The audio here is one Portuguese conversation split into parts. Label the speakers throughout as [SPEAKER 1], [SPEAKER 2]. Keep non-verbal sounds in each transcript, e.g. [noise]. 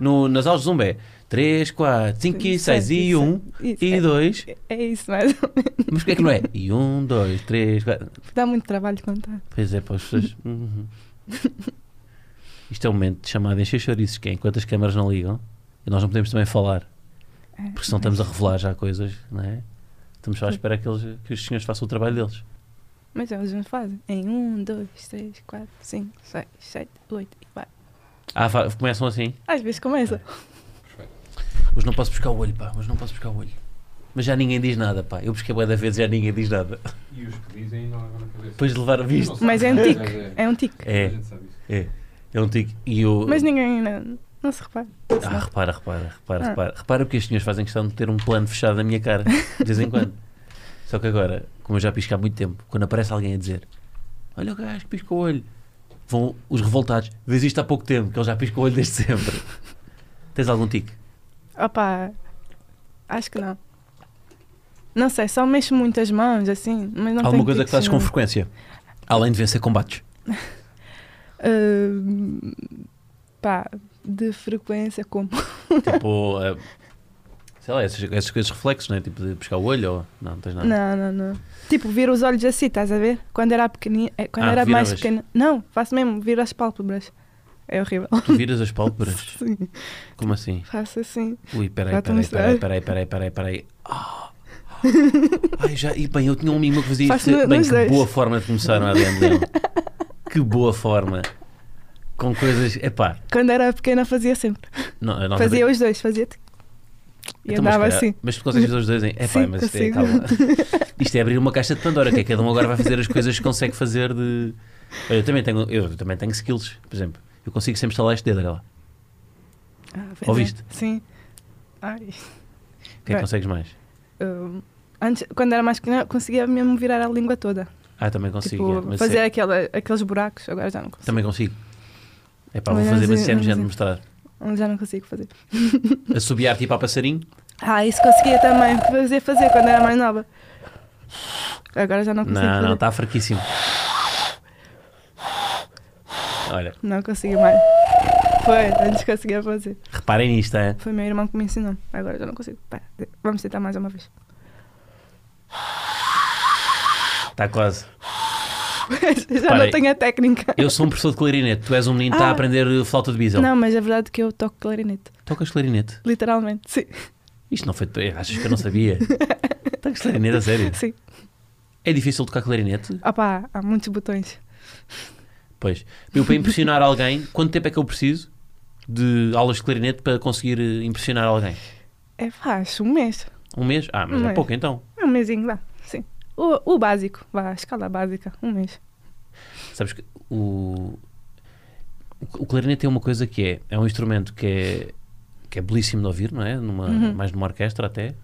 [SPEAKER 1] No, nas aulas do Zumba é 3, 4, 5 e 6 e 1
[SPEAKER 2] Isso,
[SPEAKER 1] e
[SPEAKER 2] é-
[SPEAKER 1] 2.
[SPEAKER 2] É isso, mais ou menos.
[SPEAKER 1] Mas porquê é que não é? E 1, 2, 3, 4.
[SPEAKER 2] [laughs] Dá muito trabalho contar.
[SPEAKER 1] Pois é, para as pessoas. Uhum. Isto é um momento chamado encher chouriços, que é enquanto as câmaras não ligam, e nós não podemos também falar,
[SPEAKER 2] É,
[SPEAKER 1] porque senão estamos a revelar já coisas, não é? Estamos só à espera que, eles, que os senhores façam o trabalho deles.
[SPEAKER 2] Mas eles não fazem. Em 1, 2, 3, 4, 5, 6, 7, 8 e 4.
[SPEAKER 1] Ah, fa- começam assim.
[SPEAKER 2] Às vezes começa.
[SPEAKER 1] Hoje não posso buscar o olho, pá, hoje não posso buscar o olho. Mas já ninguém diz nada, pá. Eu busquei bué da vez e já ninguém diz nada.
[SPEAKER 3] E os que dizem não levam na cabeça.
[SPEAKER 1] Depois de levar a visto.
[SPEAKER 2] Mas é um
[SPEAKER 3] antigo
[SPEAKER 2] tique. É um tique.
[SPEAKER 3] A
[SPEAKER 1] É,
[SPEAKER 3] gente sabe isso.
[SPEAKER 1] é um tico. E eu.
[SPEAKER 2] Mas ninguém não, não se repara.
[SPEAKER 1] Ah, repara, repara, repara,
[SPEAKER 2] Ah.
[SPEAKER 1] repara. Repara porque estes senhores fazem questão de ter um plano fechado na minha cara, de vez em
[SPEAKER 2] [laughs]
[SPEAKER 1] quando. Só que agora, como eu já pisco há muito tempo, quando aparece alguém a dizer Olha o gajo que pisca o olho, vão os revoltados. Vês isto há pouco tempo, que ele já pisca o olho desde sempre. Tens algum tique?
[SPEAKER 2] Opa, acho que não. Não sei, só mexo muito as mãos, assim, mas não
[SPEAKER 1] Alguma
[SPEAKER 2] tenho
[SPEAKER 1] coisa que
[SPEAKER 2] tiques,
[SPEAKER 1] fazes
[SPEAKER 2] não.
[SPEAKER 1] com frequência? Além de vencer
[SPEAKER 2] [laughs]
[SPEAKER 1] combates.
[SPEAKER 2] Ah, pá, de frequência como.
[SPEAKER 1] Tipo, eh, sei lá, essas, essas coisas reflexos, né? Tipo de piscar o olho ou. Não, não tens nada.
[SPEAKER 2] Não, não, não. Tipo, viro os olhos assim, estás a ver? Quando era pequenina, quando
[SPEAKER 1] Ah,
[SPEAKER 2] era mais
[SPEAKER 1] viravas.
[SPEAKER 2] pequena. Não, faço mesmo, viro as pálpebras. É horrível. [laughs]
[SPEAKER 1] Tu viras as pálpebras?
[SPEAKER 2] Sim,
[SPEAKER 1] Como assim?
[SPEAKER 2] faço assim.
[SPEAKER 1] Ui, peraí,
[SPEAKER 2] Já
[SPEAKER 1] peraí,
[SPEAKER 2] estamos
[SPEAKER 1] peraí,
[SPEAKER 2] a-
[SPEAKER 1] peraí, peraí, peraí, peraí. Ah. Ai, já, e bem, eu tinha um amigo meu que fazia
[SPEAKER 2] Faz
[SPEAKER 1] isto.
[SPEAKER 2] no-
[SPEAKER 1] Bem,
[SPEAKER 2] nos
[SPEAKER 1] que
[SPEAKER 2] dois.
[SPEAKER 1] boa forma de começar no ADN dele. Que boa forma. Com coisas. Epá,
[SPEAKER 2] Quando era pequena fazia sempre.
[SPEAKER 1] não, nós
[SPEAKER 2] Fazia os dois, fazia tic. E
[SPEAKER 1] Então, mas
[SPEAKER 2] andava
[SPEAKER 1] espera,
[SPEAKER 2] assim.
[SPEAKER 1] Mas tu consegues fazer os dois, hein? Epá,
[SPEAKER 2] Sim,
[SPEAKER 1] mas isto é,
[SPEAKER 2] consigo.
[SPEAKER 1] calma. Isto é abrir uma caixa de Pandora, que é cada um agora vai fazer as coisas que consegue fazer de. Olha, eu também tenho, eu também tenho skills, por exemplo. Eu consigo sempre instalar este dedo, olha lá.
[SPEAKER 2] Ah, pois é.
[SPEAKER 1] Ouviste?
[SPEAKER 2] Sim. Ai.
[SPEAKER 1] O que é que
[SPEAKER 2] Bem.
[SPEAKER 1] consegues mais?
[SPEAKER 2] hum, antes, quando era mais pequena, conseguia mesmo virar a língua toda.
[SPEAKER 1] Ah, também consigo. é,
[SPEAKER 2] tipo,
[SPEAKER 1] mas
[SPEAKER 2] fazer
[SPEAKER 1] é-
[SPEAKER 2] aquela- aqueles buracos, agora já não consigo.
[SPEAKER 1] Também consigo. Epá, vou
[SPEAKER 2] Mas
[SPEAKER 1] fazer, mas
[SPEAKER 2] vamos
[SPEAKER 1] isso é
[SPEAKER 2] ver,
[SPEAKER 1] nojento de
[SPEAKER 2] vamos
[SPEAKER 1] mostrar.
[SPEAKER 2] Já não consigo fazer.
[SPEAKER 1] Assobiar tipo a passarinho?
[SPEAKER 2] Ah, isso conseguia também fazer, fazer quando era mais nova. Agora já não
[SPEAKER 1] Não,
[SPEAKER 2] consigo fazer.
[SPEAKER 1] não, está fraquíssimo. Olha,
[SPEAKER 2] Não consegui mais. Foi, antes conseguia fazer.
[SPEAKER 1] reparem nisto, é?
[SPEAKER 2] Foi meu irmão que me ensinou. Agora já não consigo. Pera, de- vamos tentar mais uma vez. [laughs]
[SPEAKER 1] Está Tá quase.
[SPEAKER 2] já
[SPEAKER 1] Reparei.
[SPEAKER 2] não tenho a técnica.
[SPEAKER 1] Eu sou um professor de clarinete, tu és um menino que está a
[SPEAKER 2] Ah.
[SPEAKER 1] aprender eh, flauta de bisel.
[SPEAKER 2] Não, mas a verdade é que eu toco clarinete.
[SPEAKER 1] Tocas clarinete?
[SPEAKER 2] Literalmente. Sim,
[SPEAKER 1] Isto não foi. eh, Achas que eu não
[SPEAKER 2] [laughs]
[SPEAKER 1] sabia? Tocas clarinete, a sério?
[SPEAKER 2] sim.
[SPEAKER 1] É difícil tocar clarinete?
[SPEAKER 2] Opá, há muitos botões.
[SPEAKER 1] Pois. Eu, para impressionar alguém, quanto tempo é que eu preciso de aulas de clarinete para conseguir eh, impressionar alguém?
[SPEAKER 2] É fácil, um mês.
[SPEAKER 1] Um mês? Ah, mas
[SPEAKER 2] Um
[SPEAKER 1] é
[SPEAKER 2] mês.
[SPEAKER 1] pouco então.
[SPEAKER 2] É um mesinho, vá. Sim. O, o básico, vá, a escala básica, um mês.
[SPEAKER 1] Sabes que o, o- o clarinete é uma coisa que é, é um instrumento que é, que é belíssimo de ouvir, não é? Numa,
[SPEAKER 2] Uhum.
[SPEAKER 1] Mais numa orquestra até,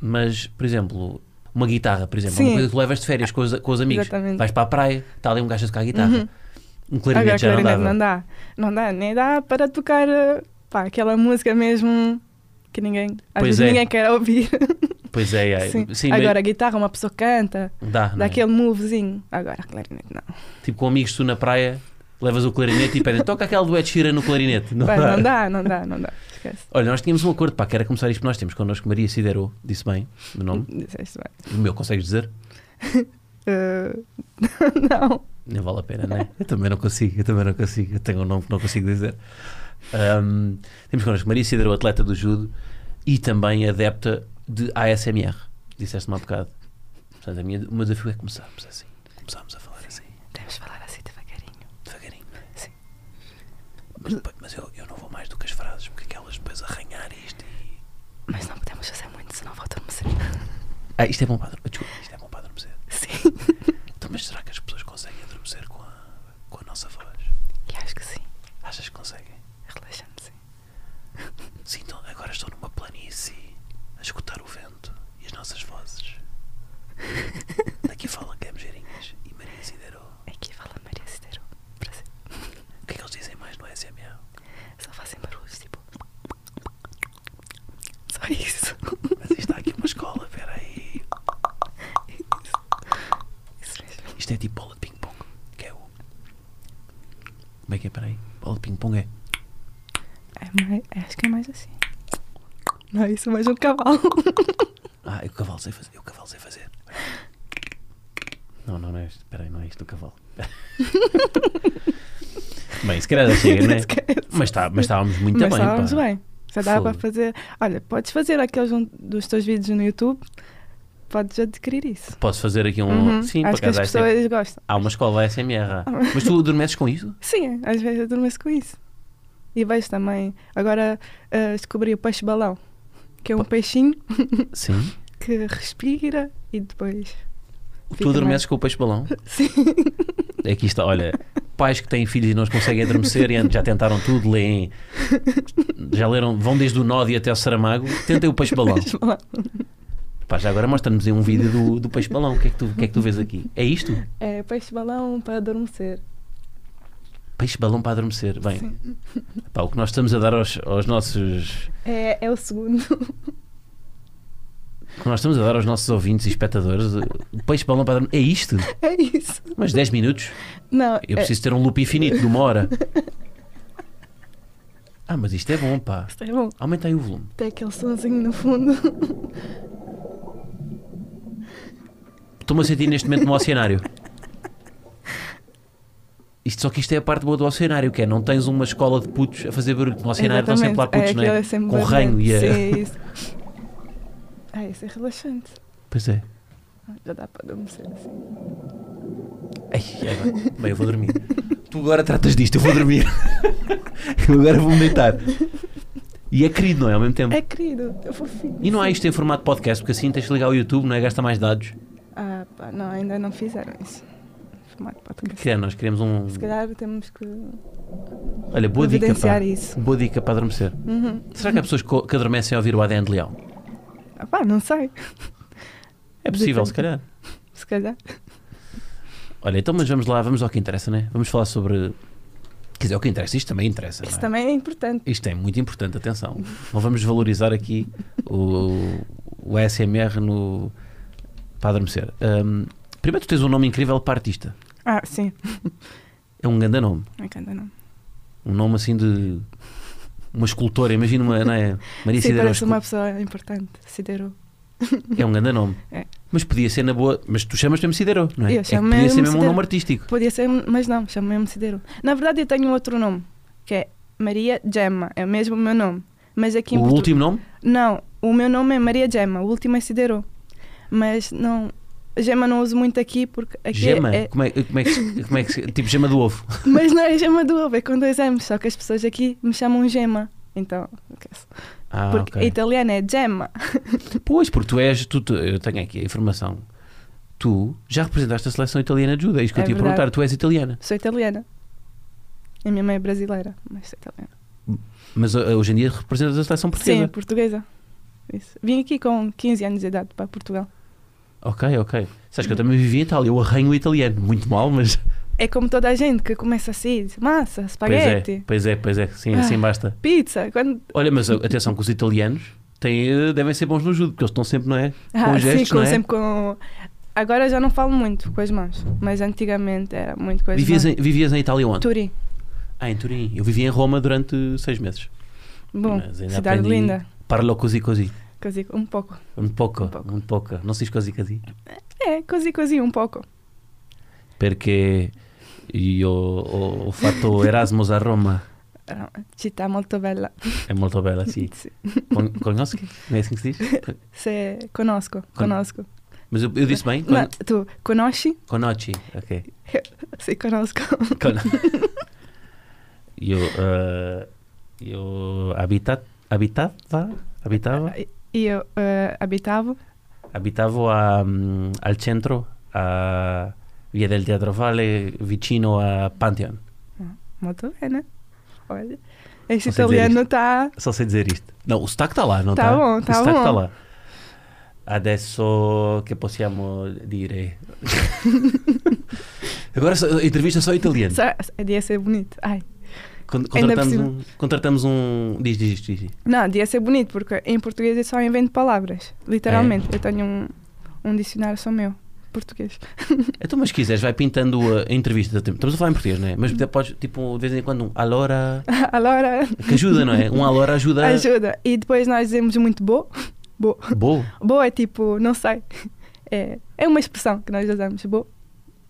[SPEAKER 1] mas, por exemplo, uma guitarra, por exemplo, é uma
[SPEAKER 2] Sim.
[SPEAKER 1] coisa que tu levas de férias com os, com os amigos,
[SPEAKER 2] Exatamente.
[SPEAKER 1] vais para a praia, está ali um gajo a tocar a guitarra,
[SPEAKER 2] Uhum.
[SPEAKER 1] um clarinete
[SPEAKER 2] Agora,
[SPEAKER 1] já
[SPEAKER 2] clarinete
[SPEAKER 1] não
[SPEAKER 2] não
[SPEAKER 1] dava.
[SPEAKER 2] dá. Não dá, nem dá para tocar eh, pá, aquela música mesmo que ninguém, às
[SPEAKER 1] Pois
[SPEAKER 2] vezes
[SPEAKER 1] é.
[SPEAKER 2] ninguém quer ouvir.
[SPEAKER 1] Pois é, é.
[SPEAKER 2] [laughs] Sim.
[SPEAKER 1] Sim, mas
[SPEAKER 2] Agora, a guitarra, uma pessoa canta,
[SPEAKER 1] dá, não
[SPEAKER 2] dá
[SPEAKER 1] é?
[SPEAKER 2] aquele movezinho. Agora, clarinete, não.
[SPEAKER 1] Tipo, com amigos tu na praia, levas o clarinete e pedem, toca aquela do Ed Sheeran no clarinete. Não
[SPEAKER 2] Pá,
[SPEAKER 1] dá.
[SPEAKER 2] Não dá, não dá, não dá. Esquece.
[SPEAKER 1] Olha, nós tínhamos um acordo, pá, que era começar isto que nós temos connosco, Maria Siderou, disse bem o nome,
[SPEAKER 2] Disseste bem.
[SPEAKER 1] o meu, consegues dizer?
[SPEAKER 2] Eh, [laughs] não.
[SPEAKER 1] Nem vale a pena, não é? [laughs] Eu também não consigo, eu também não consigo. Eu tenho um nome que não consigo dizer. Ahm, temos connosco Maria Cidro, atleta do judo e também adepta de ASMR. Disseste-me há bocado. Portanto, a minha, o meu desafio é começarmos assim. Começarmos a falar assim,
[SPEAKER 2] Temos de falar assim devagarinho.
[SPEAKER 1] devagarinho.
[SPEAKER 2] Sim.
[SPEAKER 1] Mas, depois- mas eu, eu não vou mais do que as frases, porque aquelas depois arranhar isto e...
[SPEAKER 2] Mas não podemos fazer muito, senão vou adormecer.
[SPEAKER 1] Ah, isto é bom para adormecer. Desculpa, isto é bom para adormecer.
[SPEAKER 2] Sim.
[SPEAKER 1] Então, mas será que as pessoas conseguem adormecer com a, com a nossa voz?
[SPEAKER 2] E acho que sim.
[SPEAKER 1] Achas que conseguem?
[SPEAKER 2] Relaxando, sim.
[SPEAKER 1] Sim, então agora estou numa planície a escutar o vento e as nossas vozes. Daqui falam Gamgerinhas e Maria Sideró.
[SPEAKER 2] Aqui fala Maria Cidero. Brasil.
[SPEAKER 1] O que é que eles dizem mais no SMA?
[SPEAKER 2] Só fazem barulhos, tipo. Só isso.
[SPEAKER 1] Mas isto está aqui uma escola, peraí.
[SPEAKER 2] Isso mesmo.
[SPEAKER 1] Isto é tipo bola de ping-pong, que é o. Como é que é, peraí? Bola de ping-pong é.
[SPEAKER 2] É, É mais- acho que é mais assim. Não é isso, mais um cavalo.
[SPEAKER 1] Ah, eu cavalo sei fazer. Eu cavalo sei fazer. Não, não, não é isto. Espera aí, não é isto do
[SPEAKER 2] [laughs]
[SPEAKER 1] cavalo. Bem, se calhar já chega,
[SPEAKER 2] [laughs]
[SPEAKER 1] né? Mas, tá, mas estávamos muito
[SPEAKER 2] Mas
[SPEAKER 1] bem.
[SPEAKER 2] estávamos
[SPEAKER 1] pá.
[SPEAKER 2] bem. Já dá para
[SPEAKER 1] Fogo.
[SPEAKER 2] fazer. Olha, podes fazer aqueles um- dos teus vídeos no YouTube, podes adquirir isso.
[SPEAKER 1] Posso fazer aqui um.
[SPEAKER 2] Uhum.
[SPEAKER 1] Sim, por
[SPEAKER 2] acho que as
[SPEAKER 1] acaso há essa-
[SPEAKER 2] pessoas gostam.
[SPEAKER 1] há uma escola
[SPEAKER 2] [laughs]
[SPEAKER 1] SMR.
[SPEAKER 2] Ah.
[SPEAKER 1] Mas tu adormeces com isso?
[SPEAKER 2] Sim, às vezes eu durmo com isso. E vejo também. Agora ah, descobri o peixe-balão, que é um
[SPEAKER 1] Pa-
[SPEAKER 2] peixinho
[SPEAKER 1] Sim.
[SPEAKER 2] que respira e depois.
[SPEAKER 1] tu
[SPEAKER 2] Fica
[SPEAKER 1] adormeces com o peixe-balão?
[SPEAKER 2] Sim.
[SPEAKER 1] Aqui está, olha. Pais que têm filhos e não os conseguem adormecer e antes já tentaram tudo, leem. Já leram, vão desde o Nodi até o Saramago. Tentem o
[SPEAKER 2] [laughs]
[SPEAKER 1] peixe-balão.
[SPEAKER 2] Peixe-balão.
[SPEAKER 1] Pá, já agora mostra-nos aí um vídeo do, do peixe-balão. O que, é que tu, o que é que tu vês aqui? É isto?
[SPEAKER 2] É peixe-balão para adormecer.
[SPEAKER 1] Peixe-balão para adormecer. Bem,
[SPEAKER 2] Sim.
[SPEAKER 1] pá, o que nós estamos a dar aos, aos nossos.
[SPEAKER 2] É, é o segundo. [laughs]
[SPEAKER 1] o que nós estamos a dar aos nossos ouvintes e espectadores, o o peixe-balão para adormecer. É isto?
[SPEAKER 2] É isso.
[SPEAKER 1] Mas 10 minutos?
[SPEAKER 2] Não,
[SPEAKER 1] Eu
[SPEAKER 2] é-
[SPEAKER 1] preciso ter um loop infinito de uma
[SPEAKER 2] [laughs]
[SPEAKER 1] hora. Ah, mas isto é bom, pá.
[SPEAKER 2] Isto é bom.
[SPEAKER 1] Aumenta aí o volume.
[SPEAKER 2] Tem aquele sonzinho no fundo.
[SPEAKER 1] Estou-me a sentir neste momento no oceanário. Isto, só que isto é a parte boa do oceanário, que é não tens uma escola de putos a fazer barulho. No oceanário estão sempre lá putos,
[SPEAKER 2] Exatamente.
[SPEAKER 1] não
[SPEAKER 2] aquilo
[SPEAKER 1] é?
[SPEAKER 2] sempre
[SPEAKER 1] Com o
[SPEAKER 2] barulhento.
[SPEAKER 1] ranho e a-
[SPEAKER 2] Sim, é isso. [laughs] Ah, isso é relaxante. Ah,
[SPEAKER 1] Pois é.
[SPEAKER 2] Já dá para adormecer assim.
[SPEAKER 1] Ai, ai, bem. bem, eu vou dormir. Tu agora tratas disto, eu vou dormir. [laughs] eu agora vou-me deitar. E é querido, não é? Ao mesmo tempo.
[SPEAKER 2] É querido, é fofinho.
[SPEAKER 1] E não há
[SPEAKER 2] sim.
[SPEAKER 1] isto em formato podcast, porque assim tens de ligar o YouTube, não é? Gasta mais dados.
[SPEAKER 2] Ah, pá, não, ainda não fizeram isso. Formato podcast.
[SPEAKER 1] Que é, nós queremos um.
[SPEAKER 2] Se calhar temos que
[SPEAKER 1] Olha, boa dica, pá.
[SPEAKER 2] evidenciar isso.
[SPEAKER 1] Boa dica para adormecer.
[SPEAKER 2] Uhum.
[SPEAKER 1] Será que há pessoas co- que adormecem a ouvir o ADN de Leão?
[SPEAKER 2] Ah, pá, não sei.
[SPEAKER 1] É possível, se calhar.
[SPEAKER 2] Se calhar.
[SPEAKER 1] Olha, então mas vamos lá, vamos ao que interessa, né? Vamos falar sobre. Quer dizer, o que interessa, isto também interessa.
[SPEAKER 2] Isso
[SPEAKER 1] não é?
[SPEAKER 2] também é importante.
[SPEAKER 1] Isto é muito importante, atenção. Não vamos valorizar aqui o, o ASMR no. para adormecer. Ahm, primeiro, tu tens um nome incrível para artista.
[SPEAKER 2] Ah, sim.
[SPEAKER 1] É um grande nome.
[SPEAKER 2] Não encanta, não.
[SPEAKER 1] Um nome assim de. uma escultora, imagina uma. Não é? Maria
[SPEAKER 2] Sim,
[SPEAKER 1] Cidreira
[SPEAKER 2] parece uma pessoa importante. Siderou.
[SPEAKER 1] É um grande nome.
[SPEAKER 2] É.
[SPEAKER 1] Mas podia ser na boa. Mas tu chamas mesmo Sidero, não é?
[SPEAKER 2] Eu
[SPEAKER 1] é que
[SPEAKER 2] chamo
[SPEAKER 1] podia ser
[SPEAKER 2] mesmo
[SPEAKER 1] mesmo um
[SPEAKER 2] Sidero.
[SPEAKER 1] nome artístico.
[SPEAKER 2] Podia ser, mas não, chamo-me Sidero. Na verdade, eu tenho outro nome, que é Maria Gemma, é mesmo o meu nome. Mas aqui em
[SPEAKER 1] o
[SPEAKER 2] Portu-
[SPEAKER 1] último nome?
[SPEAKER 2] Não, o meu nome é Maria Gemma, o último é Sidero. Mas não, Gemma não uso muito aqui porque aqui
[SPEAKER 1] gema?
[SPEAKER 2] é. [laughs]
[SPEAKER 1] Como, é, como, é que, se- como é que. se- Tipo gema do ovo.
[SPEAKER 2] Mas não é Gema do ovo, é com dois M's, só que as pessoas aqui me chamam Gemma. Então, esquece.
[SPEAKER 1] Ah,
[SPEAKER 2] porque
[SPEAKER 1] ok.
[SPEAKER 2] italiano é Gemma.
[SPEAKER 1] Pois, porque tu és. Tu, tu- eu tenho aqui a informação. Tu já representaste a seleção italiana de judo. É isso que
[SPEAKER 2] É
[SPEAKER 1] eu te ia
[SPEAKER 2] verdade.
[SPEAKER 1] perguntar. Tu és italiana.
[SPEAKER 2] Sou italiana. A minha mãe é brasileira, mas sou italiana.
[SPEAKER 1] Mas uh, hoje em dia representas a seleção portuguesa.
[SPEAKER 2] Sim, é portuguesa. Isso. Vim aqui com 15 anos de idade para Portugal.
[SPEAKER 1] Ok, ok. Sabes que eu também vivi em Itália. Eu arranho o italiano. Muito mal, mas. [laughs]
[SPEAKER 2] É como toda a gente que começa assim, diz, massa,
[SPEAKER 1] é.
[SPEAKER 2] espaguete,
[SPEAKER 1] Pois é, pois é, pois é. Sim, assim
[SPEAKER 2] Ah.
[SPEAKER 1] basta.
[SPEAKER 2] pizza, quando...
[SPEAKER 1] Olha, mas atenção que os italianos têm, eh, devem ser bons no judo, porque eles estão sempre, não é?
[SPEAKER 2] [laughs] Ah,
[SPEAKER 1] os gestos,
[SPEAKER 2] sim, com,
[SPEAKER 1] não é?
[SPEAKER 2] sempre com... Agora já não falo muito com as mãos, mas antigamente era muito com as
[SPEAKER 1] Vivias
[SPEAKER 2] mãos.
[SPEAKER 1] em, vivias em Itália onde?
[SPEAKER 2] Turim,
[SPEAKER 1] Ah, em Turim. Eu vivi em Roma durante seis meses.
[SPEAKER 2] bom,
[SPEAKER 1] Mas ainda
[SPEAKER 2] cidade
[SPEAKER 1] aprendi-
[SPEAKER 2] linda,
[SPEAKER 1] Parlo così così.
[SPEAKER 2] cozi, um pouco.
[SPEAKER 1] Un poco,
[SPEAKER 2] Un poco.
[SPEAKER 1] un poco. Um Não se diz così così.
[SPEAKER 2] É, cozi, cozi, um pouco.
[SPEAKER 1] Perché io ho, ho fatto Erasmus a Roma.
[SPEAKER 2] Era uma Ah, Città molto bella.
[SPEAKER 1] È molto bella, sì.
[SPEAKER 2] [laughs] Sì.
[SPEAKER 1] Con- Conosci? Não é assim que se diz?
[SPEAKER 2] Se conosco, conosco.
[SPEAKER 1] Mas eu, eu disse bem? Con-
[SPEAKER 2] Não, tu, conosci? [laughs]
[SPEAKER 1] Conosci. Ok.
[SPEAKER 2] Sim, conosco.
[SPEAKER 1] [laughs] Con- io, eh, io abita- abitava,
[SPEAKER 2] [laughs]
[SPEAKER 1] abitava
[SPEAKER 2] Eu eh, abitavo
[SPEAKER 1] Abitavo a, mm, al centro, a Via del Teatro Vale, vicino a Pantheon.
[SPEAKER 2] Muito bem, né? Olha, esse
[SPEAKER 1] Não sei dizer
[SPEAKER 2] italiano está.
[SPEAKER 1] Só sei dizer isto. Não, o sotaque está lá, não
[SPEAKER 2] Tá
[SPEAKER 1] está?
[SPEAKER 2] bom,
[SPEAKER 1] o
[SPEAKER 2] tá
[SPEAKER 1] sotaque
[SPEAKER 2] bom.
[SPEAKER 1] está lá. Adesso que possiamo dire. [laughs] Agora só- a entrevista só italiano.
[SPEAKER 2] Devia ser bonito. Ai.
[SPEAKER 1] Con-
[SPEAKER 2] Ainda por
[SPEAKER 1] contratamos,
[SPEAKER 2] cima.
[SPEAKER 1] um, contratamos um. Diz, diz, diz. diz.
[SPEAKER 2] Não, devia ser bonito,
[SPEAKER 1] É.
[SPEAKER 2] porque em português eu só invento palavras. Literalmente. Eu tenho um, um dicionário só meu. português. [laughs]
[SPEAKER 1] Então, mas se quiseres, vai pintando a entrevista. Estamos a falar em português, não é? Mas
[SPEAKER 2] Uhum.
[SPEAKER 1] até podes, tipo, de vez em quando, um alora.
[SPEAKER 2] Alora,
[SPEAKER 1] Que ajuda, não é? Um alora ajuda.
[SPEAKER 2] ajuda. E depois nós dizemos muito bo. Bo.
[SPEAKER 1] Boa.
[SPEAKER 2] Bo é tipo, não sei. É, é uma expressão que nós usamos, bo.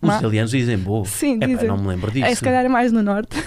[SPEAKER 1] Os
[SPEAKER 2] Má.
[SPEAKER 1] italianos dizem boa.
[SPEAKER 2] Sim,
[SPEAKER 1] Epá,
[SPEAKER 2] dizem.
[SPEAKER 1] não me lembro disso.
[SPEAKER 2] É, se calhar é mais no norte.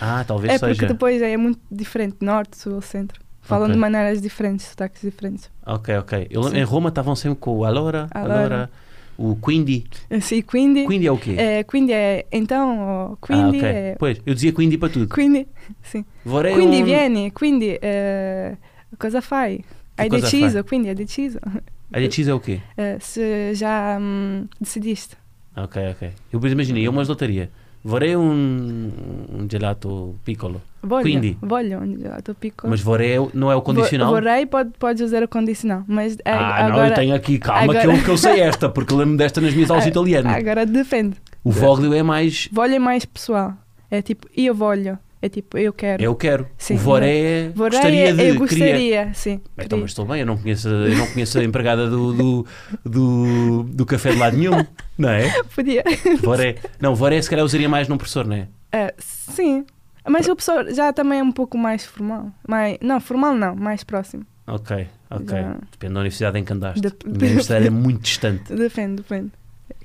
[SPEAKER 1] Ah, talvez
[SPEAKER 2] É porque
[SPEAKER 1] seja.
[SPEAKER 2] depois é muito diferente, norte, sul, centro. Falam
[SPEAKER 1] Ok.
[SPEAKER 2] de maneiras diferentes, sotaques diferentes.
[SPEAKER 1] Ok, ok. Eu lembro-
[SPEAKER 2] Sim.
[SPEAKER 1] em Roma estavam sempre com o alora,
[SPEAKER 2] Allora.
[SPEAKER 1] alora, o quindi.
[SPEAKER 2] Sim, Assim, quindi.
[SPEAKER 1] Quindi é o quê?
[SPEAKER 2] É, quindi é então, ou
[SPEAKER 1] ah,
[SPEAKER 2] quindi
[SPEAKER 1] ok.
[SPEAKER 2] é.
[SPEAKER 1] Pois, eu dizia quindi para tudo.
[SPEAKER 2] Quindi, sim.
[SPEAKER 1] Vorrei
[SPEAKER 2] quindi
[SPEAKER 1] um-
[SPEAKER 2] vieni, quindi eh, cosa fai? Hai
[SPEAKER 1] cosa
[SPEAKER 2] deciso,
[SPEAKER 1] fai?
[SPEAKER 2] quindi hai deciso. [laughs]
[SPEAKER 1] A decisa é o quê?
[SPEAKER 2] Eh, se já hum, decidiste.
[SPEAKER 1] Ok, ok. Eu depois imaginei, eu uma lotaria. Vorrei um, um gelato piccolo.
[SPEAKER 2] Voglio,
[SPEAKER 1] Quindi.
[SPEAKER 2] voglio un gelato piccolo.
[SPEAKER 1] Mas vorrei não é o condicional?
[SPEAKER 2] Vo- Vorrei pode, pode usar o condicional, mas é,
[SPEAKER 1] Ah,
[SPEAKER 2] agora,
[SPEAKER 1] não, eu tenho aqui, calma,
[SPEAKER 2] agora-
[SPEAKER 1] que, eu, que eu sei esta, porque lembro desta nas minhas aulas de italiano.
[SPEAKER 2] [laughs] agora defende.
[SPEAKER 1] O voglio é mais
[SPEAKER 2] Voglio é mais pessoal. É tipo, eu voglio. É tipo, eu quero.
[SPEAKER 1] eu quero.
[SPEAKER 2] Sim.
[SPEAKER 1] o voré é
[SPEAKER 2] Vorrei
[SPEAKER 1] gostaria
[SPEAKER 2] é-
[SPEAKER 1] de,
[SPEAKER 2] eu
[SPEAKER 1] queria.
[SPEAKER 2] gostaria, sim.
[SPEAKER 1] Então,
[SPEAKER 2] queria.
[SPEAKER 1] mas estou bem, eu não conheço, eu não conheço a empregada do, do, do, do café de lado nenhum, não é?
[SPEAKER 2] [laughs] Podia.
[SPEAKER 1] Voré. Não, voré se calhar usaria mais num professor, não é?
[SPEAKER 2] É, sim. Mas o pessoal já também é um pouco mais formal. Mais, não, formal não, mais próximo.
[SPEAKER 1] Ok, ok.
[SPEAKER 2] Já.
[SPEAKER 1] Depende da universidade em que andaste.
[SPEAKER 2] Dep-
[SPEAKER 1] A minha
[SPEAKER 2] [laughs]
[SPEAKER 1] universidade é muito distante.
[SPEAKER 2] Depende, depende.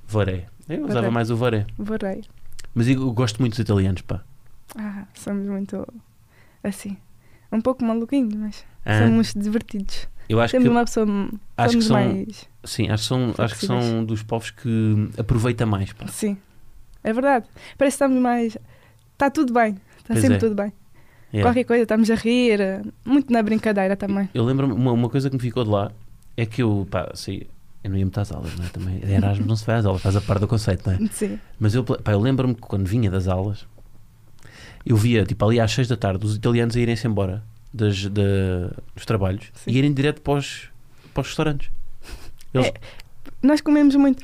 [SPEAKER 1] Voré. Eu usava
[SPEAKER 2] Voré.
[SPEAKER 1] mais o voré.
[SPEAKER 2] Vorrei.
[SPEAKER 1] Mas eu gosto muito dos italianos, pá.
[SPEAKER 2] Ah, somos muito assim. Um pouco maluquinhos, mas
[SPEAKER 1] Hã?
[SPEAKER 2] somos divertidos.
[SPEAKER 1] eu Ah. acho que,
[SPEAKER 2] Temos uma pessoa.
[SPEAKER 1] acho que
[SPEAKER 2] somos
[SPEAKER 1] são,
[SPEAKER 2] mais.
[SPEAKER 1] sim, acho que são, acho que
[SPEAKER 2] flexíveis.
[SPEAKER 1] são dos povos que aproveita mais, pá.
[SPEAKER 2] Sim. É verdade. Parece que estamos mais. Está tudo bem. Está
[SPEAKER 1] Pois
[SPEAKER 2] sempre
[SPEAKER 1] é.
[SPEAKER 2] tudo bem.
[SPEAKER 1] Yeah.
[SPEAKER 2] Qualquer coisa, estamos a rir. eh, Muito na brincadeira também.
[SPEAKER 1] Eu lembro-me, uma, uma coisa que me ficou de lá é que eu, pá, assim, eu não ia muito às aulas, não é? Também, em Erasmus não se vai às aulas, faz a parte do conceito, não é?
[SPEAKER 2] Sim.
[SPEAKER 1] Mas eu, pá, eu lembro-me que quando vinha das aulas, eu via, tipo, ali às 6 da tarde, os italianos a irem-se embora das, da- dos trabalhos
[SPEAKER 2] Sim.
[SPEAKER 1] e irem direto para os, para os restaurantes. Eles
[SPEAKER 2] Nós comemos muito.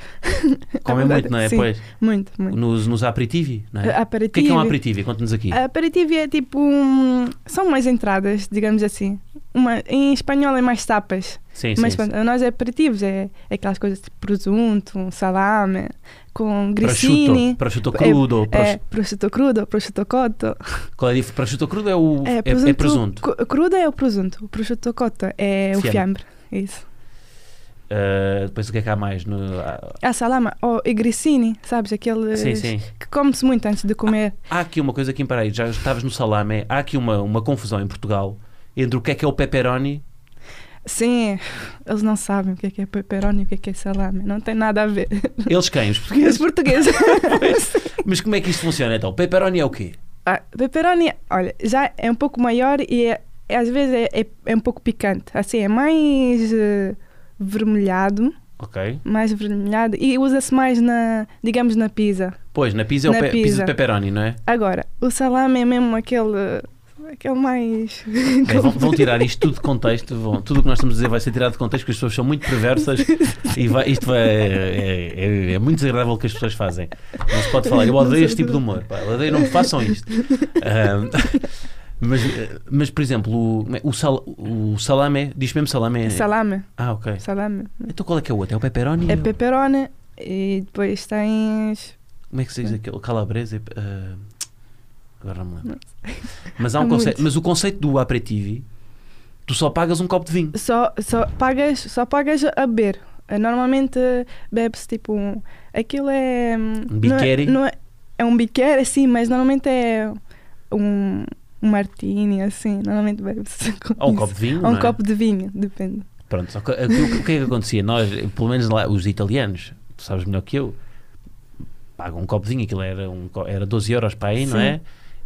[SPEAKER 1] comem
[SPEAKER 2] verdade,
[SPEAKER 1] muito, não é?
[SPEAKER 2] sim. Ah,
[SPEAKER 1] Pois,
[SPEAKER 2] Muito, muito.
[SPEAKER 1] nos, nos aperitivi, não é?
[SPEAKER 2] Aperitivo.
[SPEAKER 1] O que é que é um aperitivi? Conta-nos aqui.
[SPEAKER 2] A aperitivo é tipo. um- são umas entradas, digamos assim. Uma, em espanhol é mais tapas.
[SPEAKER 1] Sim,
[SPEAKER 2] mas
[SPEAKER 1] sim.
[SPEAKER 2] pronto, nós é aperitivos, é, é aquelas coisas tipo presunto, um salame, com
[SPEAKER 1] Prosciutto,
[SPEAKER 2] grissini.
[SPEAKER 1] prosciutto
[SPEAKER 2] É-
[SPEAKER 1] crudo,
[SPEAKER 2] É,
[SPEAKER 1] prosci-
[SPEAKER 2] prosciutto crudo, prosciutto cotto.
[SPEAKER 1] qual é a dif- prosciutto crudo é o é- é presunto.
[SPEAKER 2] cu- Crudo é o presunto, o prosciutto cotto é o
[SPEAKER 1] Fiambre.
[SPEAKER 2] fiambre. Isso.
[SPEAKER 1] Uh, depois o que é que há mais? No, há-
[SPEAKER 2] A salame, ou e grissini, sabes? Aquele
[SPEAKER 1] sim, sim.
[SPEAKER 2] que come-se muito antes de comer.
[SPEAKER 1] Há aqui uma coisa que em Paraíso, já estavas no salame, é- há aqui uma, uma confusão em Portugal entre o que é que é o pepperoni.
[SPEAKER 2] Sim, eles não sabem o que é que é pepperoni e o que é que é salame. Não tem nada a ver. [laughs]
[SPEAKER 1] Eles quem? Os
[SPEAKER 2] Os
[SPEAKER 1] portugueses.
[SPEAKER 2] portugueses.
[SPEAKER 1] [laughs] Mas como é que isto funciona então? Pepperoni é o quê?
[SPEAKER 2] Ah, pepperoni, olha, já é um pouco maior e é- é- às vezes é, é- é um pouco picante. Assim, é mais eh, vermelhado,
[SPEAKER 1] Ok.
[SPEAKER 2] mais vermelhado e usa-se mais na, digamos, na pizza.
[SPEAKER 1] Pois, na pizza é o
[SPEAKER 2] Na
[SPEAKER 1] pe pizza
[SPEAKER 2] pizza.
[SPEAKER 1] de pepperoni, não é?
[SPEAKER 2] Agora, o salame é mesmo aquele, aquele mais...
[SPEAKER 1] É, vão, vão tirar isto tudo de contexto. vão- tudo o que nós estamos a dizer vai ser tirado de contexto, porque as pessoas são muito perversas e vai- isto vai- é, é- é muito desagradável o que as pessoas fazem. Não se pode falar. Eu odeio este tipo de humor. Pá, eu odeio, não me façam isto. Ahm, [laughs] mas, eh, mas, por exemplo, o, como é- o, sal, o salame, diz mesmo salame?
[SPEAKER 2] Salame,
[SPEAKER 1] Ah, ok.
[SPEAKER 2] salame.
[SPEAKER 1] Então qual é que é o outro? É o pepperoni?
[SPEAKER 2] É pepperoni e depois tens...
[SPEAKER 1] Como é que se diz aquele? Calabresa? eh, agora não me lembro.
[SPEAKER 2] Não
[SPEAKER 1] Mas, há um
[SPEAKER 2] Há
[SPEAKER 1] conceito,
[SPEAKER 2] muitos.
[SPEAKER 1] mas o conceito do aperitivo, tu só pagas um copo de vinho.
[SPEAKER 2] Só, só, pagas, só pagas a beber. Eh, Normalmente eh, bebe-se tipo um. Aquilo é. hum,
[SPEAKER 1] Um biqueri?
[SPEAKER 2] Não é, não é, é um biqueri, assim, mas normalmente é um, um martini, assim. Normalmente bebe-se. [laughs] com
[SPEAKER 1] Ou um
[SPEAKER 2] isso.
[SPEAKER 1] copo de vinho,
[SPEAKER 2] Ou um
[SPEAKER 1] não é?
[SPEAKER 2] copo de vinho, depende.
[SPEAKER 1] Pronto, só que, o, que- o que é que acontecia? Nós, pelo menos lá, os italianos, tu sabes melhor que eu, pagam um copo de vinho, aquilo era, um, co- era 12 euros para aí, não
[SPEAKER 2] Sim.
[SPEAKER 1] é?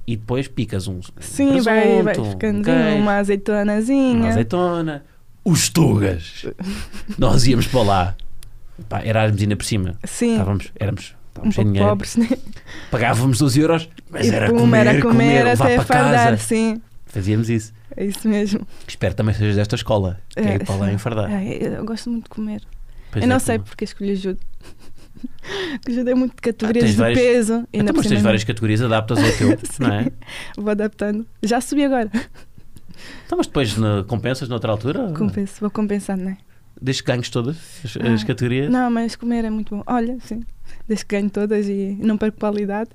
[SPEAKER 1] E depois picas um
[SPEAKER 2] Sim, vai, vai
[SPEAKER 1] presunto, um
[SPEAKER 2] ficando
[SPEAKER 1] queijo,
[SPEAKER 2] uma azeitonazinha.
[SPEAKER 1] uma azeitona, os tugas. Nós íamos para lá, pá, Erasmus ainda por cima,
[SPEAKER 2] Sim.
[SPEAKER 1] estávamos, éramos,
[SPEAKER 2] um
[SPEAKER 1] estávamos sem
[SPEAKER 2] pouco
[SPEAKER 1] dinheiro,
[SPEAKER 2] pobres, né?
[SPEAKER 1] pagávamos 12 euros, mas
[SPEAKER 2] E
[SPEAKER 1] era,
[SPEAKER 2] pum,
[SPEAKER 1] comer,
[SPEAKER 2] era comer,
[SPEAKER 1] levar
[SPEAKER 2] até
[SPEAKER 1] para
[SPEAKER 2] fardar,
[SPEAKER 1] casa.
[SPEAKER 2] sim.
[SPEAKER 1] Fazíamos isso.
[SPEAKER 2] É isso mesmo.
[SPEAKER 1] Espero também sejas desta escola, que é
[SPEAKER 2] É,
[SPEAKER 1] ir para lá
[SPEAKER 2] sim. [laughs]
[SPEAKER 1] enfardar.
[SPEAKER 2] Ai, eu, gosto muito de comer.
[SPEAKER 1] Pois é,
[SPEAKER 2] eu não
[SPEAKER 1] pá.
[SPEAKER 2] sei porque escolhi judo. [laughs] Porque judo é muito de categorias
[SPEAKER 1] Ah, tens
[SPEAKER 2] de
[SPEAKER 1] várias-
[SPEAKER 2] peso. ainda
[SPEAKER 1] Então,
[SPEAKER 2] por
[SPEAKER 1] mas tens
[SPEAKER 2] cima
[SPEAKER 1] várias categorias, adaptas ao
[SPEAKER 2] [laughs]
[SPEAKER 1] teu,
[SPEAKER 2] Sim.
[SPEAKER 1] não é?
[SPEAKER 2] Vou adaptando. Já subi agora.
[SPEAKER 1] Então, mas depois né, compensas noutra altura?
[SPEAKER 2] Compenso, vou compensar, não é?
[SPEAKER 1] Desde que ganhes todas as, as
[SPEAKER 2] Ah,
[SPEAKER 1] categorias.
[SPEAKER 2] Não, mas comer é muito bom. Olha, sim. Desde que ganho todas e não perco qualidade.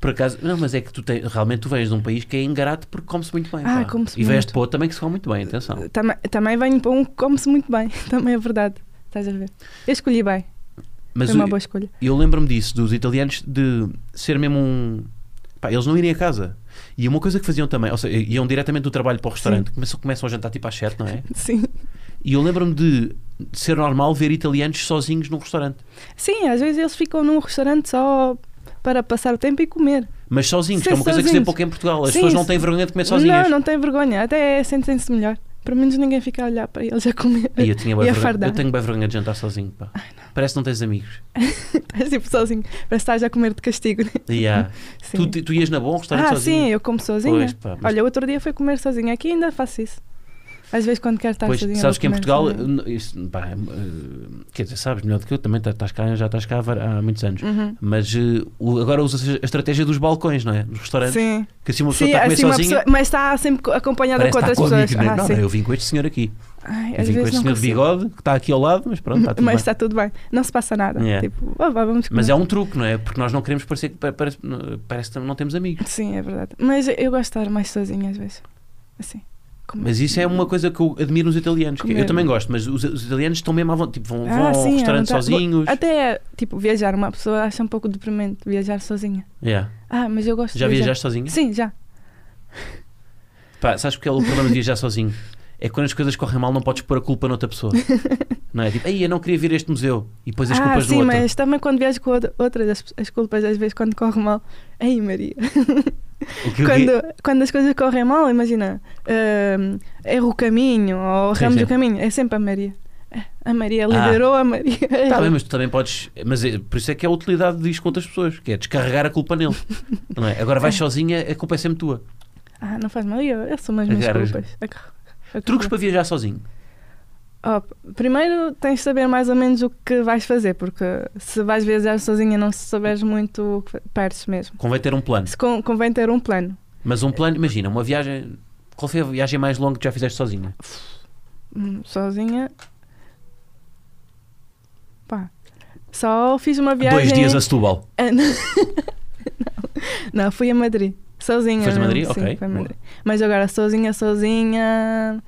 [SPEAKER 1] Por acaso, não, mas é que tu tens, realmente tu vens de um país que é engarato porque come-se muito bem.
[SPEAKER 2] Ah,
[SPEAKER 1] pá.
[SPEAKER 2] come-se
[SPEAKER 1] e vens
[SPEAKER 2] muito. É
[SPEAKER 1] de outro também que se come muito bem, atenção.
[SPEAKER 2] Também, também venho para um que come-se muito bem. [laughs] Também é verdade. Estás a ver? Eu escolhi bem.
[SPEAKER 1] Mas
[SPEAKER 2] Foi uma
[SPEAKER 1] o-
[SPEAKER 2] boa escolha.
[SPEAKER 1] eu lembro-me disso, dos italianos, de ser mesmo um. Pá, eles não irem a casa. E uma coisa que faziam também, ou seja, iam diretamente do trabalho para o restaurante, começam, começam a jantar tipo às 7, não é?
[SPEAKER 2] Sim.
[SPEAKER 1] E eu lembro-me de ser normal ver italianos sozinhos num restaurante.
[SPEAKER 2] Sim, às vezes eles ficam num restaurante só para passar o tempo e comer.
[SPEAKER 1] Mas sozinhos,
[SPEAKER 2] Sim,
[SPEAKER 1] que é uma coisa que se vê
[SPEAKER 2] sozinhos.
[SPEAKER 1] pouco em Portugal. As
[SPEAKER 2] Sim,
[SPEAKER 1] pessoas não
[SPEAKER 2] sim.
[SPEAKER 1] têm vergonha de comer sozinhas.
[SPEAKER 2] Não, não tem vergonha. Até sentem-se melhor. Pelo menos ninguém fica a olhar para eles a comer.
[SPEAKER 1] E eu, tinha bué
[SPEAKER 2] E a
[SPEAKER 1] vergonha-
[SPEAKER 2] fardar.
[SPEAKER 1] eu tenho bem vergonha de jantar sozinho. Pá. Parece que não tens amigos.
[SPEAKER 2] [laughs] Estás tipo sozinho. Parece que estás a comer de castigo. né?
[SPEAKER 1] E há-
[SPEAKER 2] Sim.
[SPEAKER 1] Tu, tu ias na bom restaurante
[SPEAKER 2] ah,
[SPEAKER 1] sozinho?
[SPEAKER 2] sim, eu como sozinha.
[SPEAKER 1] Pois, pá, mas-
[SPEAKER 2] Olha, outro dia fui comer sozinha aqui e ainda faço isso. Às vezes quando quero estar
[SPEAKER 1] Pois,
[SPEAKER 2] sozinha.
[SPEAKER 1] sabes
[SPEAKER 2] vou
[SPEAKER 1] que em
[SPEAKER 2] comer
[SPEAKER 1] Portugal,
[SPEAKER 2] sozinha.
[SPEAKER 1] eh, isso, pá, eh, quer dizer, sabes melhor do que eu, também tá- estás cá, já estás cá há var- há muitos anos.
[SPEAKER 2] Uhum.
[SPEAKER 1] Mas eh, o- agora usa-se a estratégia dos balcões, não é? Dos restaurantes.
[SPEAKER 2] Sim,
[SPEAKER 1] Que assim uma pessoa
[SPEAKER 2] sim
[SPEAKER 1] está a comer
[SPEAKER 2] assim uma
[SPEAKER 1] sozinha.
[SPEAKER 2] pessoa, mas está sempre co- acompanhada
[SPEAKER 1] Parece
[SPEAKER 2] com
[SPEAKER 1] que está
[SPEAKER 2] outras
[SPEAKER 1] com amigos,
[SPEAKER 2] pessoas.
[SPEAKER 1] não é?
[SPEAKER 2] Ah,
[SPEAKER 1] não,
[SPEAKER 2] sim.
[SPEAKER 1] não, eu vim com este senhor aqui.
[SPEAKER 2] Ai,
[SPEAKER 1] Eu
[SPEAKER 2] às
[SPEAKER 1] vim com este
[SPEAKER 2] vezes
[SPEAKER 1] senhor
[SPEAKER 2] não
[SPEAKER 1] de
[SPEAKER 2] consigo.
[SPEAKER 1] bigode que está aqui ao lado, mas pronto, está tudo
[SPEAKER 2] mas
[SPEAKER 1] bem.
[SPEAKER 2] está tudo bem, não se passa nada.
[SPEAKER 1] Yeah.
[SPEAKER 2] Tipo, "Oh, vá, vamos comer.
[SPEAKER 1] Mas é um truque, não é? Porque nós não queremos parecer que pa- parece, parece que não temos amigos.
[SPEAKER 2] Sim, é verdade. Mas eu gosto de estar mais sozinha às vezes. Assim. Como-
[SPEAKER 1] Mas isso é uma coisa que eu admiro nos italianos. que eu
[SPEAKER 2] Comer.
[SPEAKER 1] também gosto, mas os, os italianos estão mesmo à vontade. Tipo, vão,
[SPEAKER 2] Ah,
[SPEAKER 1] vão
[SPEAKER 2] sim,
[SPEAKER 1] ao
[SPEAKER 2] à
[SPEAKER 1] restaurante
[SPEAKER 2] vontade.
[SPEAKER 1] sozinhos.
[SPEAKER 2] Até, tipo, viajar. Uma pessoa acha um pouco deprimente viajar sozinha.
[SPEAKER 1] Yeah.
[SPEAKER 2] Ah, mas eu gosto
[SPEAKER 1] Já
[SPEAKER 2] de viajar.
[SPEAKER 1] viajaste sozinho?
[SPEAKER 2] Sim, já.
[SPEAKER 1] Pá, sabes porque é o problema de viajar sozinho? É que quando as coisas correm mal não podes pôr a culpa noutra
[SPEAKER 2] [laughs]
[SPEAKER 1] pessoa. Não é? Tipo, aí eu não queria vir a este museu e depois as
[SPEAKER 2] ah,
[SPEAKER 1] culpas
[SPEAKER 2] sim,
[SPEAKER 1] do outro.
[SPEAKER 2] mas também quando viajo com outra- outras, as, as culpas às vezes quando corre mal. Ei, Maria.
[SPEAKER 1] O que- o que-
[SPEAKER 2] [laughs] quando, quando as coisas correm mal, imagina, hum, erro o caminho ou
[SPEAKER 1] Sim,
[SPEAKER 2] erramos
[SPEAKER 1] sim.
[SPEAKER 2] o caminho, é sempre a Maria. A Maria
[SPEAKER 1] Ah.
[SPEAKER 2] liderou a Maria.
[SPEAKER 1] Tá bem, mas tu também podes. Mas é- por isso é que é a utilidade disto com outras pessoas, que é descarregar a culpa nele. Não é? Agora vais sozinha, a culpa é sempre tua.
[SPEAKER 2] Ah, não faz mal, eu, eu sou mais minhas
[SPEAKER 1] Agarras.
[SPEAKER 2] culpas. É Agarro- agarro.
[SPEAKER 1] Truques para viajar sozinho.
[SPEAKER 2] Oh, p- primeiro tens de saber mais ou menos o que vais fazer, porque se vais viajar sozinha e não souberes muito, o que fa- perdes mesmo.
[SPEAKER 1] Convém ter um plano.
[SPEAKER 2] Se con- convém ter um plano.
[SPEAKER 1] Mas um plano, imagina, uma viagem. Qual foi a viagem mais longa que já fizeste sozinha?
[SPEAKER 2] Hum, Sozinha. Pá. Só fiz uma viagem.
[SPEAKER 1] Dois dias a Setúbal.
[SPEAKER 2] Ah, não. [laughs] não, fui a Madrid. Sozinha.
[SPEAKER 1] Foste a
[SPEAKER 2] mesmo,
[SPEAKER 1] Madrid?
[SPEAKER 2] Sim,
[SPEAKER 1] Ok,
[SPEAKER 2] fui a
[SPEAKER 1] boa.
[SPEAKER 2] Madrid. Mas agora, sozinha, sozinha.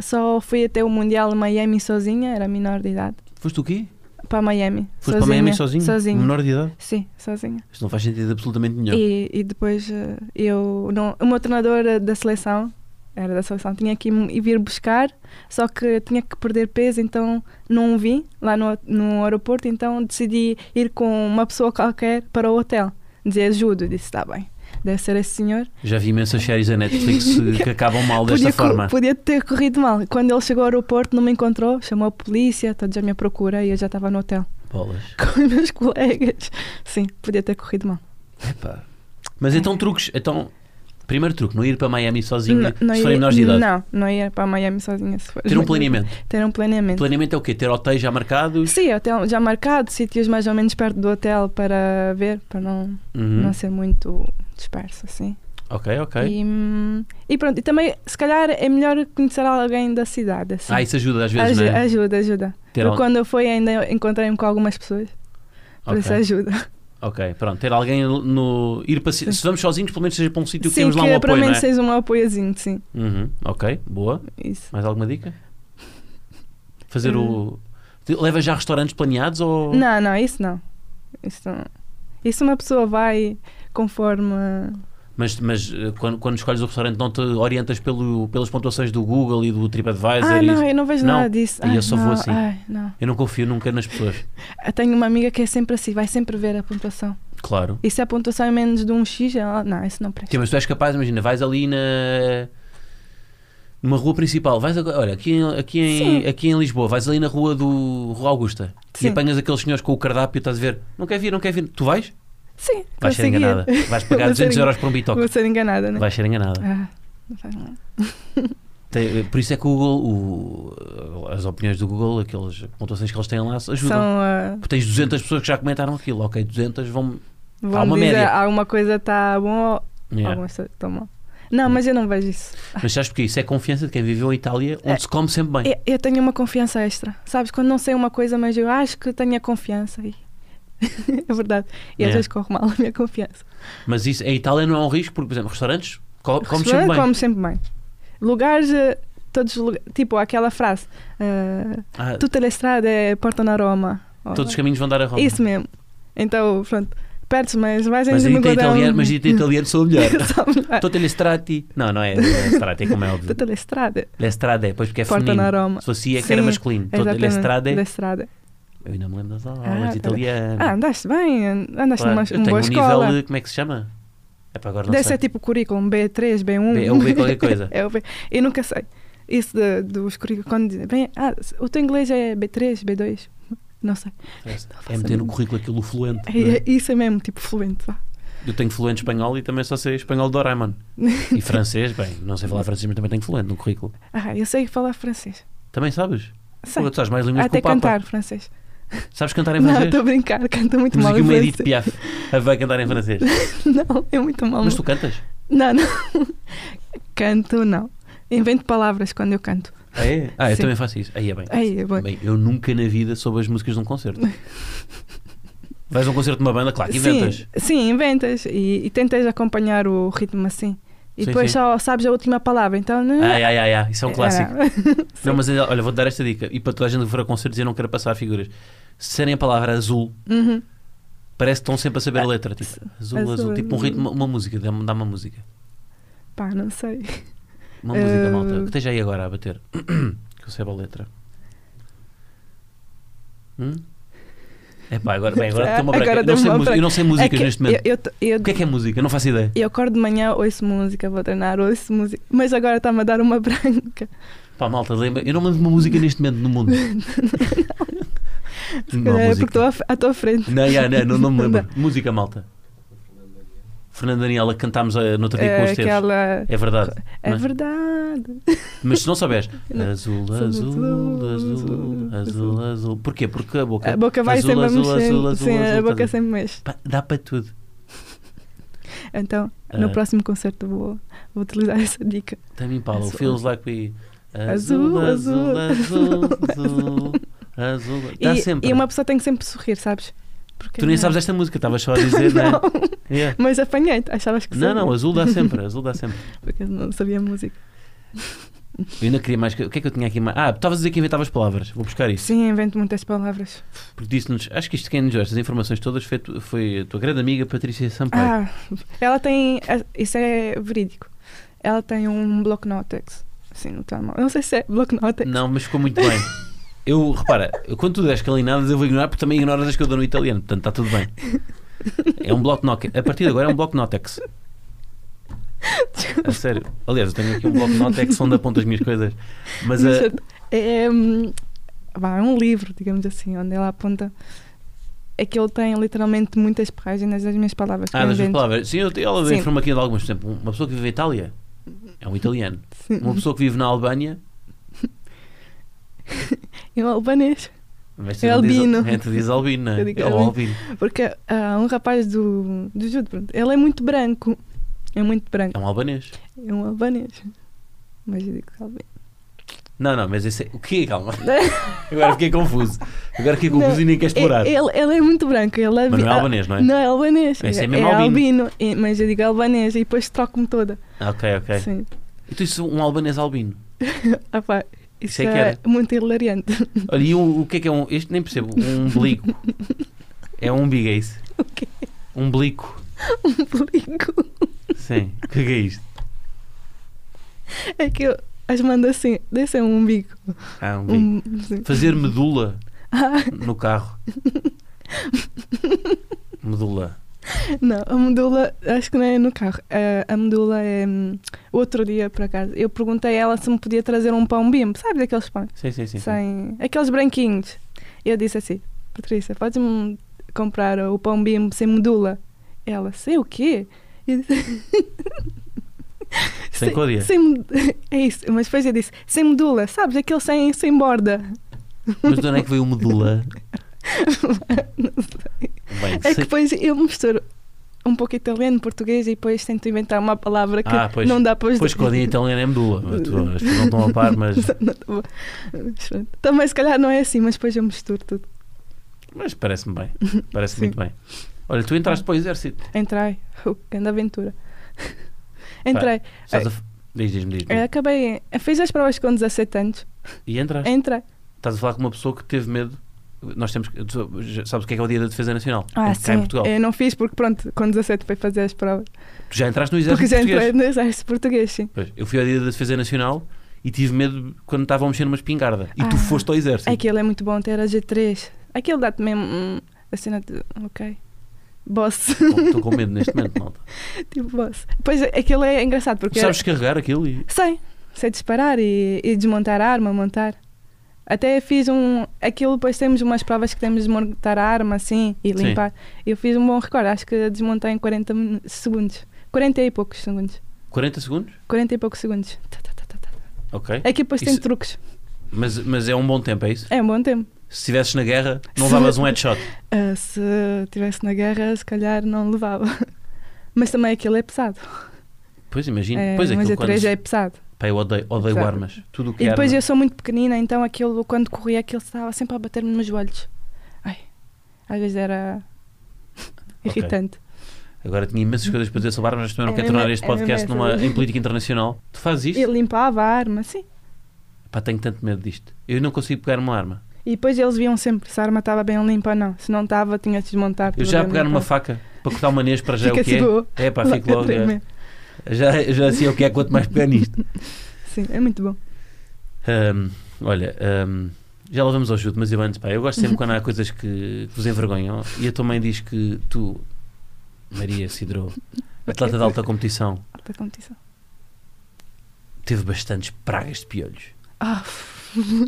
[SPEAKER 2] Só fui até o Mundial de Miami sozinha, era menor de idade.
[SPEAKER 1] Foste o quê?
[SPEAKER 2] Para Miami.
[SPEAKER 1] Foste
[SPEAKER 2] sozinha,
[SPEAKER 1] para Miami sozinho?
[SPEAKER 2] Sozinha.
[SPEAKER 1] Menor de idade?
[SPEAKER 2] Sim, sozinha.
[SPEAKER 1] Isto não faz sentido absolutamente nenhum.
[SPEAKER 2] E, e depois eh, eu. Não, o meu treinador eh, da seleção, era da seleção, tinha que me- ir vir buscar, só que eu tinha que perder peso, então não o vi lá no, no aeroporto, então decidi ir com uma pessoa qualquer para o hotel. Dizer ajudo, disse: está bem, deve ser esse senhor.
[SPEAKER 1] Já vi imensas séries da Netflix eh,
[SPEAKER 2] [laughs]
[SPEAKER 1] que acabam mal desta
[SPEAKER 2] Podia, co-
[SPEAKER 1] forma.
[SPEAKER 2] podia ter corrido mal. Quando ele chegou ao aeroporto, não me encontrou, chamou a polícia, todos à minha procura e eu já estava no hotel [laughs]
[SPEAKER 1] Bolas.
[SPEAKER 2] com os meus colegas. Sim, podia ter corrido mal.
[SPEAKER 1] Epá. Mas então truques. Então, primeiro truque, não ir para Miami sozinha
[SPEAKER 2] Não- não
[SPEAKER 1] se forem
[SPEAKER 2] ia-
[SPEAKER 1] menores de idade.
[SPEAKER 2] Não, não ia para Miami sozinha. Se for
[SPEAKER 1] Ter um planeamento.
[SPEAKER 2] Ter um planeamento.
[SPEAKER 1] Planeamento é o quê? Ter hotéis já marcados?
[SPEAKER 2] Sim, hotel já marcado, sítios mais ou menos perto do hotel para ver, para não,
[SPEAKER 1] Uhum.
[SPEAKER 2] não ser muito disperso, assim.
[SPEAKER 1] Ok, ok.
[SPEAKER 2] E, hum, e pronto, e também, se calhar, é melhor conhecer alguém da cidade, assim.
[SPEAKER 1] Ah, isso ajuda às vezes,
[SPEAKER 2] Aju-
[SPEAKER 1] não é?
[SPEAKER 2] Ajuda, ajuda.
[SPEAKER 1] Ter
[SPEAKER 2] Eu,
[SPEAKER 1] al-
[SPEAKER 2] quando eu fui, ainda encontrei-me com algumas pessoas, por
[SPEAKER 1] Ok,
[SPEAKER 2] isso ajuda.
[SPEAKER 1] ok, pronto. Ter alguém no. Ir para... si- Se vamos sozinhos, pelo menos seja para um sítio que
[SPEAKER 2] sim,
[SPEAKER 1] temos lá
[SPEAKER 2] que
[SPEAKER 1] um
[SPEAKER 2] para
[SPEAKER 1] apoio,
[SPEAKER 2] mim
[SPEAKER 1] não é?
[SPEAKER 2] seja um apoiozinho, sim.
[SPEAKER 1] Uhum, Ok, boa.
[SPEAKER 2] Isso.
[SPEAKER 1] Mais alguma dica? Fazer o. Leva já restaurantes planeados ou.
[SPEAKER 2] Hum. Não, não, isso não. Isso não. Isso uma pessoa vai conforme.
[SPEAKER 1] Mas, mas eh, quando, quando escolhes o restaurante, não te orientas pelo, pelas pontuações do Google e do TripAdvisor?
[SPEAKER 2] ah,
[SPEAKER 1] e
[SPEAKER 2] não,
[SPEAKER 1] isso?
[SPEAKER 2] eu não vejo
[SPEAKER 1] Não.
[SPEAKER 2] nada disso.
[SPEAKER 1] E
[SPEAKER 2] Ai,
[SPEAKER 1] eu só vou
[SPEAKER 2] não,
[SPEAKER 1] assim.
[SPEAKER 2] ai, não.
[SPEAKER 1] Eu não confio nunca nas pessoas.
[SPEAKER 2] Eu tenho uma amiga que é sempre assim, vai sempre ver a pontuação.
[SPEAKER 1] Claro.
[SPEAKER 2] E se a pontuação é menos de um X, ela, não, isso não presta.
[SPEAKER 1] Sim, mas tu és capaz, imagina, vais ali na. Numa rua principal, vais agora, olha, aqui, em- aqui, em,
[SPEAKER 2] Sim.
[SPEAKER 1] aqui em Lisboa, vais ali na rua do Rua Augusta e
[SPEAKER 2] Sim.
[SPEAKER 1] apanhas aqueles senhores com o cardápio e estás a ver, não quer vir, não quer vir, tu vais?
[SPEAKER 2] Sim,
[SPEAKER 1] Vais ser
[SPEAKER 2] consegui.
[SPEAKER 1] enganada, vais pagar
[SPEAKER 2] Vou ser
[SPEAKER 1] 200
[SPEAKER 2] engan-
[SPEAKER 1] euros por um bitoque,
[SPEAKER 2] Vou ser enganada, né?
[SPEAKER 1] vais ser enganada.
[SPEAKER 2] Ah, não faz mal.
[SPEAKER 1] Tem- por isso é que o Google, o- eh, as opiniões do Google, aquelas pontuações que eles têm lá, ajudam.
[SPEAKER 2] São, ah,
[SPEAKER 1] Porque tens 200 pessoas que já comentaram aquilo, ok, 200 vão.
[SPEAKER 2] vão
[SPEAKER 1] uma
[SPEAKER 2] dizer
[SPEAKER 1] média. É.
[SPEAKER 2] alguma coisa está bom ou
[SPEAKER 1] Yeah.
[SPEAKER 2] alguma coisa está mal. Não, mas eu não vejo isso.
[SPEAKER 1] Mas sabes porquê? Isso é confiança de quem viveu em Itália, onde
[SPEAKER 2] É.
[SPEAKER 1] se come sempre bem.
[SPEAKER 2] Eu, eu tenho uma confiança extra. Sabes, quando não sei uma coisa, mas eu acho que tenho a confiança aí. [laughs] é verdade. E às
[SPEAKER 1] É.
[SPEAKER 2] vezes corre mal a minha confiança.
[SPEAKER 1] Mas isso em Itália não é um risco, porque, por exemplo, restaurantes co come
[SPEAKER 2] Restaurante,
[SPEAKER 1] sempre bem.
[SPEAKER 2] Como sempre bem. Lugares, eh, todos os lugares. Tipo aquela frase: eh,
[SPEAKER 1] Ah,
[SPEAKER 2] Tutta la strada é porta na Roma. Ou-
[SPEAKER 1] todos os caminhos vão dar a Roma.
[SPEAKER 2] Isso mesmo. Então, pronto. Perdes, mas é vais em
[SPEAKER 1] mas dita em
[SPEAKER 2] Demogorão.
[SPEAKER 1] italiano, mas
[SPEAKER 2] [laughs]
[SPEAKER 1] dita em italiano sou o melhor.
[SPEAKER 2] Só melhor.
[SPEAKER 1] Tutte le strati. Não,
[SPEAKER 2] [laughs]
[SPEAKER 1] não é le strati, como é óbvio.
[SPEAKER 2] Tutta la strada.
[SPEAKER 1] Le strade, pois porque é
[SPEAKER 2] Porta na
[SPEAKER 1] feminino.
[SPEAKER 2] Roma.
[SPEAKER 1] Se fosse é que era
[SPEAKER 2] Sim,
[SPEAKER 1] masculino. Tutte le
[SPEAKER 2] Exatamente.
[SPEAKER 1] strade.
[SPEAKER 2] La strada.
[SPEAKER 1] Eu ainda me lembro das aulas
[SPEAKER 2] Ah,
[SPEAKER 1] de
[SPEAKER 2] tá bem.
[SPEAKER 1] italiano.
[SPEAKER 2] Ah, andaste bem, andaste
[SPEAKER 1] Claro,
[SPEAKER 2] numa
[SPEAKER 1] eu
[SPEAKER 2] uma
[SPEAKER 1] tenho
[SPEAKER 2] boa
[SPEAKER 1] um
[SPEAKER 2] escola.
[SPEAKER 1] nível de. Como é que se chama? É para agora não
[SPEAKER 2] Deve
[SPEAKER 1] sei.
[SPEAKER 2] ser tipo currículo, B3, B1.
[SPEAKER 1] B- é o B qualquer coisa.
[SPEAKER 2] [laughs] é o B. Eu nunca sei. Isso de- dos currículos, quando dizem, bem, ah, o teu inglês é B3, B2, não sei.
[SPEAKER 1] É meter no currículo aquilo fluente.
[SPEAKER 2] É,
[SPEAKER 1] não é?
[SPEAKER 2] [laughs] é isso é mesmo, tipo, fluente. vá.
[SPEAKER 1] Eu tenho fluente espanhol e também só sei espanhol de Doraemon.
[SPEAKER 2] [laughs]
[SPEAKER 1] E francês, bem, não sei falar francês, mas também tenho fluente no currículo.
[SPEAKER 2] Ah, eu sei falar francês.
[SPEAKER 1] Também sabes?
[SPEAKER 2] Sei.
[SPEAKER 1] Pô, tu sabes mais línguas que
[SPEAKER 2] Até
[SPEAKER 1] o Papa.
[SPEAKER 2] cantar francês.
[SPEAKER 1] Sabes cantar em
[SPEAKER 2] Não,
[SPEAKER 1] francês?
[SPEAKER 2] estou a brincar, canto muito
[SPEAKER 1] Temos
[SPEAKER 2] mal
[SPEAKER 1] aqui
[SPEAKER 2] em
[SPEAKER 1] uma
[SPEAKER 2] francês.
[SPEAKER 1] Edith Piaf a vai cantar em francês.
[SPEAKER 2] [laughs] Não, é muito mal.
[SPEAKER 1] Mas tu cantas?
[SPEAKER 2] Não, [laughs] não. Canto, não. Invento palavras quando eu canto.
[SPEAKER 1] Ah, é? Ah, eu
[SPEAKER 2] Sim.
[SPEAKER 1] também faço isso. Aí é bem.
[SPEAKER 2] Aí, é bom.
[SPEAKER 1] Bem, eu nunca na vida soube as músicas de um
[SPEAKER 2] [laughs]
[SPEAKER 1] concerto. Vais a um concerto de uma banda, claro que inventas.
[SPEAKER 2] Sim, sim inventas e, e tentas acompanhar o ritmo assim. E
[SPEAKER 1] Sim,
[SPEAKER 2] depois
[SPEAKER 1] sim.
[SPEAKER 2] só sabes a última palavra, então. não-
[SPEAKER 1] Ai, ai, ai, ai, isso é um clássico.
[SPEAKER 2] [laughs] Sim.
[SPEAKER 1] Não, mas eh, olha, vou-te dar esta dica. E para toda a gente que for a concertos, eu não quero passar figuras. Se serem a palavra azul,
[SPEAKER 2] Uhum.
[SPEAKER 1] parece que estão sempre a saber a letra. Tipo, azul, azul,
[SPEAKER 2] Ah, azul,
[SPEAKER 1] Tipo um
[SPEAKER 2] azul.
[SPEAKER 1] ritmo, uma música. Dá-me dá uma música.
[SPEAKER 2] Pá, não sei.
[SPEAKER 1] Uma
[SPEAKER 2] Eh,
[SPEAKER 1] música, malta. Que esteja aí agora a bater. [clears throat] que eu saiba a letra. Hum? Epá, agora, bem, agora estou uma
[SPEAKER 2] Agora
[SPEAKER 1] branca. Eu não,
[SPEAKER 2] deu
[SPEAKER 1] sei
[SPEAKER 2] uma
[SPEAKER 1] música-
[SPEAKER 2] branca.
[SPEAKER 1] eu não sei
[SPEAKER 2] É
[SPEAKER 1] músicas
[SPEAKER 2] que
[SPEAKER 1] neste momento.
[SPEAKER 2] Eu, eu, eu,
[SPEAKER 1] O que é que é música? Eu não faço ideia.
[SPEAKER 2] eu acordo de manhã, ouço música, vou treinar, ouço música. Mas agora está-me a dar uma [laughs] branca.
[SPEAKER 1] Pá, malta, lembra? Eu não me lembro de uma música neste momento no
[SPEAKER 2] [laughs]
[SPEAKER 1] mundo. não, há
[SPEAKER 2] é porque estou
[SPEAKER 1] música.
[SPEAKER 2] à, f- à tua frente.
[SPEAKER 1] Não, já, não, não, não me
[SPEAKER 2] Não
[SPEAKER 1] lembro. música, malta. Fernando Daniela, que cantámos eh, no outro dia com
[SPEAKER 2] É
[SPEAKER 1] os teus.
[SPEAKER 2] aquela.
[SPEAKER 1] É verdade.
[SPEAKER 2] É
[SPEAKER 1] Mas-
[SPEAKER 2] verdade.
[SPEAKER 1] Mas se não souberes,
[SPEAKER 2] [laughs] Não.
[SPEAKER 1] azul,
[SPEAKER 2] Azul,
[SPEAKER 1] azul,
[SPEAKER 2] azul,
[SPEAKER 1] azul,
[SPEAKER 2] azul,
[SPEAKER 1] azul, azul. Porquê? Porque a boca.
[SPEAKER 2] A boca vai
[SPEAKER 1] azul,
[SPEAKER 2] sempre
[SPEAKER 1] azul,
[SPEAKER 2] a mexer.
[SPEAKER 1] azul, azul,
[SPEAKER 2] Sim,
[SPEAKER 1] azul, tá
[SPEAKER 2] a boca
[SPEAKER 1] azul.
[SPEAKER 2] sempre mexe.
[SPEAKER 1] Pá, Dá para tudo.
[SPEAKER 2] Então, no
[SPEAKER 1] Ah.
[SPEAKER 2] próximo concerto vou, vou utilizar [laughs] essa dica.
[SPEAKER 1] Tame Impala, o
[SPEAKER 2] Azul.
[SPEAKER 1] feels like we. Azul,
[SPEAKER 2] Azul,
[SPEAKER 1] azul, azul,
[SPEAKER 2] azul, [laughs]
[SPEAKER 1] azul, azul. Dá sempre.
[SPEAKER 2] E, e uma pessoa tem que sempre sorrir, sabes? Porque
[SPEAKER 1] Tu nem
[SPEAKER 2] não- é?
[SPEAKER 1] sabes esta música, estavas só a
[SPEAKER 2] [laughs]
[SPEAKER 1] dizer, não
[SPEAKER 2] não,
[SPEAKER 1] é? Yeah.
[SPEAKER 2] mas apanhei-te, achavas que
[SPEAKER 1] Não,
[SPEAKER 2] sabia,
[SPEAKER 1] não, azul dá sempre, azul dá sempre.
[SPEAKER 2] Porque eu não sabia a música.
[SPEAKER 1] Eu ainda queria mais. que- O que é que eu tinha aqui mais? Ah, estavas a dizer que inventavas palavras. Vou buscar isso.
[SPEAKER 2] Sim, invento muitas palavras.
[SPEAKER 1] Porque disse-nos. Acho que isto quem nos deu estas informações todas foi, tu- foi a tua grande amiga Patrícia Sampaio.
[SPEAKER 2] Ah, ela tem. Isso é verídico. Ela tem um bloc-notes. Assim, no telemóvel. Eu Não sei se é bloc-notes.
[SPEAKER 1] Não, mas ficou muito bem. Eu, repara, eu- quando tu deres calinadas, eu vou ignorar porque também ignoras as que eu dou no italiano. Portanto, está tudo bem. É um bloco notex. A partir de agora é um bloco notex. A sério. Aliás, eu tenho aqui um bloco notex onde aponto as minhas coisas. Mas eh, a- ah,
[SPEAKER 2] É, é, hum, vá, é um livro, digamos assim, onde ela aponta. É que ele tem literalmente muitas páginas das minhas palavras. que
[SPEAKER 1] Ah,
[SPEAKER 2] eu
[SPEAKER 1] das duas
[SPEAKER 2] invento.
[SPEAKER 1] palavras. Sim, eu, ela
[SPEAKER 2] Sim.
[SPEAKER 1] informa aqui de algumas. Por exemplo, uma pessoa que vive em Itália é um italiano.
[SPEAKER 2] Sim.
[SPEAKER 1] Uma pessoa que vive na Albânia
[SPEAKER 2] É um albanês.
[SPEAKER 1] mas
[SPEAKER 2] É
[SPEAKER 1] tu não diz-
[SPEAKER 2] albino.
[SPEAKER 1] É, tu diz albino, não é?
[SPEAKER 2] Eu digo
[SPEAKER 1] É o albino.
[SPEAKER 2] Porque há um rapaz do, do Judo, pronto, ele é muito branco. É muito
[SPEAKER 1] É
[SPEAKER 2] branco.
[SPEAKER 1] um albanês.
[SPEAKER 2] É um albanês. Mas eu digo é albanês.
[SPEAKER 1] Não, não, mas esse é... O quê? Calma. [laughs] Agora fiquei confuso. Agora fiquei confuso
[SPEAKER 2] Não,
[SPEAKER 1] e nem quero explorar.
[SPEAKER 2] Ele, ele é muito branco. Ele é
[SPEAKER 1] Mas
[SPEAKER 2] vi-
[SPEAKER 1] não é albanês, não é?
[SPEAKER 2] Não, é albanês.
[SPEAKER 1] Esse é
[SPEAKER 2] é
[SPEAKER 1] mesmo albino.
[SPEAKER 2] albino. E- mas eu digo albanês e depois troco-me toda.
[SPEAKER 1] Ah, Ok, ok.
[SPEAKER 2] Sim.
[SPEAKER 1] E tu isso um albanês albino.
[SPEAKER 2] Ah, pá,
[SPEAKER 1] Isso
[SPEAKER 2] isso
[SPEAKER 1] é que
[SPEAKER 2] é,
[SPEAKER 1] era.
[SPEAKER 2] muito hilariante. [laughs]
[SPEAKER 1] Olha, e um- o que é que é um. Este nem percebo. Um umbilico. É um umbigo, é isso?
[SPEAKER 2] [laughs] O quê?
[SPEAKER 1] Umbilico.
[SPEAKER 2] Um bolico.
[SPEAKER 1] Sim. O que é que é isto?
[SPEAKER 2] É que eu as mando assim. Desse é um umbigo.
[SPEAKER 1] Ah, um umbigo.
[SPEAKER 2] Um, sim.
[SPEAKER 1] Fazer medula
[SPEAKER 2] Ah,
[SPEAKER 1] no carro. Medula.
[SPEAKER 2] Não, a medula, acho que não é no carro. A, a medula é. hum, Outro dia, por acaso, eu perguntei a ela se me podia trazer um pão bimbo, sabes aqueles pães?
[SPEAKER 1] Sim, sim, sim. sim.
[SPEAKER 2] Sem... Aqueles branquinhos. Eu disse assim: Patrícia, podes-me comprar o pão bimbo sem medula? Ela, sei o quê? Eu disse,
[SPEAKER 1] Sem códia.
[SPEAKER 2] [laughs] Sem, med- é isso, mas depois eu disse: sem medula, sabes? Aquele sem, sem borda.
[SPEAKER 1] Mas de onde é que veio o
[SPEAKER 2] [laughs]
[SPEAKER 1] medula? Bem,
[SPEAKER 2] É que
[SPEAKER 1] sei-
[SPEAKER 2] É depois eu misturo um pouco italiano, português e depois tento inventar uma palavra que então
[SPEAKER 1] Ah, pois.
[SPEAKER 2] não dá para os
[SPEAKER 1] Pois
[SPEAKER 2] dois.
[SPEAKER 1] Claudinha italiana é medula. As pessoas não estão a par, mas,
[SPEAKER 2] [laughs] Não tá bom. Mas pronto. Também se calhar não é assim, mas depois eu misturo tudo.
[SPEAKER 1] mas parece-me bem. Parece
[SPEAKER 2] Sim.
[SPEAKER 1] muito bem. Olha, tu entraste para o exército.
[SPEAKER 2] Entrei. Uh, grande aventura. [laughs] Entrei.
[SPEAKER 1] Estás a... f- Diz, diz-me, diz-me.
[SPEAKER 2] Eu acabei. eu fiz as provas com 17 anos.
[SPEAKER 1] E entraste.
[SPEAKER 2] Entrei.
[SPEAKER 1] Estás a falar com uma pessoa que teve medo. Nós temos. que- tu já Sabes o que é que é o Dia da Defesa Nacional? É,
[SPEAKER 2] Ah,
[SPEAKER 1] Cá
[SPEAKER 2] sim.
[SPEAKER 1] em Portugal.
[SPEAKER 2] Eu não fiz porque, pronto, com 17 fui fazer as provas.
[SPEAKER 1] Tu já entraste no exército
[SPEAKER 2] Porque já
[SPEAKER 1] português.
[SPEAKER 2] entrei no exército português, sim.
[SPEAKER 1] Pois, eu fui ao Dia da Defesa Nacional e tive medo quando estavam a mexer numa espingarda. E tu
[SPEAKER 2] Ah.
[SPEAKER 1] foste ao exército.
[SPEAKER 2] Aquilo é muito bom ter a G3. Aquilo dá-te mesmo hum, a cena de. Ok. Boss.
[SPEAKER 1] Bom, Estou com medo neste momento, malta.
[SPEAKER 2] tipo boss. Pois aquilo é engraçado
[SPEAKER 1] Tu
[SPEAKER 2] porque.
[SPEAKER 1] sabes descarregar aquilo e.
[SPEAKER 2] Sei. Sei disparar e, e desmontar a arma, montar. Até fiz um. Aquilo depois temos umas provas que temos de montar a arma assim e
[SPEAKER 1] Sim.
[SPEAKER 2] limpar. Eu fiz um bom recorde. Acho que desmontei em 40 min- segundos. 40 e poucos segundos.
[SPEAKER 1] 40 segundos?
[SPEAKER 2] 40 e poucos segundos. Tá, tá, tá, tá, tá.
[SPEAKER 1] Ok.
[SPEAKER 2] Aqui depois tem
[SPEAKER 1] Isso-
[SPEAKER 2] truques.
[SPEAKER 1] Mas, mas é um bom tempo, é isso?
[SPEAKER 2] É um bom tempo.
[SPEAKER 1] Se estivesses na guerra, não
[SPEAKER 2] Se-
[SPEAKER 1] levavas um headshot.
[SPEAKER 2] Ah, se estivesse na guerra, se calhar não levava. [laughs] Mas também aquilo é pesado.
[SPEAKER 1] Pois imagino.
[SPEAKER 2] É,
[SPEAKER 1] pois
[SPEAKER 2] mas
[SPEAKER 1] aquilo
[SPEAKER 2] a
[SPEAKER 1] quando.
[SPEAKER 2] 3
[SPEAKER 1] se-
[SPEAKER 2] é pesado.
[SPEAKER 1] Pá, eu odeio, odeio
[SPEAKER 2] Exato.
[SPEAKER 1] armas. Tudo o que
[SPEAKER 2] E
[SPEAKER 1] é
[SPEAKER 2] depois
[SPEAKER 1] arma.
[SPEAKER 2] eu sou muito pequenina, então aquilo, quando corria, aquilo estava sempre a bater-me nos joelhos. Ai, às vezes era irritante.
[SPEAKER 1] Agora tinha imensas coisas para dizer sobre armas, mas também não
[SPEAKER 2] É
[SPEAKER 1] quero
[SPEAKER 2] mesmo-
[SPEAKER 1] tornar este
[SPEAKER 2] é mesmo
[SPEAKER 1] podcast
[SPEAKER 2] essa.
[SPEAKER 1] numa, em política internacional. Tu fazes
[SPEAKER 2] E
[SPEAKER 1] isto?
[SPEAKER 2] limpava a arma, sim.
[SPEAKER 1] Pá, tenho tanto medo disto. Eu não consigo pegar uma arma.
[SPEAKER 2] E depois eles viam sempre se a arma estava bem limpa ou não. Se não estava, tinha de desmontar.
[SPEAKER 1] Eu
[SPEAKER 2] tudo
[SPEAKER 1] já a
[SPEAKER 2] bem
[SPEAKER 1] pegar uma
[SPEAKER 2] limpar.
[SPEAKER 1] faca para cortar uma nez para já é o
[SPEAKER 2] Fica
[SPEAKER 1] que é.
[SPEAKER 2] seguro.
[SPEAKER 1] É pá,
[SPEAKER 2] Lá
[SPEAKER 1] fico
[SPEAKER 2] [laughs]
[SPEAKER 1] logo.
[SPEAKER 2] dentro é
[SPEAKER 1] é.
[SPEAKER 2] mesmo.
[SPEAKER 1] Já, já sei o que é quanto mais pegar nisto.
[SPEAKER 2] Sim, é muito bom.
[SPEAKER 1] Hum, olha, hum, já lá vamos ao chute, mas eu antes, pá, eu gosto sempre quando há coisas que, que vos envergonham. E a tua mãe diz que tu, Maria Cidro, atleta de alta competição,
[SPEAKER 2] Alta competição.
[SPEAKER 1] teve bastantes pragas de piolhos.
[SPEAKER 2] Ah,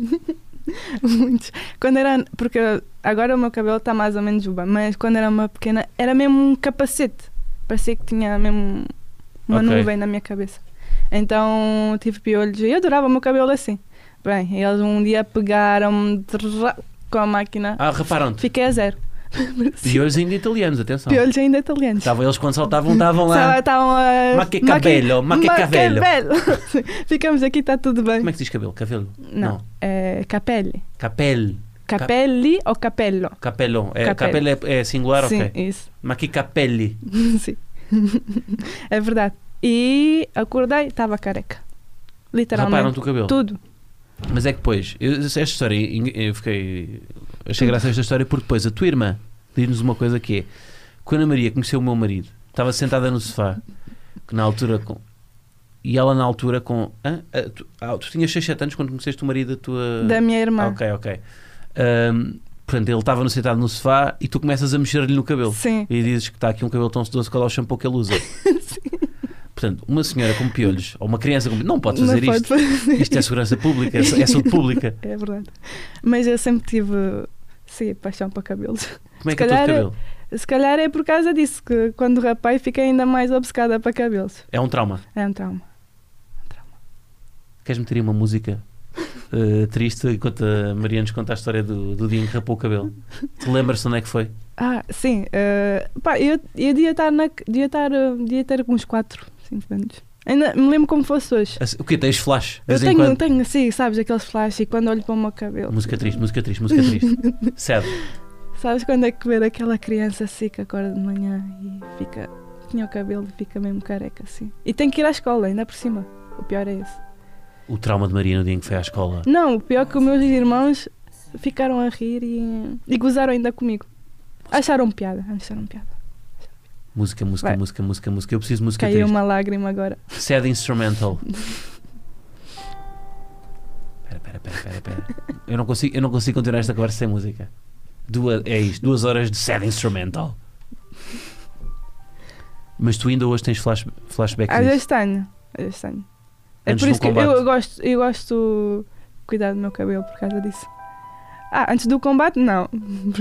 [SPEAKER 2] [laughs] muitos. Quando era. Porque agora o meu cabelo está mais ou menos juba, mas quando era uma pequena, era mesmo um capacete. Parecia que tinha mesmo uma
[SPEAKER 1] Ok.
[SPEAKER 2] nuvem na minha cabeça. Então tive piolhos e eu adorava o meu cabelo assim. Bem, eles um dia pegaram-me trrrá, com a máquina,
[SPEAKER 1] Ah, reparam-te.
[SPEAKER 2] fiquei a zero. [laughs]
[SPEAKER 1] Piolhos ainda italianos, atenção.
[SPEAKER 2] Piolhos ainda italianos. ah,
[SPEAKER 1] Estavam eles quando saltavam, estavam então? lá.
[SPEAKER 2] Estavam a.
[SPEAKER 1] Ma che cabelo, ma che cabelo.
[SPEAKER 2] [laughs] Ficamos aqui, está tudo bem.
[SPEAKER 1] Como é que se diz cabelo? Cabelo?
[SPEAKER 2] Não, é capelli.
[SPEAKER 1] Capel.
[SPEAKER 2] Capelli ou capello?
[SPEAKER 1] Capello. É,
[SPEAKER 2] Capello.
[SPEAKER 1] capello é, é singular,
[SPEAKER 2] Sim,
[SPEAKER 1] ok.
[SPEAKER 2] isso. [laughs]
[SPEAKER 1] Mas que capelli.
[SPEAKER 2] Sim. é verdade. E acordei, estava careca.
[SPEAKER 1] Raparam-te
[SPEAKER 2] Literalmente.
[SPEAKER 1] o cabelo.
[SPEAKER 2] Tudo.
[SPEAKER 1] Mas é que depois, eu- esta história, eu fiquei. Achei graça a esta história porque depois a tua irmã diz-nos uma coisa que é: quando a Maria conheceu o meu marido, estava sentada no sofá, que na altura com. E ela na altura com. hã? Ah, tu, ah, tu tinhas 6, 7 anos quando conheceste o marido da tua.
[SPEAKER 2] Da minha irmã.
[SPEAKER 1] Ah, Ok, ok. Ahm, portanto, ele estava no- sentado no sofá e tu começas a mexer-lhe no cabelo.
[SPEAKER 2] Sim.
[SPEAKER 1] E dizes que está aqui um cabelo tão sedoso que olha o shampoo que ele
[SPEAKER 2] [laughs]
[SPEAKER 1] usa. Portanto, uma senhora com piolhos, ou uma criança com piolhos, não pode fazer
[SPEAKER 2] Não
[SPEAKER 1] isto.
[SPEAKER 2] [laughs] pode fazer
[SPEAKER 1] Isto é segurança pública, é é saúde pública.
[SPEAKER 2] [laughs] É verdade. Mas eu sempre tive, sim, paixão para cabelos.
[SPEAKER 1] Como é
[SPEAKER 2] Se
[SPEAKER 1] que é o teu
[SPEAKER 2] calhar-
[SPEAKER 1] cabelo?
[SPEAKER 2] Se calhar é por causa disso que quando rapei fiquei ainda mais obcecada para cabelos.
[SPEAKER 1] É um trauma.
[SPEAKER 2] É um trauma.
[SPEAKER 1] Queres meter aí uma música eh, triste enquanto a Maria nos conta a história do, do dia em que rapou o cabelo? Te lembras-te onde é que foi?
[SPEAKER 2] Ah, sim. eh, pá, eu, eu devia estar, na, devia estar, eh, devia ter uns 4, 5 anos. Ainda me lembro como fosse hoje.
[SPEAKER 1] Assim, O quê? Tens flash? De
[SPEAKER 2] Eu
[SPEAKER 1] vez em
[SPEAKER 2] tenho,
[SPEAKER 1] quando?
[SPEAKER 2] tenho assim, sabes, aqueles flash e quando olho para o meu cabelo.
[SPEAKER 1] Música triste, música triste, música
[SPEAKER 2] [laughs]
[SPEAKER 1] triste. Sad.
[SPEAKER 2] Sabes quando é que ver aquela criança assim que acorda de manhã e fica. tinha o cabelo e fica mesmo careca assim. E tem que ir à escola, ainda por cima. O pior é esse.
[SPEAKER 1] O trauma de Maria no dia em que foi à escola.
[SPEAKER 2] Não, o pior é que os meus irmãos ficaram a rir e, e gozaram ainda comigo. Acharam piada, acharam piada.
[SPEAKER 1] Música, música,
[SPEAKER 2] Vai.
[SPEAKER 1] música, música, música. Eu preciso de música
[SPEAKER 2] Caiu
[SPEAKER 1] triste.
[SPEAKER 2] uma lágrima agora.
[SPEAKER 1] Sad
[SPEAKER 2] [laughs]
[SPEAKER 1] instrumental. Espera, espera, espera, espera, espera. Eu não consigo, eu não consigo continuar esta conversa sem música. Duas, é isto, duas horas de sad instrumental. Mas tu ainda hoje tens flash, flashbacks
[SPEAKER 2] Às
[SPEAKER 1] disso?
[SPEAKER 2] vezes tenho, às vezes tenho. É
[SPEAKER 1] É Antes
[SPEAKER 2] por
[SPEAKER 1] do
[SPEAKER 2] isso que
[SPEAKER 1] combate.
[SPEAKER 2] eu gosto, eu gosto de cuidar do meu cabelo por causa disso. Ah, antes do combate, não. [laughs]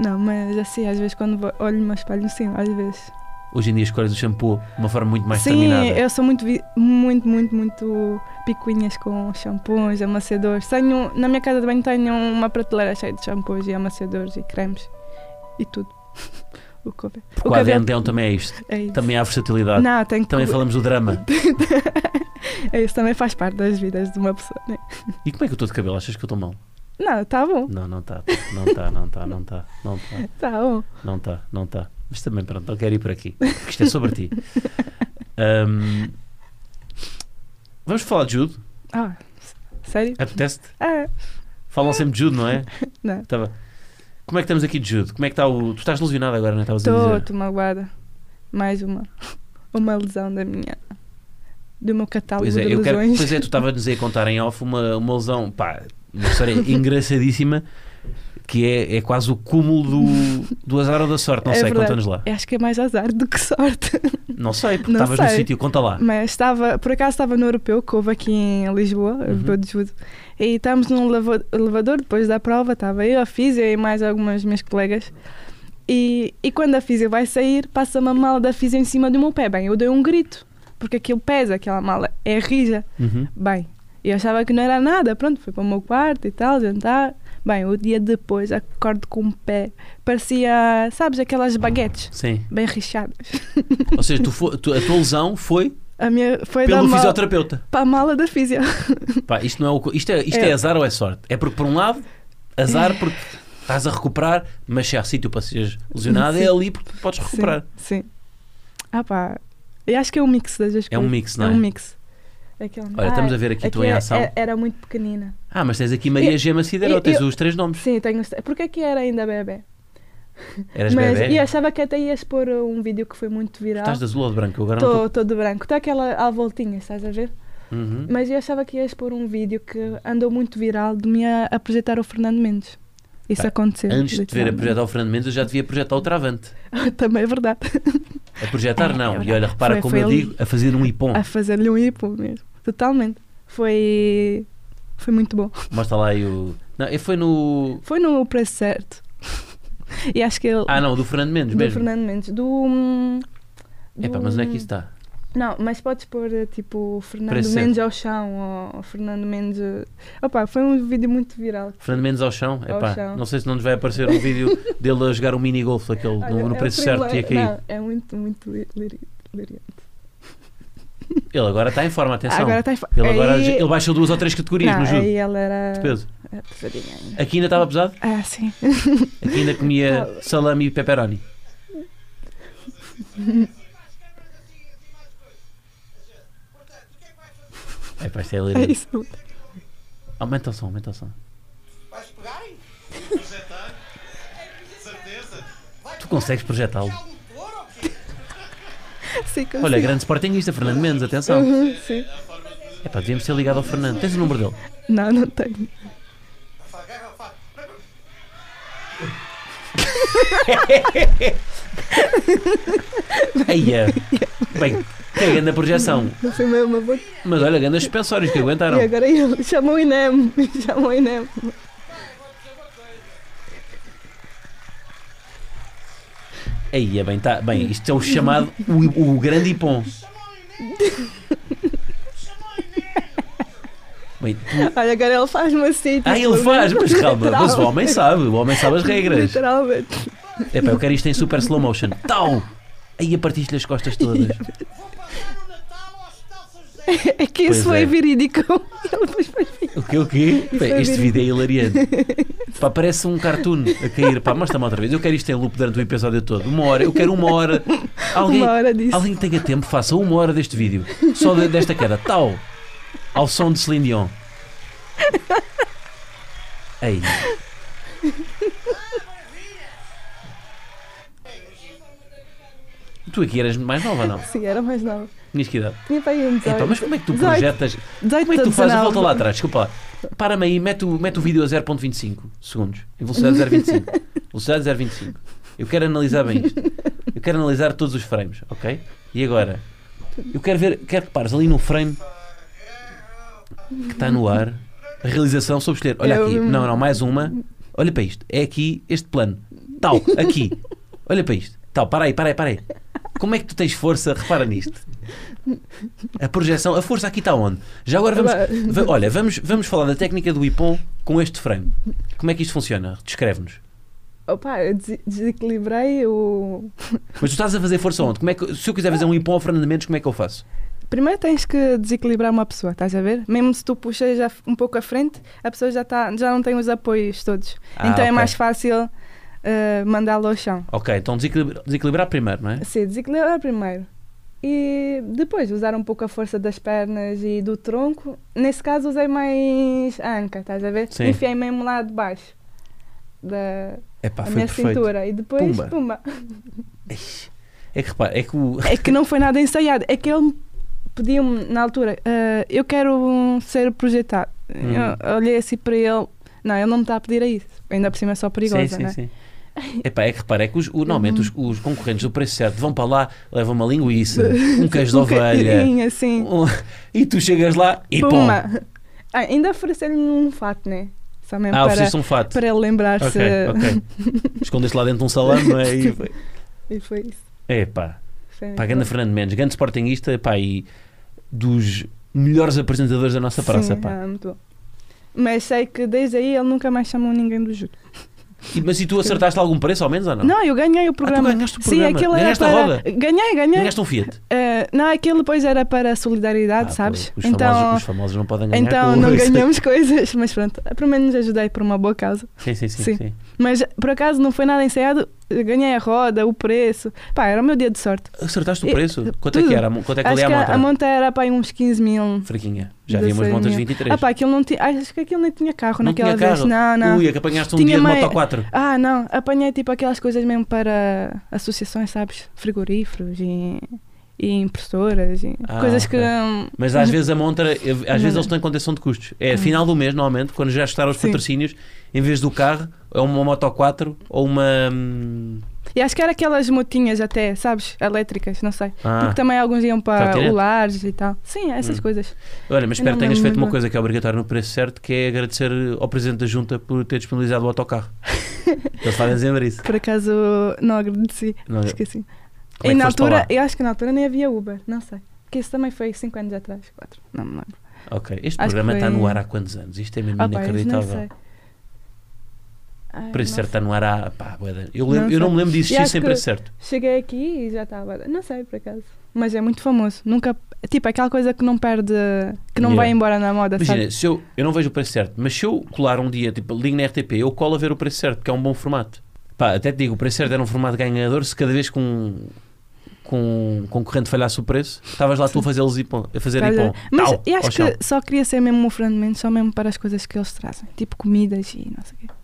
[SPEAKER 2] Não, mas assim, às vezes quando vou- olho no espelho, sim, às vezes.
[SPEAKER 1] Hoje em dia escolhes o shampoo de uma forma muito mais
[SPEAKER 2] sim,
[SPEAKER 1] terminada.
[SPEAKER 2] eu sou muito, vi- muito, muito, muito picuinhas com shampoos, amaciadores. Tenho, na minha casa de banho tenho uma prateleira cheia de shampoos e amaciadores e cremes e tudo. [laughs] o Kobe.
[SPEAKER 1] Porque
[SPEAKER 2] o
[SPEAKER 1] o
[SPEAKER 2] cabelo-
[SPEAKER 1] ADN também é isto.
[SPEAKER 2] É isso.
[SPEAKER 1] Também há versatilidade.
[SPEAKER 2] Não, tem que.
[SPEAKER 1] Também falamos do drama.
[SPEAKER 2] é [laughs] isso também faz parte das vidas de uma pessoa, né?
[SPEAKER 1] E como é que eu estou de cabelo? Achas que eu estou mal?
[SPEAKER 2] Não, tá bom,
[SPEAKER 1] Não, não está. Não está, não está, não está. Não está.
[SPEAKER 2] tá bom.
[SPEAKER 1] Não está, não está. Mas também, pronto, não quero ir por aqui. porque Isto é sobre ti. Ahm, vamos falar de Judo?
[SPEAKER 2] Ah, s- sério?
[SPEAKER 1] Apetece-te?
[SPEAKER 2] Ah,
[SPEAKER 1] Falam sempre de Judo, não é?
[SPEAKER 2] não.
[SPEAKER 1] Tava... Como é que estamos aqui de Judo? Como é que está o. Tu estás lesionado agora, não é? Estavas a
[SPEAKER 2] Estou,
[SPEAKER 1] dizer.
[SPEAKER 2] estou magoada. Mais uma. [laughs] Uma lesão da minha. Do meu catálogo
[SPEAKER 1] Pois é,
[SPEAKER 2] um de
[SPEAKER 1] eu quero...
[SPEAKER 2] lesões.
[SPEAKER 1] pois é, tu estavas-nos aí a contar em off uma, uma lesão, pá, uma
[SPEAKER 2] [laughs]
[SPEAKER 1] história engraçadíssima que é, é quase o cúmulo do, do azar ou da sorte. Não
[SPEAKER 2] É
[SPEAKER 1] sei,
[SPEAKER 2] verdade.
[SPEAKER 1] conta-nos lá.
[SPEAKER 2] Eu Acho que é mais azar do que sorte.
[SPEAKER 1] Não sei, porque
[SPEAKER 2] Não
[SPEAKER 1] estavas no
[SPEAKER 2] sei. Hum.
[SPEAKER 1] sítio, conta lá.
[SPEAKER 2] Mas estava, por acaso estava no europeu, que houve aqui em Lisboa, europeu de judo. E estávamos num leva- elevador depois da prova, estava eu, a física e mais algumas minhas colegas. E, e quando a física vai sair, passa uma mala da física em cima do meu pé. Bem, eu dei um grito, porque aquilo pesa, aquela mala é rija.
[SPEAKER 1] Uhum.
[SPEAKER 2] Bem, eu achava que não era nada, pronto, fui para o meu quarto e tal, jantar. Bem, o dia depois acordo com o pé, parecia, sabes, aquelas baguetes
[SPEAKER 1] Sim.
[SPEAKER 2] bem richadas.
[SPEAKER 1] Ou seja, tu fo- tu- a tua lesão foi
[SPEAKER 2] A minha foi da
[SPEAKER 1] pelo
[SPEAKER 2] mala
[SPEAKER 1] fisioterapeuta.
[SPEAKER 2] para a mala da física.
[SPEAKER 1] Pá, isto, não é o co- isto, é, isto é.
[SPEAKER 2] É.
[SPEAKER 1] azar ou é sorte? É porque, por um lado, azar porque estás a recuperar, mas se há sítio para seres lesionado, é
[SPEAKER 2] Sim.
[SPEAKER 1] ali porque podes recuperar.
[SPEAKER 2] Sim. sim. Ah pá, eu acho que é um mix das duas
[SPEAKER 1] É um
[SPEAKER 2] coisas.
[SPEAKER 1] mix, não é?
[SPEAKER 2] É um mix. É Ah, Aquela...
[SPEAKER 1] Olha, estamos a ver aqui tu em ação.
[SPEAKER 2] é- Era muito pequenina.
[SPEAKER 1] Ah, mas tens aqui Maria
[SPEAKER 2] Eu-
[SPEAKER 1] Gema Sideró,
[SPEAKER 2] eu-
[SPEAKER 1] tens
[SPEAKER 2] eu-
[SPEAKER 1] os três nomes.
[SPEAKER 2] Sim, tenho... Porquê que era ainda bebê?
[SPEAKER 1] Eras
[SPEAKER 2] Mas...
[SPEAKER 1] bebê.
[SPEAKER 2] E achava que até ias pôr um vídeo que foi muito viral.
[SPEAKER 1] Estás de azul ou de branco? Eu Agora não
[SPEAKER 2] Estou todo branco. Está aquela à voltinha, estás a ver?
[SPEAKER 1] estou. Uhum.
[SPEAKER 2] Mas eu achava que ias pôr um vídeo que andou muito viral de me a, a projetar o Fernando Mendes. Isso
[SPEAKER 1] Pá,
[SPEAKER 2] aconteceu.
[SPEAKER 1] Tá. Antes de te ver a
[SPEAKER 2] literalmente.
[SPEAKER 1] projetar o Fernando Mendes, eu já devia projetar o Travante.
[SPEAKER 2] [laughs] Também é verdade.
[SPEAKER 1] A projetar,
[SPEAKER 2] É, é
[SPEAKER 1] não. E
[SPEAKER 2] verdade.
[SPEAKER 1] olha, repara
[SPEAKER 2] Foi-
[SPEAKER 1] como
[SPEAKER 2] foi
[SPEAKER 1] eu
[SPEAKER 2] ali.
[SPEAKER 1] digo, a fazer um hipom.
[SPEAKER 2] A fazer-lhe um hipo mesmo. Totalmente. Foi. Foi muito bom.
[SPEAKER 1] Mostra lá aí o. Não, e foi no.
[SPEAKER 2] Foi no preço certo. [laughs] e acho que ele.
[SPEAKER 1] Ah, não, do Fernando Mendes
[SPEAKER 2] do
[SPEAKER 1] mesmo.
[SPEAKER 2] Fernando Mendes. Do. hum, do-
[SPEAKER 1] Epá, mas onde é que isso está?
[SPEAKER 2] Não, mas podes pôr eh, tipo Fernando
[SPEAKER 1] Preço
[SPEAKER 2] Mendes ao chão ou Fernando Mendes. eh, Opa, foi um vídeo muito viral.
[SPEAKER 1] Fernando Mendes ao chão?
[SPEAKER 2] Ao
[SPEAKER 1] Epá,
[SPEAKER 2] chão.
[SPEAKER 1] não sei se não nos vai aparecer um
[SPEAKER 2] [laughs]
[SPEAKER 1] vídeo dele a jogar um mini-golf, aquele no-
[SPEAKER 2] Olha,
[SPEAKER 1] no,
[SPEAKER 2] é o
[SPEAKER 1] preço certo tinha
[SPEAKER 2] primeiro-
[SPEAKER 1] caído.
[SPEAKER 2] Não, é muito, muito li- liri- liriante.
[SPEAKER 1] Ele agora está em forma, atenção.
[SPEAKER 2] Ah, Agora está em fa-
[SPEAKER 1] Ele agora
[SPEAKER 2] Aí-
[SPEAKER 1] ele baixou duas ou três categorias
[SPEAKER 2] não,
[SPEAKER 1] no judo
[SPEAKER 2] Aí ela era.
[SPEAKER 1] de peso.
[SPEAKER 2] era pesadinha ainda.
[SPEAKER 1] Aqui ainda estava pesado?
[SPEAKER 2] Ah, sim.
[SPEAKER 1] Aqui ainda comia
[SPEAKER 2] Não.
[SPEAKER 1] salame e pepperoni. Epá, isto é
[SPEAKER 2] [laughs] É
[SPEAKER 1] ler.
[SPEAKER 2] isso.
[SPEAKER 1] Aumenta o som, aumenta o som.
[SPEAKER 4] Vais pegar?
[SPEAKER 1] [laughs]
[SPEAKER 4] Projetar? Certeza? Vai
[SPEAKER 1] Tu consegues projetá-lo.
[SPEAKER 4] pegar um touro ou quê?
[SPEAKER 2] Sim, consigo.
[SPEAKER 1] Olha, grande sportingista, Fernando Mendes, atenção.
[SPEAKER 2] Uhum, [laughs] sim.
[SPEAKER 1] Epá, devíamos ter ligado ao Fernando. Tens o número dele?
[SPEAKER 2] Não, não tenho.
[SPEAKER 4] Agarra, faz.
[SPEAKER 2] [laughs]
[SPEAKER 1] Eia! Bem, que é grande projeção.
[SPEAKER 2] Não foi mesmo uma boa.
[SPEAKER 1] Mas olha, grandes suspensórios que aguentaram.
[SPEAKER 2] E agora ele [laughs] chamou o Inem. Chamou o Inem.
[SPEAKER 1] Aí é bem, tá, bem, isto é o chamado o, o grande ipom. Bem, tu-
[SPEAKER 2] Olha, agora ele faz uma tipo, cita.
[SPEAKER 1] ah, ele faz, mas calma, mas o homem sabe, o homem sabe as regras.
[SPEAKER 2] Literalmente.
[SPEAKER 1] Epá, eu quero isto em super slow motion. Tau! Aí a partir-lhe as costas todas.
[SPEAKER 4] Vou passar o Natal ao Hospital São José.
[SPEAKER 2] É que
[SPEAKER 1] Pois é.
[SPEAKER 2] isso foi verídico. [laughs] Ele depois foi
[SPEAKER 1] O quê, o quê?
[SPEAKER 2] Isso
[SPEAKER 1] Bem,
[SPEAKER 2] é
[SPEAKER 1] este vídeo é hilariante.
[SPEAKER 2] [laughs]
[SPEAKER 1] Pá, parece um cartoon a cair. Pá, mostra-me outra vez. Eu quero isto em loop durante o episódio todo. Uma hora, eu quero uma hora. Alguém,
[SPEAKER 2] uma hora é disso.
[SPEAKER 1] Alguém que tenha tempo, faça uma hora deste vídeo. Só de- desta queda. Tal. Ao som de Celine Dion. Ei. Tu aqui eras mais nova, não?
[SPEAKER 2] Sim, era mais nova.
[SPEAKER 1] Tinhas que idade.
[SPEAKER 2] Tinha para aí um 18.
[SPEAKER 1] Epá, mas como é que tu
[SPEAKER 2] 18,
[SPEAKER 1] projetas?
[SPEAKER 2] 18
[SPEAKER 1] Como é que tu
[SPEAKER 2] ou
[SPEAKER 1] fazes?
[SPEAKER 2] 19.
[SPEAKER 1] Volta lá atrás, desculpa lá. Para-me aí, mete o, mete o vídeo a 0.25 segundos. Em velocidade 0.25. Velocidade 0.25. Eu quero analisar bem isto. Eu quero analisar todos os frames, ok? E agora? Eu quero ver, quero que pares ali no frame que está no ar. A realização soube escolher. Olha
[SPEAKER 2] Eu-
[SPEAKER 1] aqui. Não, não, mais uma. Olha para isto. É aqui este plano. Tal, aqui. Olha para isto. Tal, para aí, para aí, para aí. Como é que tu tens força? Repara nisto. A projeção, a força aqui está onde? Já agora vamos.
[SPEAKER 2] Agora-
[SPEAKER 1] va- olha, vamos, vamos falar da técnica do Ipon com este frame. Como é que isto funciona? Descreve-nos.
[SPEAKER 2] Opa, eu des- desequilibrei o.
[SPEAKER 1] Mas tu estás a fazer força onde? Como é que, se eu quiser fazer um impão ao Fernando Mendes, como é que eu faço?
[SPEAKER 2] Primeiro tens que desequilibrar uma pessoa, estás a ver? Mesmo se tu puxas já um pouco à frente, a pessoa já, tá, já não tem os apoios todos.
[SPEAKER 1] Ah,
[SPEAKER 2] então
[SPEAKER 1] ok.
[SPEAKER 2] é mais fácil eh, mandá-lo ao chão.
[SPEAKER 1] Ok, então desequilibrar, desequilibrar primeiro, não é?
[SPEAKER 2] Sim, desequilibrar primeiro. E depois usar um pouco a força das pernas e do tronco. Nesse caso usei mais a anca, estás a ver?
[SPEAKER 1] Sim.
[SPEAKER 2] Enfiei mesmo lá de baixo da,
[SPEAKER 1] Epá,
[SPEAKER 2] da
[SPEAKER 1] foi
[SPEAKER 2] minha
[SPEAKER 1] perfeito.
[SPEAKER 2] cintura. E depois,
[SPEAKER 1] Pumba.
[SPEAKER 2] pumba.
[SPEAKER 1] É que repara, é que o.
[SPEAKER 2] É que não foi nada ensaiado. É que ele pediu-me na altura, "Ah, eu quero um ser projetado.
[SPEAKER 1] Hum.
[SPEAKER 2] Eu olhei assim para ele. Não, ele não me está a pedir a isso. Ainda por cima é só perigosa,
[SPEAKER 1] sim, sim,
[SPEAKER 2] né?
[SPEAKER 1] sim. Epá, é que repara, é que os, o- normalmente os, os concorrentes do preço certo vão para lá, levam uma
[SPEAKER 2] [laughs]
[SPEAKER 1] linguiça, um queijo de
[SPEAKER 2] Um
[SPEAKER 1] ovelha.
[SPEAKER 2] bocadinho, assim.
[SPEAKER 1] um- e tu chegas lá e pum!
[SPEAKER 2] Puma. Ah, ainda ofereceu-lhe um fato, né? Só mesmo
[SPEAKER 1] Ah,
[SPEAKER 2] para,
[SPEAKER 1] ofereceste um fato.
[SPEAKER 2] para ele lembrar-se.
[SPEAKER 1] Ok,
[SPEAKER 2] [laughs]
[SPEAKER 1] ok. Escondeste lá dentro de um salame, não é? E foi.
[SPEAKER 2] E foi isso.
[SPEAKER 1] Epá, pá,
[SPEAKER 2] Foi muito
[SPEAKER 1] grande
[SPEAKER 2] bom.
[SPEAKER 1] Fernando Mendes, grande sportinguista, pá, e dos melhores apresentadores da nossa praça,
[SPEAKER 2] Sim,
[SPEAKER 1] pá.
[SPEAKER 2] ah, muito bom. Mas sei que desde aí ele nunca mais chamou ninguém do judo.
[SPEAKER 1] E- mas e tu acertaste algum preço, ao menos, ou não?
[SPEAKER 2] é.
[SPEAKER 1] Ah,
[SPEAKER 2] Não, eu ganhei o programa.
[SPEAKER 1] ganhaste o
[SPEAKER 2] Sim,
[SPEAKER 1] programa.
[SPEAKER 2] aquilo era
[SPEAKER 1] Ganhaste a
[SPEAKER 2] para...
[SPEAKER 1] roda.
[SPEAKER 2] Ganhei, ganhei.
[SPEAKER 1] Ganhaste um Fiat.
[SPEAKER 2] Eh, não, aquilo depois era para a solidariedade,
[SPEAKER 1] Ah,
[SPEAKER 2] sabes?
[SPEAKER 1] pois, Os,
[SPEAKER 2] então,
[SPEAKER 1] famosos, os famosos não podem ganhar
[SPEAKER 2] então
[SPEAKER 1] com
[SPEAKER 2] não
[SPEAKER 1] isso.
[SPEAKER 2] ganhamos coisas, mas pronto, pelo menos ajudei por uma boa causa.
[SPEAKER 1] [laughs] Sim, sim, sim.
[SPEAKER 2] Sim.
[SPEAKER 1] sim.
[SPEAKER 2] Mas por acaso não foi nada ensaiado, eh, ganhei a roda, o preço. Pá, era o meu dia de sorte.
[SPEAKER 1] Acertaste o
[SPEAKER 2] E- eh,
[SPEAKER 1] preço? Quanto é
[SPEAKER 2] tudo.
[SPEAKER 1] que era? a mo- Quanto é que
[SPEAKER 2] Acho
[SPEAKER 1] ali
[SPEAKER 2] que
[SPEAKER 1] a montra?
[SPEAKER 2] a monta era para uns 15 mil.
[SPEAKER 1] Fraquinha. Já havia umas
[SPEAKER 2] 16
[SPEAKER 1] montas de
[SPEAKER 2] mil.
[SPEAKER 1] 23.
[SPEAKER 2] Ah, pá, aquilo não tinha. Acho que aquilo nem tinha carro
[SPEAKER 1] Não
[SPEAKER 2] naquela
[SPEAKER 1] tinha
[SPEAKER 2] vez.
[SPEAKER 1] carro?
[SPEAKER 2] Não, não.
[SPEAKER 1] Ui, é que apanhaste um
[SPEAKER 2] Tinha
[SPEAKER 1] dia de
[SPEAKER 2] meio-
[SPEAKER 1] moto 4.
[SPEAKER 2] Ah, não. Apanhei tipo aquelas coisas mesmo para associações, sabes? Frigoríferos e, e impressoras e
[SPEAKER 1] Ah,
[SPEAKER 2] coisas que.
[SPEAKER 1] ok.
[SPEAKER 2] hum,
[SPEAKER 1] Mas às vezes a montra, eu- às vezes
[SPEAKER 2] Não. Hum.
[SPEAKER 1] eles têm contenção de custos. É final do mês, normalmente, quando já estarão os
[SPEAKER 2] Sim.
[SPEAKER 1] patrocínios, em vez do carro, é uma moto 4 ou uma. hum,
[SPEAKER 2] E acho que era aquelas motinhas até, sabes? Elétricas, não sei.
[SPEAKER 1] Ah,
[SPEAKER 2] Porque também alguns iam para
[SPEAKER 1] Trotinete?
[SPEAKER 2] o Lares e tal. Sim, essas
[SPEAKER 1] Hum.
[SPEAKER 2] coisas.
[SPEAKER 1] olha, mas espero
[SPEAKER 2] não
[SPEAKER 1] que tenhas
[SPEAKER 2] lembro
[SPEAKER 1] feito
[SPEAKER 2] muito
[SPEAKER 1] uma
[SPEAKER 2] bem.
[SPEAKER 1] coisa que é obrigatória no preço certo, que é agradecer ao Presidente da Junta por ter disponibilizado o
[SPEAKER 2] [laughs]
[SPEAKER 1] autocarro. Eles fazem sempre isso.
[SPEAKER 2] Por acaso não agradeci.
[SPEAKER 1] Não, como é que
[SPEAKER 2] Esqueci. e na
[SPEAKER 1] foste para
[SPEAKER 2] altura,
[SPEAKER 1] lá?
[SPEAKER 2] eu acho que na altura nem havia Uber, não sei. Porque isso também foi 5 anos atrás, 4. Não me lembro.
[SPEAKER 1] Ok, este
[SPEAKER 2] Acho que
[SPEAKER 1] programa está
[SPEAKER 2] foi-
[SPEAKER 1] no ar há quantos anos? Isto é mesmo
[SPEAKER 2] Ah, pá, isso nem
[SPEAKER 1] inacreditável.
[SPEAKER 2] sei. Ai,
[SPEAKER 1] Preço
[SPEAKER 2] não
[SPEAKER 1] certo
[SPEAKER 2] sei.
[SPEAKER 1] está no ar há. Pá, bué de- eu, lembro,
[SPEAKER 2] Não
[SPEAKER 1] eu não
[SPEAKER 2] sei.
[SPEAKER 1] me lembro de existir
[SPEAKER 2] acho
[SPEAKER 1] sem
[SPEAKER 2] que-
[SPEAKER 1] preço certo.
[SPEAKER 2] Cheguei aqui e já estava. Não sei, por acaso. Mas é muito famoso. Nunca. Tipo, aquela coisa que não perde. que não
[SPEAKER 1] Yeah.
[SPEAKER 2] vai embora na moda,
[SPEAKER 1] Imagina,
[SPEAKER 2] sabe?
[SPEAKER 1] se eu, eu não vejo o preço certo, mas se eu colar um dia, tipo, ligo na RTP, eu colo a ver o preço certo, porque é um bom formato. Pá, até te digo, o preço certo era um formato ganhador se cada vez que um, que um concorrente falhasse o preço, estavas lá tu a fazer ipom, a fazer
[SPEAKER 2] Estás a
[SPEAKER 1] ipom.
[SPEAKER 2] ver? Mas
[SPEAKER 1] Tau,
[SPEAKER 2] eu
[SPEAKER 1] tipo, ao
[SPEAKER 2] acho
[SPEAKER 1] chão.
[SPEAKER 2] que só queria ser mesmo um fragmento, só mesmo para as coisas que eles trazem, tipo comidas e não sei o quê.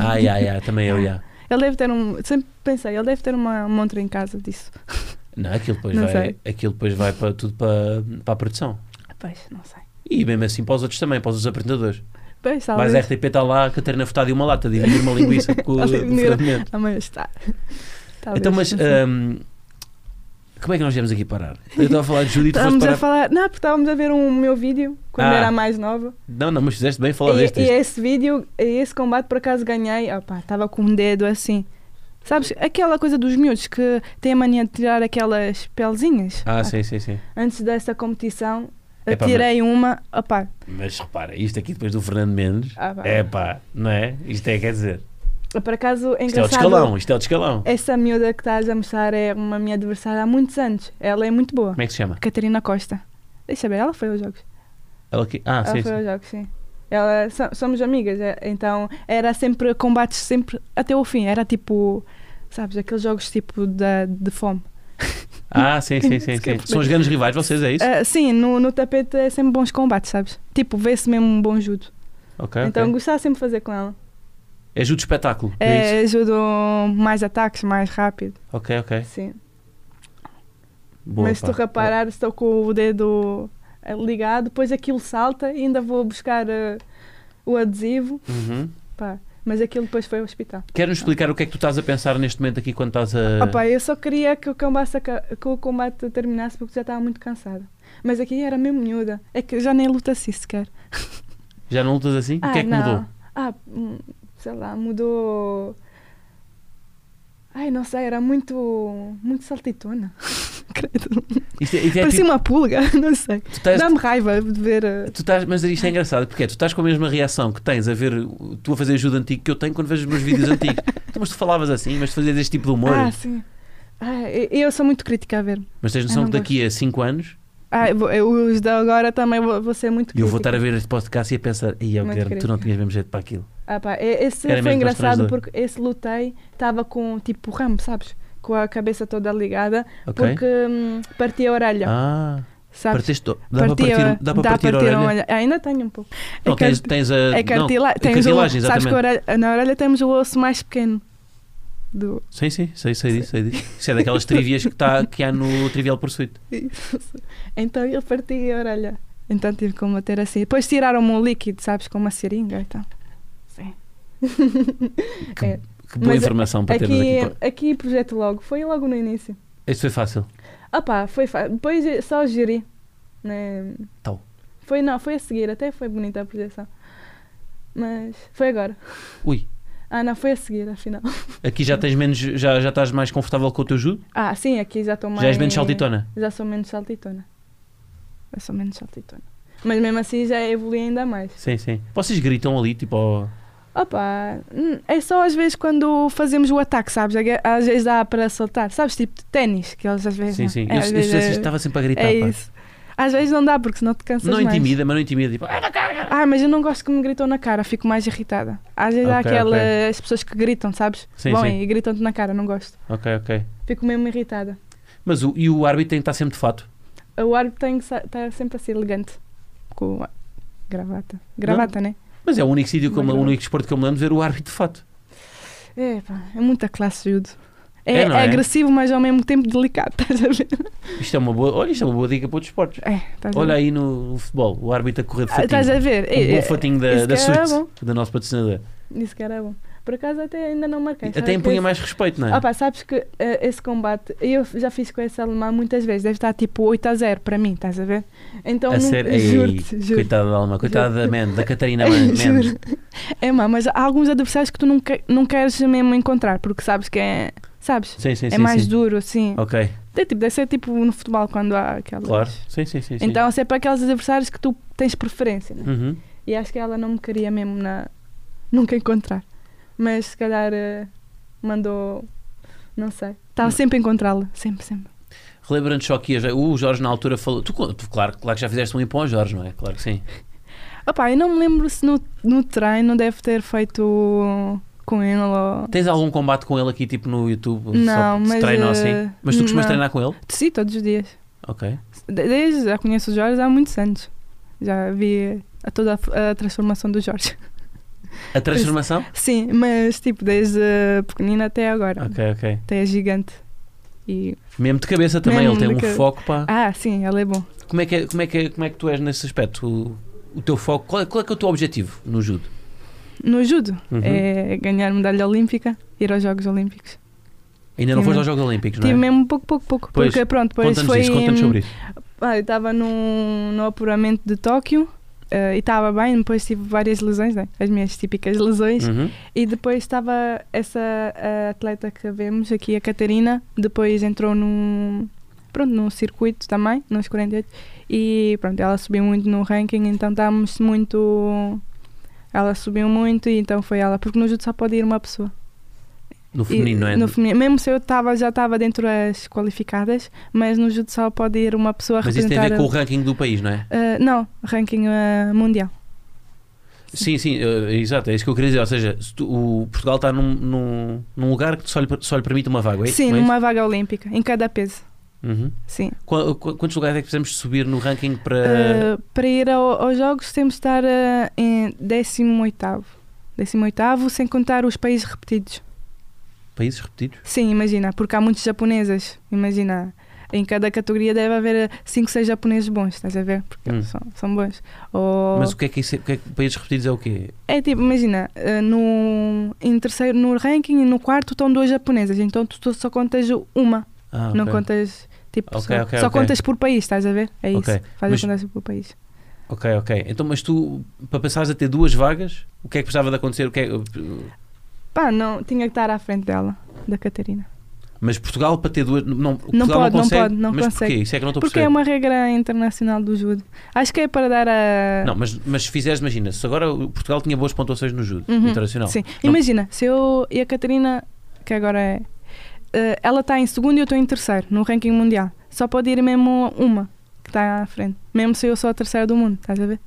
[SPEAKER 1] Ai, ai, ai, Ah, também
[SPEAKER 2] [laughs]
[SPEAKER 1] eu, já.
[SPEAKER 2] Ele deve ter um. Sempre pensei, ele deve ter uma montra em casa disso.
[SPEAKER 1] Não, aquilo depois,
[SPEAKER 2] Não
[SPEAKER 1] vai,
[SPEAKER 2] sei.
[SPEAKER 1] aquilo depois vai para, tudo para, para a produção.
[SPEAKER 2] Pois, não sei.
[SPEAKER 1] E mesmo assim para os outros também, para os outros apresentadores.
[SPEAKER 2] Pois,
[SPEAKER 1] Mas
[SPEAKER 2] talvez.
[SPEAKER 1] a RTP está tá lá, a Catarina Furtado e uma lata, dividir uma
[SPEAKER 2] [laughs]
[SPEAKER 1] linguiça com o
[SPEAKER 2] Olha,
[SPEAKER 1] Fernando Mendes.
[SPEAKER 2] Amanhã está. Talvez,
[SPEAKER 1] Então, mas
[SPEAKER 2] não sei.
[SPEAKER 1] hum, como é que nós viemos aqui parar? Eu estava a falar de Judito, foste
[SPEAKER 2] Estávamos
[SPEAKER 1] parar.
[SPEAKER 2] a falar. Não, porque estávamos a ver um meu vídeo quando
[SPEAKER 1] Ah.
[SPEAKER 2] era mais nova.
[SPEAKER 1] Não, não, mas fizeste bem falar
[SPEAKER 2] E,
[SPEAKER 1] deste.
[SPEAKER 2] e é-
[SPEAKER 1] isto.
[SPEAKER 2] esse vídeo, e esse combate por acaso ganhei. Opa, estava com um dedo assim. Sabes, aquela coisa dos miúdos que têm a mania de tirar aquelas pelzinhas.
[SPEAKER 1] Ah, sim, É sim, sim.
[SPEAKER 2] Antes dessa competição, eu
[SPEAKER 1] Epá,
[SPEAKER 2] tirei uma. Opa,
[SPEAKER 1] Mas repara, isto aqui depois do Fernando Mendes,
[SPEAKER 2] ah, pá.
[SPEAKER 1] é pá, não é? Isto é, quer dizer,
[SPEAKER 2] por acaso é
[SPEAKER 1] isto é o
[SPEAKER 2] engraçado.
[SPEAKER 1] descalão, isto é o descalão.
[SPEAKER 2] Essa miúda que estás a mostrar é uma minha adversária há muitos anos. Ela é muito boa.
[SPEAKER 1] Como é que se chama?
[SPEAKER 2] Catarina Costa. Deixa ver, ela foi aos jogos.
[SPEAKER 1] Ela aqui... Ah,
[SPEAKER 2] ela
[SPEAKER 1] sim,
[SPEAKER 2] foi
[SPEAKER 1] sim.
[SPEAKER 2] aos jogos, sim. Ela, so- somos amigas, é- então era sempre combates sempre até o fim. Era tipo, sabes, aqueles jogos tipo da, de fome.
[SPEAKER 1] Ah, sim,
[SPEAKER 2] [laughs]
[SPEAKER 1] sim, sim, sim. São os grandes rivais, vocês, é isso?
[SPEAKER 2] Ah, sim, no, no tapete é sempre bons combates, sabes? Tipo, vê-se mesmo um bom judo.
[SPEAKER 1] Ah, Ok,
[SPEAKER 2] Então
[SPEAKER 1] ok.
[SPEAKER 2] gostava sempre de fazer com ela.
[SPEAKER 1] É judo de espetáculo, é isso?
[SPEAKER 2] É, ajuda mais ataques, mais rápido,
[SPEAKER 1] Ok, ok.
[SPEAKER 2] sim.
[SPEAKER 1] Boa,
[SPEAKER 2] Mas se tu
[SPEAKER 1] pá.
[SPEAKER 2] reparar, se estou com o dedo eh, ligado, depois aquilo salta e ainda vou buscar eh, o adesivo.
[SPEAKER 1] Uhum.
[SPEAKER 2] Pá. Mas aquilo depois foi ao hospital.
[SPEAKER 1] Queres-nos explicar o que é que tu estás a pensar neste momento aqui quando estás a...
[SPEAKER 2] Opa, eu só queria que o, combate, aca- que o combate terminasse porque já estava muito cansada. Mas aqui era mesmo miúda. É que já nem luta assim sequer.
[SPEAKER 1] Já não lutas assim? o que é que mudou?
[SPEAKER 2] Ah, hum, sei lá, mudou. Ai, não sei, era muito. muito saltitona. [laughs] credo.
[SPEAKER 1] Isto é, isto é
[SPEAKER 2] Parecia
[SPEAKER 1] tipo-
[SPEAKER 2] uma pulga, [laughs] não sei.
[SPEAKER 1] tu tens-
[SPEAKER 2] Dá-me raiva de ver. eh,
[SPEAKER 1] Tu estás, mas isto é engraçado, porque é, tu estás com a mesma reação que tens a ver o- tu a fazer ajuda antigo que eu tenho quando vejo os meus vídeos
[SPEAKER 2] [laughs]
[SPEAKER 1] antigos. Então, mas tu falavas assim, mas tu fazias este tipo de humor.
[SPEAKER 2] Ah, sim. Ah, e- eu sou muito crítica a ver.
[SPEAKER 1] mas tens noção
[SPEAKER 2] eu
[SPEAKER 1] que
[SPEAKER 2] não
[SPEAKER 1] daqui a 5 anos
[SPEAKER 2] Ah, eu vou- eu, os de agora também vou, vou ser muito crítica.
[SPEAKER 1] eu vou estar a ver este podcast e a pensar, e eu Guilherme,
[SPEAKER 2] Muito
[SPEAKER 1] tu
[SPEAKER 2] crítica.
[SPEAKER 1] não tinhas mesmo jeito para aquilo.
[SPEAKER 2] Ah, pá, e- esse
[SPEAKER 1] Era
[SPEAKER 2] foi
[SPEAKER 1] mesmo
[SPEAKER 2] engraçado
[SPEAKER 1] constrangedor.
[SPEAKER 2] porque esse lutei, estava com tipo ramo, sabes? Com a cabeça toda ligada,
[SPEAKER 1] Ok?
[SPEAKER 2] porque hum, parti a orelha,
[SPEAKER 1] Ah,
[SPEAKER 2] sabes?
[SPEAKER 1] partiste. Dá para
[SPEAKER 2] Parti a-
[SPEAKER 1] partir, um- dá para partir a orelha.
[SPEAKER 2] Ainda tenho um pouco.
[SPEAKER 1] Não,
[SPEAKER 2] É
[SPEAKER 1] tens,
[SPEAKER 2] carti-
[SPEAKER 1] tens a.
[SPEAKER 2] É cartilagem.
[SPEAKER 1] não, a cartilagem,
[SPEAKER 2] sabes que a
[SPEAKER 1] exatamente.
[SPEAKER 2] orelha- na orelha temos o osso mais pequeno. Do...
[SPEAKER 1] Sim, sim, sei, sei disso, sei disso. Isso é daquelas trivias que, tá, que há no Trivial Pursuit.
[SPEAKER 2] Então eu parti a orelha. Então tive que bater assim. Depois tiraram-me um líquido, sabes, com uma seringa e tal. Sim. É.
[SPEAKER 1] Que boa
[SPEAKER 2] Mas
[SPEAKER 1] informação para termos
[SPEAKER 2] Aqui, é-
[SPEAKER 1] aqui. pá.
[SPEAKER 2] aqui projeto logo, foi logo no início.
[SPEAKER 1] Este foi fácil.
[SPEAKER 2] Ah pá, foi fácil. Depois eu só geri. Né?
[SPEAKER 1] Tal.
[SPEAKER 2] Foi não, foi a seguir, até foi bonita a projeção. Mas foi agora.
[SPEAKER 1] Ui,
[SPEAKER 2] Ah não, foi a seguir, afinal. [laughs]
[SPEAKER 1] aqui já tens menos. Já, já estás mais confortável com o teu judo?
[SPEAKER 2] Ah, sim, aqui já estou mais.
[SPEAKER 1] Já és menos saltitona?
[SPEAKER 2] Já sou menos saltitona. Já sou menos saltitona. Mas mesmo assim já evolui ainda mais.
[SPEAKER 1] Sim, sim. Vocês gritam ali, tipo. ó,
[SPEAKER 2] Opa, hum, é só às vezes quando fazemos o ataque, sabes? Ague- Às vezes dá para saltar, sabes? Tipo de ténis, que eles às vezes.
[SPEAKER 1] Sim,
[SPEAKER 2] não.
[SPEAKER 1] sim.
[SPEAKER 2] É,
[SPEAKER 1] eu
[SPEAKER 2] às
[SPEAKER 1] eu
[SPEAKER 2] vezes é-
[SPEAKER 1] estava sempre a gritar.
[SPEAKER 2] é
[SPEAKER 1] pá.
[SPEAKER 2] isso. Às vezes não dá porque senão te cansas
[SPEAKER 1] Não
[SPEAKER 2] mais.
[SPEAKER 1] intimida, mas não intimida. Tipo, "Ah,
[SPEAKER 2] Ah, mas eu não gosto que me gritam na cara, fico mais irritada. Às vezes há
[SPEAKER 1] Ok,
[SPEAKER 2] aquelas pessoas que gritam, sabes?
[SPEAKER 1] Sim,
[SPEAKER 2] Vão
[SPEAKER 1] sim.
[SPEAKER 2] e gritam-te na cara, não gosto.
[SPEAKER 1] ok, ok.
[SPEAKER 2] Fico mesmo irritada.
[SPEAKER 1] Mas o, e o árbitro tem que estar sempre de fato.
[SPEAKER 2] O árbitro tem que sa- estar sempre assim elegante. Com a gravata. Gravata, né?
[SPEAKER 1] Mas é o único sítio, que eu me- o
[SPEAKER 2] Muito bem.
[SPEAKER 1] único esporte que eu me lembro de ver o árbitro de fato.
[SPEAKER 2] É, pá, é muita classe judo. É,
[SPEAKER 1] É, não
[SPEAKER 2] é
[SPEAKER 1] é?
[SPEAKER 2] agressivo, mas ao mesmo tempo delicado, [laughs] estás a ver?
[SPEAKER 1] Isto é uma boa, olha, isto é uma boa dica para outros esportes.
[SPEAKER 2] É, estás
[SPEAKER 1] Olha
[SPEAKER 2] a ver?
[SPEAKER 1] aí no, no futebol, o árbitro a correr de
[SPEAKER 2] Ah, Estás a
[SPEAKER 1] fatinho.
[SPEAKER 2] ver?
[SPEAKER 1] Um
[SPEAKER 2] É, é,
[SPEAKER 1] bom fatinho da,
[SPEAKER 2] isso
[SPEAKER 1] da
[SPEAKER 2] que era
[SPEAKER 1] Suits, do nosso patrocinador.
[SPEAKER 2] Isso que era bom. Por acaso até ainda não marquei.
[SPEAKER 1] Até
[SPEAKER 2] sabes?
[SPEAKER 1] impunha
[SPEAKER 2] Esse-
[SPEAKER 1] mais respeito, não é?
[SPEAKER 2] Ah pá, sabes que eh, esse combate, eu já fiz com esse alemão muitas vezes, deve estar tipo 8 a 0 para mim, estás a ver? Então,
[SPEAKER 1] a
[SPEAKER 2] não-
[SPEAKER 1] sério,
[SPEAKER 2] juro-te,
[SPEAKER 1] Ei,
[SPEAKER 2] juro.
[SPEAKER 1] coitada da Alma, coitada da Man, da
[SPEAKER 2] [laughs]
[SPEAKER 1] Catarina Man. Man.
[SPEAKER 2] Juro. É má, mas há alguns adversários que tu não, que- não queres mesmo encontrar, porque sabes que é. Sabes?
[SPEAKER 1] Sim, sim,
[SPEAKER 2] é
[SPEAKER 1] sim.
[SPEAKER 2] mais
[SPEAKER 1] sim.
[SPEAKER 2] duro, assim.
[SPEAKER 1] Ok,
[SPEAKER 2] É tipo, deve ser tipo no futebol quando há aquelas.
[SPEAKER 1] claro. Sim, sim, sim. sim.
[SPEAKER 2] Então é sempre aqueles adversários que tu tens preferência. né?
[SPEAKER 1] Uhum.
[SPEAKER 2] E acho que ela não me queria mesmo na... nunca encontrar. Mas se calhar eh, mandou. Não sei. Estava sempre a encontrá-la. Sempre, sempre.
[SPEAKER 1] Relembrando só aqui, o Jorge na altura falou. Tu, tu- claro, claro que já fizeste um impão ao Jorge, não é? Claro que sim.
[SPEAKER 2] Opá, eu não me lembro se no, no treino deve ter feito com ele ou.
[SPEAKER 1] Tens algum combate com ele aqui, tipo no YouTube?
[SPEAKER 2] Não,
[SPEAKER 1] só, se
[SPEAKER 2] mas,
[SPEAKER 1] Treino ou assim?
[SPEAKER 2] eh,
[SPEAKER 1] Mas tu costumas
[SPEAKER 2] não.
[SPEAKER 1] treinar com ele?
[SPEAKER 2] Sim, todos os dias.
[SPEAKER 1] Ok.
[SPEAKER 2] De- Desde já conheço o Jorge há muitos anos. Já vi a toda a f- a, transformação do Jorge. [laughs]
[SPEAKER 1] A transformação?
[SPEAKER 2] Sim, mas tipo, desde eh, pequenina até agora.
[SPEAKER 1] Ok, ok.
[SPEAKER 2] Até é gigante. E...
[SPEAKER 1] Mesmo de cabeça também,
[SPEAKER 2] Mesmo
[SPEAKER 1] ele tem
[SPEAKER 2] de
[SPEAKER 1] um
[SPEAKER 2] cabeça.
[SPEAKER 1] foco, pá.
[SPEAKER 2] Ah, sim, ele é bom.
[SPEAKER 1] Como, é que é, como, é que é- como é que tu és nesse aspecto? O, o teu foco? Qual é, qual é que é o teu objetivo no judo?
[SPEAKER 2] No judo
[SPEAKER 1] Uhum.
[SPEAKER 2] é ganhar medalha olímpica, ir aos Jogos Olímpicos.
[SPEAKER 1] Ainda não
[SPEAKER 2] tive
[SPEAKER 1] foste
[SPEAKER 2] mesmo-
[SPEAKER 1] aos Jogos Olímpicos, não
[SPEAKER 2] Tive
[SPEAKER 1] é?
[SPEAKER 2] mesmo pouco, pouco, pouco.
[SPEAKER 1] Pois,
[SPEAKER 2] porque pronto, depois
[SPEAKER 1] Conta-nos
[SPEAKER 2] foi.
[SPEAKER 1] isso, conta-nos sobre isso.
[SPEAKER 2] Ah, eu estava no, no apuramento de Tóquio eh, e estava bem, depois tive várias lesões, né? as minhas típicas lesões.
[SPEAKER 1] Uhum.
[SPEAKER 2] E depois estava essa a atleta que vemos aqui, a Catarina, depois entrou num, pronto, num circuito também, nos 48, e pronto, ela subiu muito no ranking, então estávamos muito... Ela subiu muito e então foi ela, porque no judo só pode ir uma pessoa.
[SPEAKER 1] No feminino, não
[SPEAKER 2] E-
[SPEAKER 1] é?
[SPEAKER 2] No feminino. Mesmo se eu tava, já estava dentro das qualificadas, mas no judo só pode ir uma pessoa a
[SPEAKER 1] Mas isso tem a
[SPEAKER 2] representar...
[SPEAKER 1] ver com o ranking do país, não é?
[SPEAKER 2] Ah, não, ranking ah, mundial.
[SPEAKER 1] Sim, sim, eh, exato, é isso que eu queria dizer. Ou seja, se tu- o Portugal está num, num, num lugar que só lhe, per- só lhe permite uma vaga, é? não
[SPEAKER 2] Sim,
[SPEAKER 1] é isso?
[SPEAKER 2] numa vaga olímpica, em cada peso.
[SPEAKER 1] Uhum.
[SPEAKER 2] Sim.
[SPEAKER 1] Qua- qua- Quantos lugares é que precisamos subir no ranking para.
[SPEAKER 2] Uh, para ir ao- aos jogos temos de estar uh, em 18 18 sem contar os países repetidos.
[SPEAKER 1] países repetidos?
[SPEAKER 2] Sim, imagina, porque há muitos japoneses, imagina. Em cada categoria deve haver 5, 6 japoneses bons, estás a ver? Porque
[SPEAKER 1] Hum.
[SPEAKER 2] eles são, são bons. Ou-
[SPEAKER 1] Mas o que é que isso é, o que é que- países repetidos é o quê?
[SPEAKER 2] É tipo, imagina, uh, no, em terceiro no ranking e no quarto estão duas japonesas, então tu, tu só contas uma,
[SPEAKER 1] Ah,
[SPEAKER 2] não
[SPEAKER 1] ok.
[SPEAKER 2] contas tipo
[SPEAKER 1] Ok,
[SPEAKER 2] só,
[SPEAKER 1] ok,
[SPEAKER 2] só
[SPEAKER 1] ok.
[SPEAKER 2] contas por país, estás a ver? É isso.
[SPEAKER 1] Ok,
[SPEAKER 2] Faz
[SPEAKER 1] mas-
[SPEAKER 2] a contagem por país.
[SPEAKER 1] Ok, ok. Então, mas tu, para passares a ter duas vagas, o que é que precisava de acontecer? O que é-
[SPEAKER 2] Pá, não, tinha que estar à frente dela, da Catarina.
[SPEAKER 1] Mas Portugal para ter duas. Não, Portugal
[SPEAKER 2] pode, não
[SPEAKER 1] consegue,
[SPEAKER 2] pode, não
[SPEAKER 1] mas
[SPEAKER 2] consegue.
[SPEAKER 1] Porquê? Isso é que não estou a
[SPEAKER 2] Porque
[SPEAKER 1] perceber.
[SPEAKER 2] é uma regra internacional do judo. Acho que é para dar a.
[SPEAKER 1] Não, mas, mas se fizeres, imagina, se agora o Portugal tinha boas pontuações no judo
[SPEAKER 2] Uhum,
[SPEAKER 1] internacional.
[SPEAKER 2] Sim.
[SPEAKER 1] Não-
[SPEAKER 2] Imagina, se eu e a Catarina, que agora é. eh, ela está em segundo e eu estou em terceiro no ranking mundial. Só pode ir mesmo uma que está à frente. Mesmo se eu sou a terceira do mundo, estás a ver?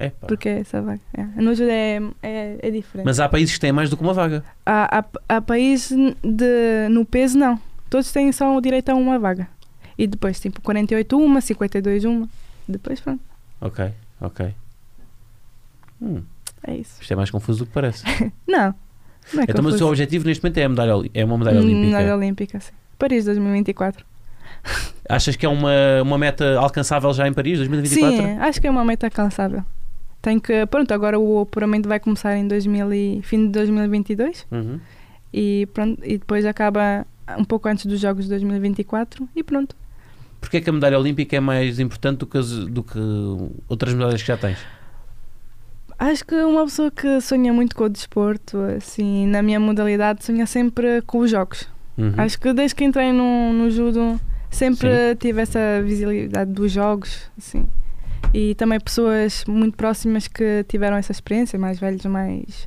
[SPEAKER 1] É, pá.
[SPEAKER 2] Porque essa vaga. É. No judo é, é, é diferente.
[SPEAKER 1] Mas há países que têm mais do que uma vaga.
[SPEAKER 2] Há, há, há país de, no peso, não. Todos têm só o direito a uma vaga. E depois, tipo, 48 uma, 52 uma. Depois, pronto,
[SPEAKER 1] Ok, ok. Hum,
[SPEAKER 2] é isso.
[SPEAKER 1] isto é mais confuso do que
[SPEAKER 2] [laughs]
[SPEAKER 1] parece.
[SPEAKER 2] Não. Não é
[SPEAKER 1] então, mas o
[SPEAKER 2] confuso. Hum,
[SPEAKER 1] seu objetivo neste momento é, a medalha, oli- é uma medalha olímpica.
[SPEAKER 2] Medalha olímpica, sim. Paris 2024.
[SPEAKER 1] Achas que é uma, uma meta alcançável já em Paris, 2024?
[SPEAKER 2] Sim, é, acho que é uma meta alcançável. Tem que, pronto, agora o apuramento vai começar em 2000 e, fim de 2022
[SPEAKER 1] Uhum.
[SPEAKER 2] e pronto, e depois acaba um pouco antes dos jogos de 2024 e pronto.
[SPEAKER 1] Porquê é que a medalha olímpica é mais importante do que, as- do que outras medalhas que já tens?
[SPEAKER 2] Acho que uma pessoa que sonha muito com o desporto, assim, na minha modalidade, sonha sempre com os jogos.
[SPEAKER 1] Uhum.
[SPEAKER 2] Acho que desde que entrei no, no judo, sempre tive essa visibilidade dos jogos, assim. E também pessoas muito próximas que tiveram essa experiência, mais velhos, mais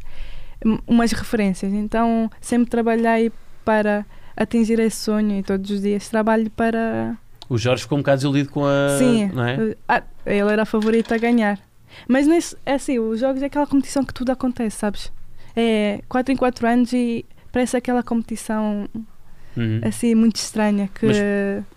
[SPEAKER 2] um- umas referências. Então, sempre trabalhei para atingir esse sonho e todos os dias trabalho para
[SPEAKER 1] O Jorge ficou um bocado desiludido com a.
[SPEAKER 2] Sim.
[SPEAKER 1] Não é?
[SPEAKER 2] Ah, ele era a favorita a ganhar. Mas nesse, é assim, os jogos é aquela competição que tudo acontece, sabes? É 4 em 4 anos e parece aquela competição
[SPEAKER 1] Uhum.
[SPEAKER 2] assim muito estranha que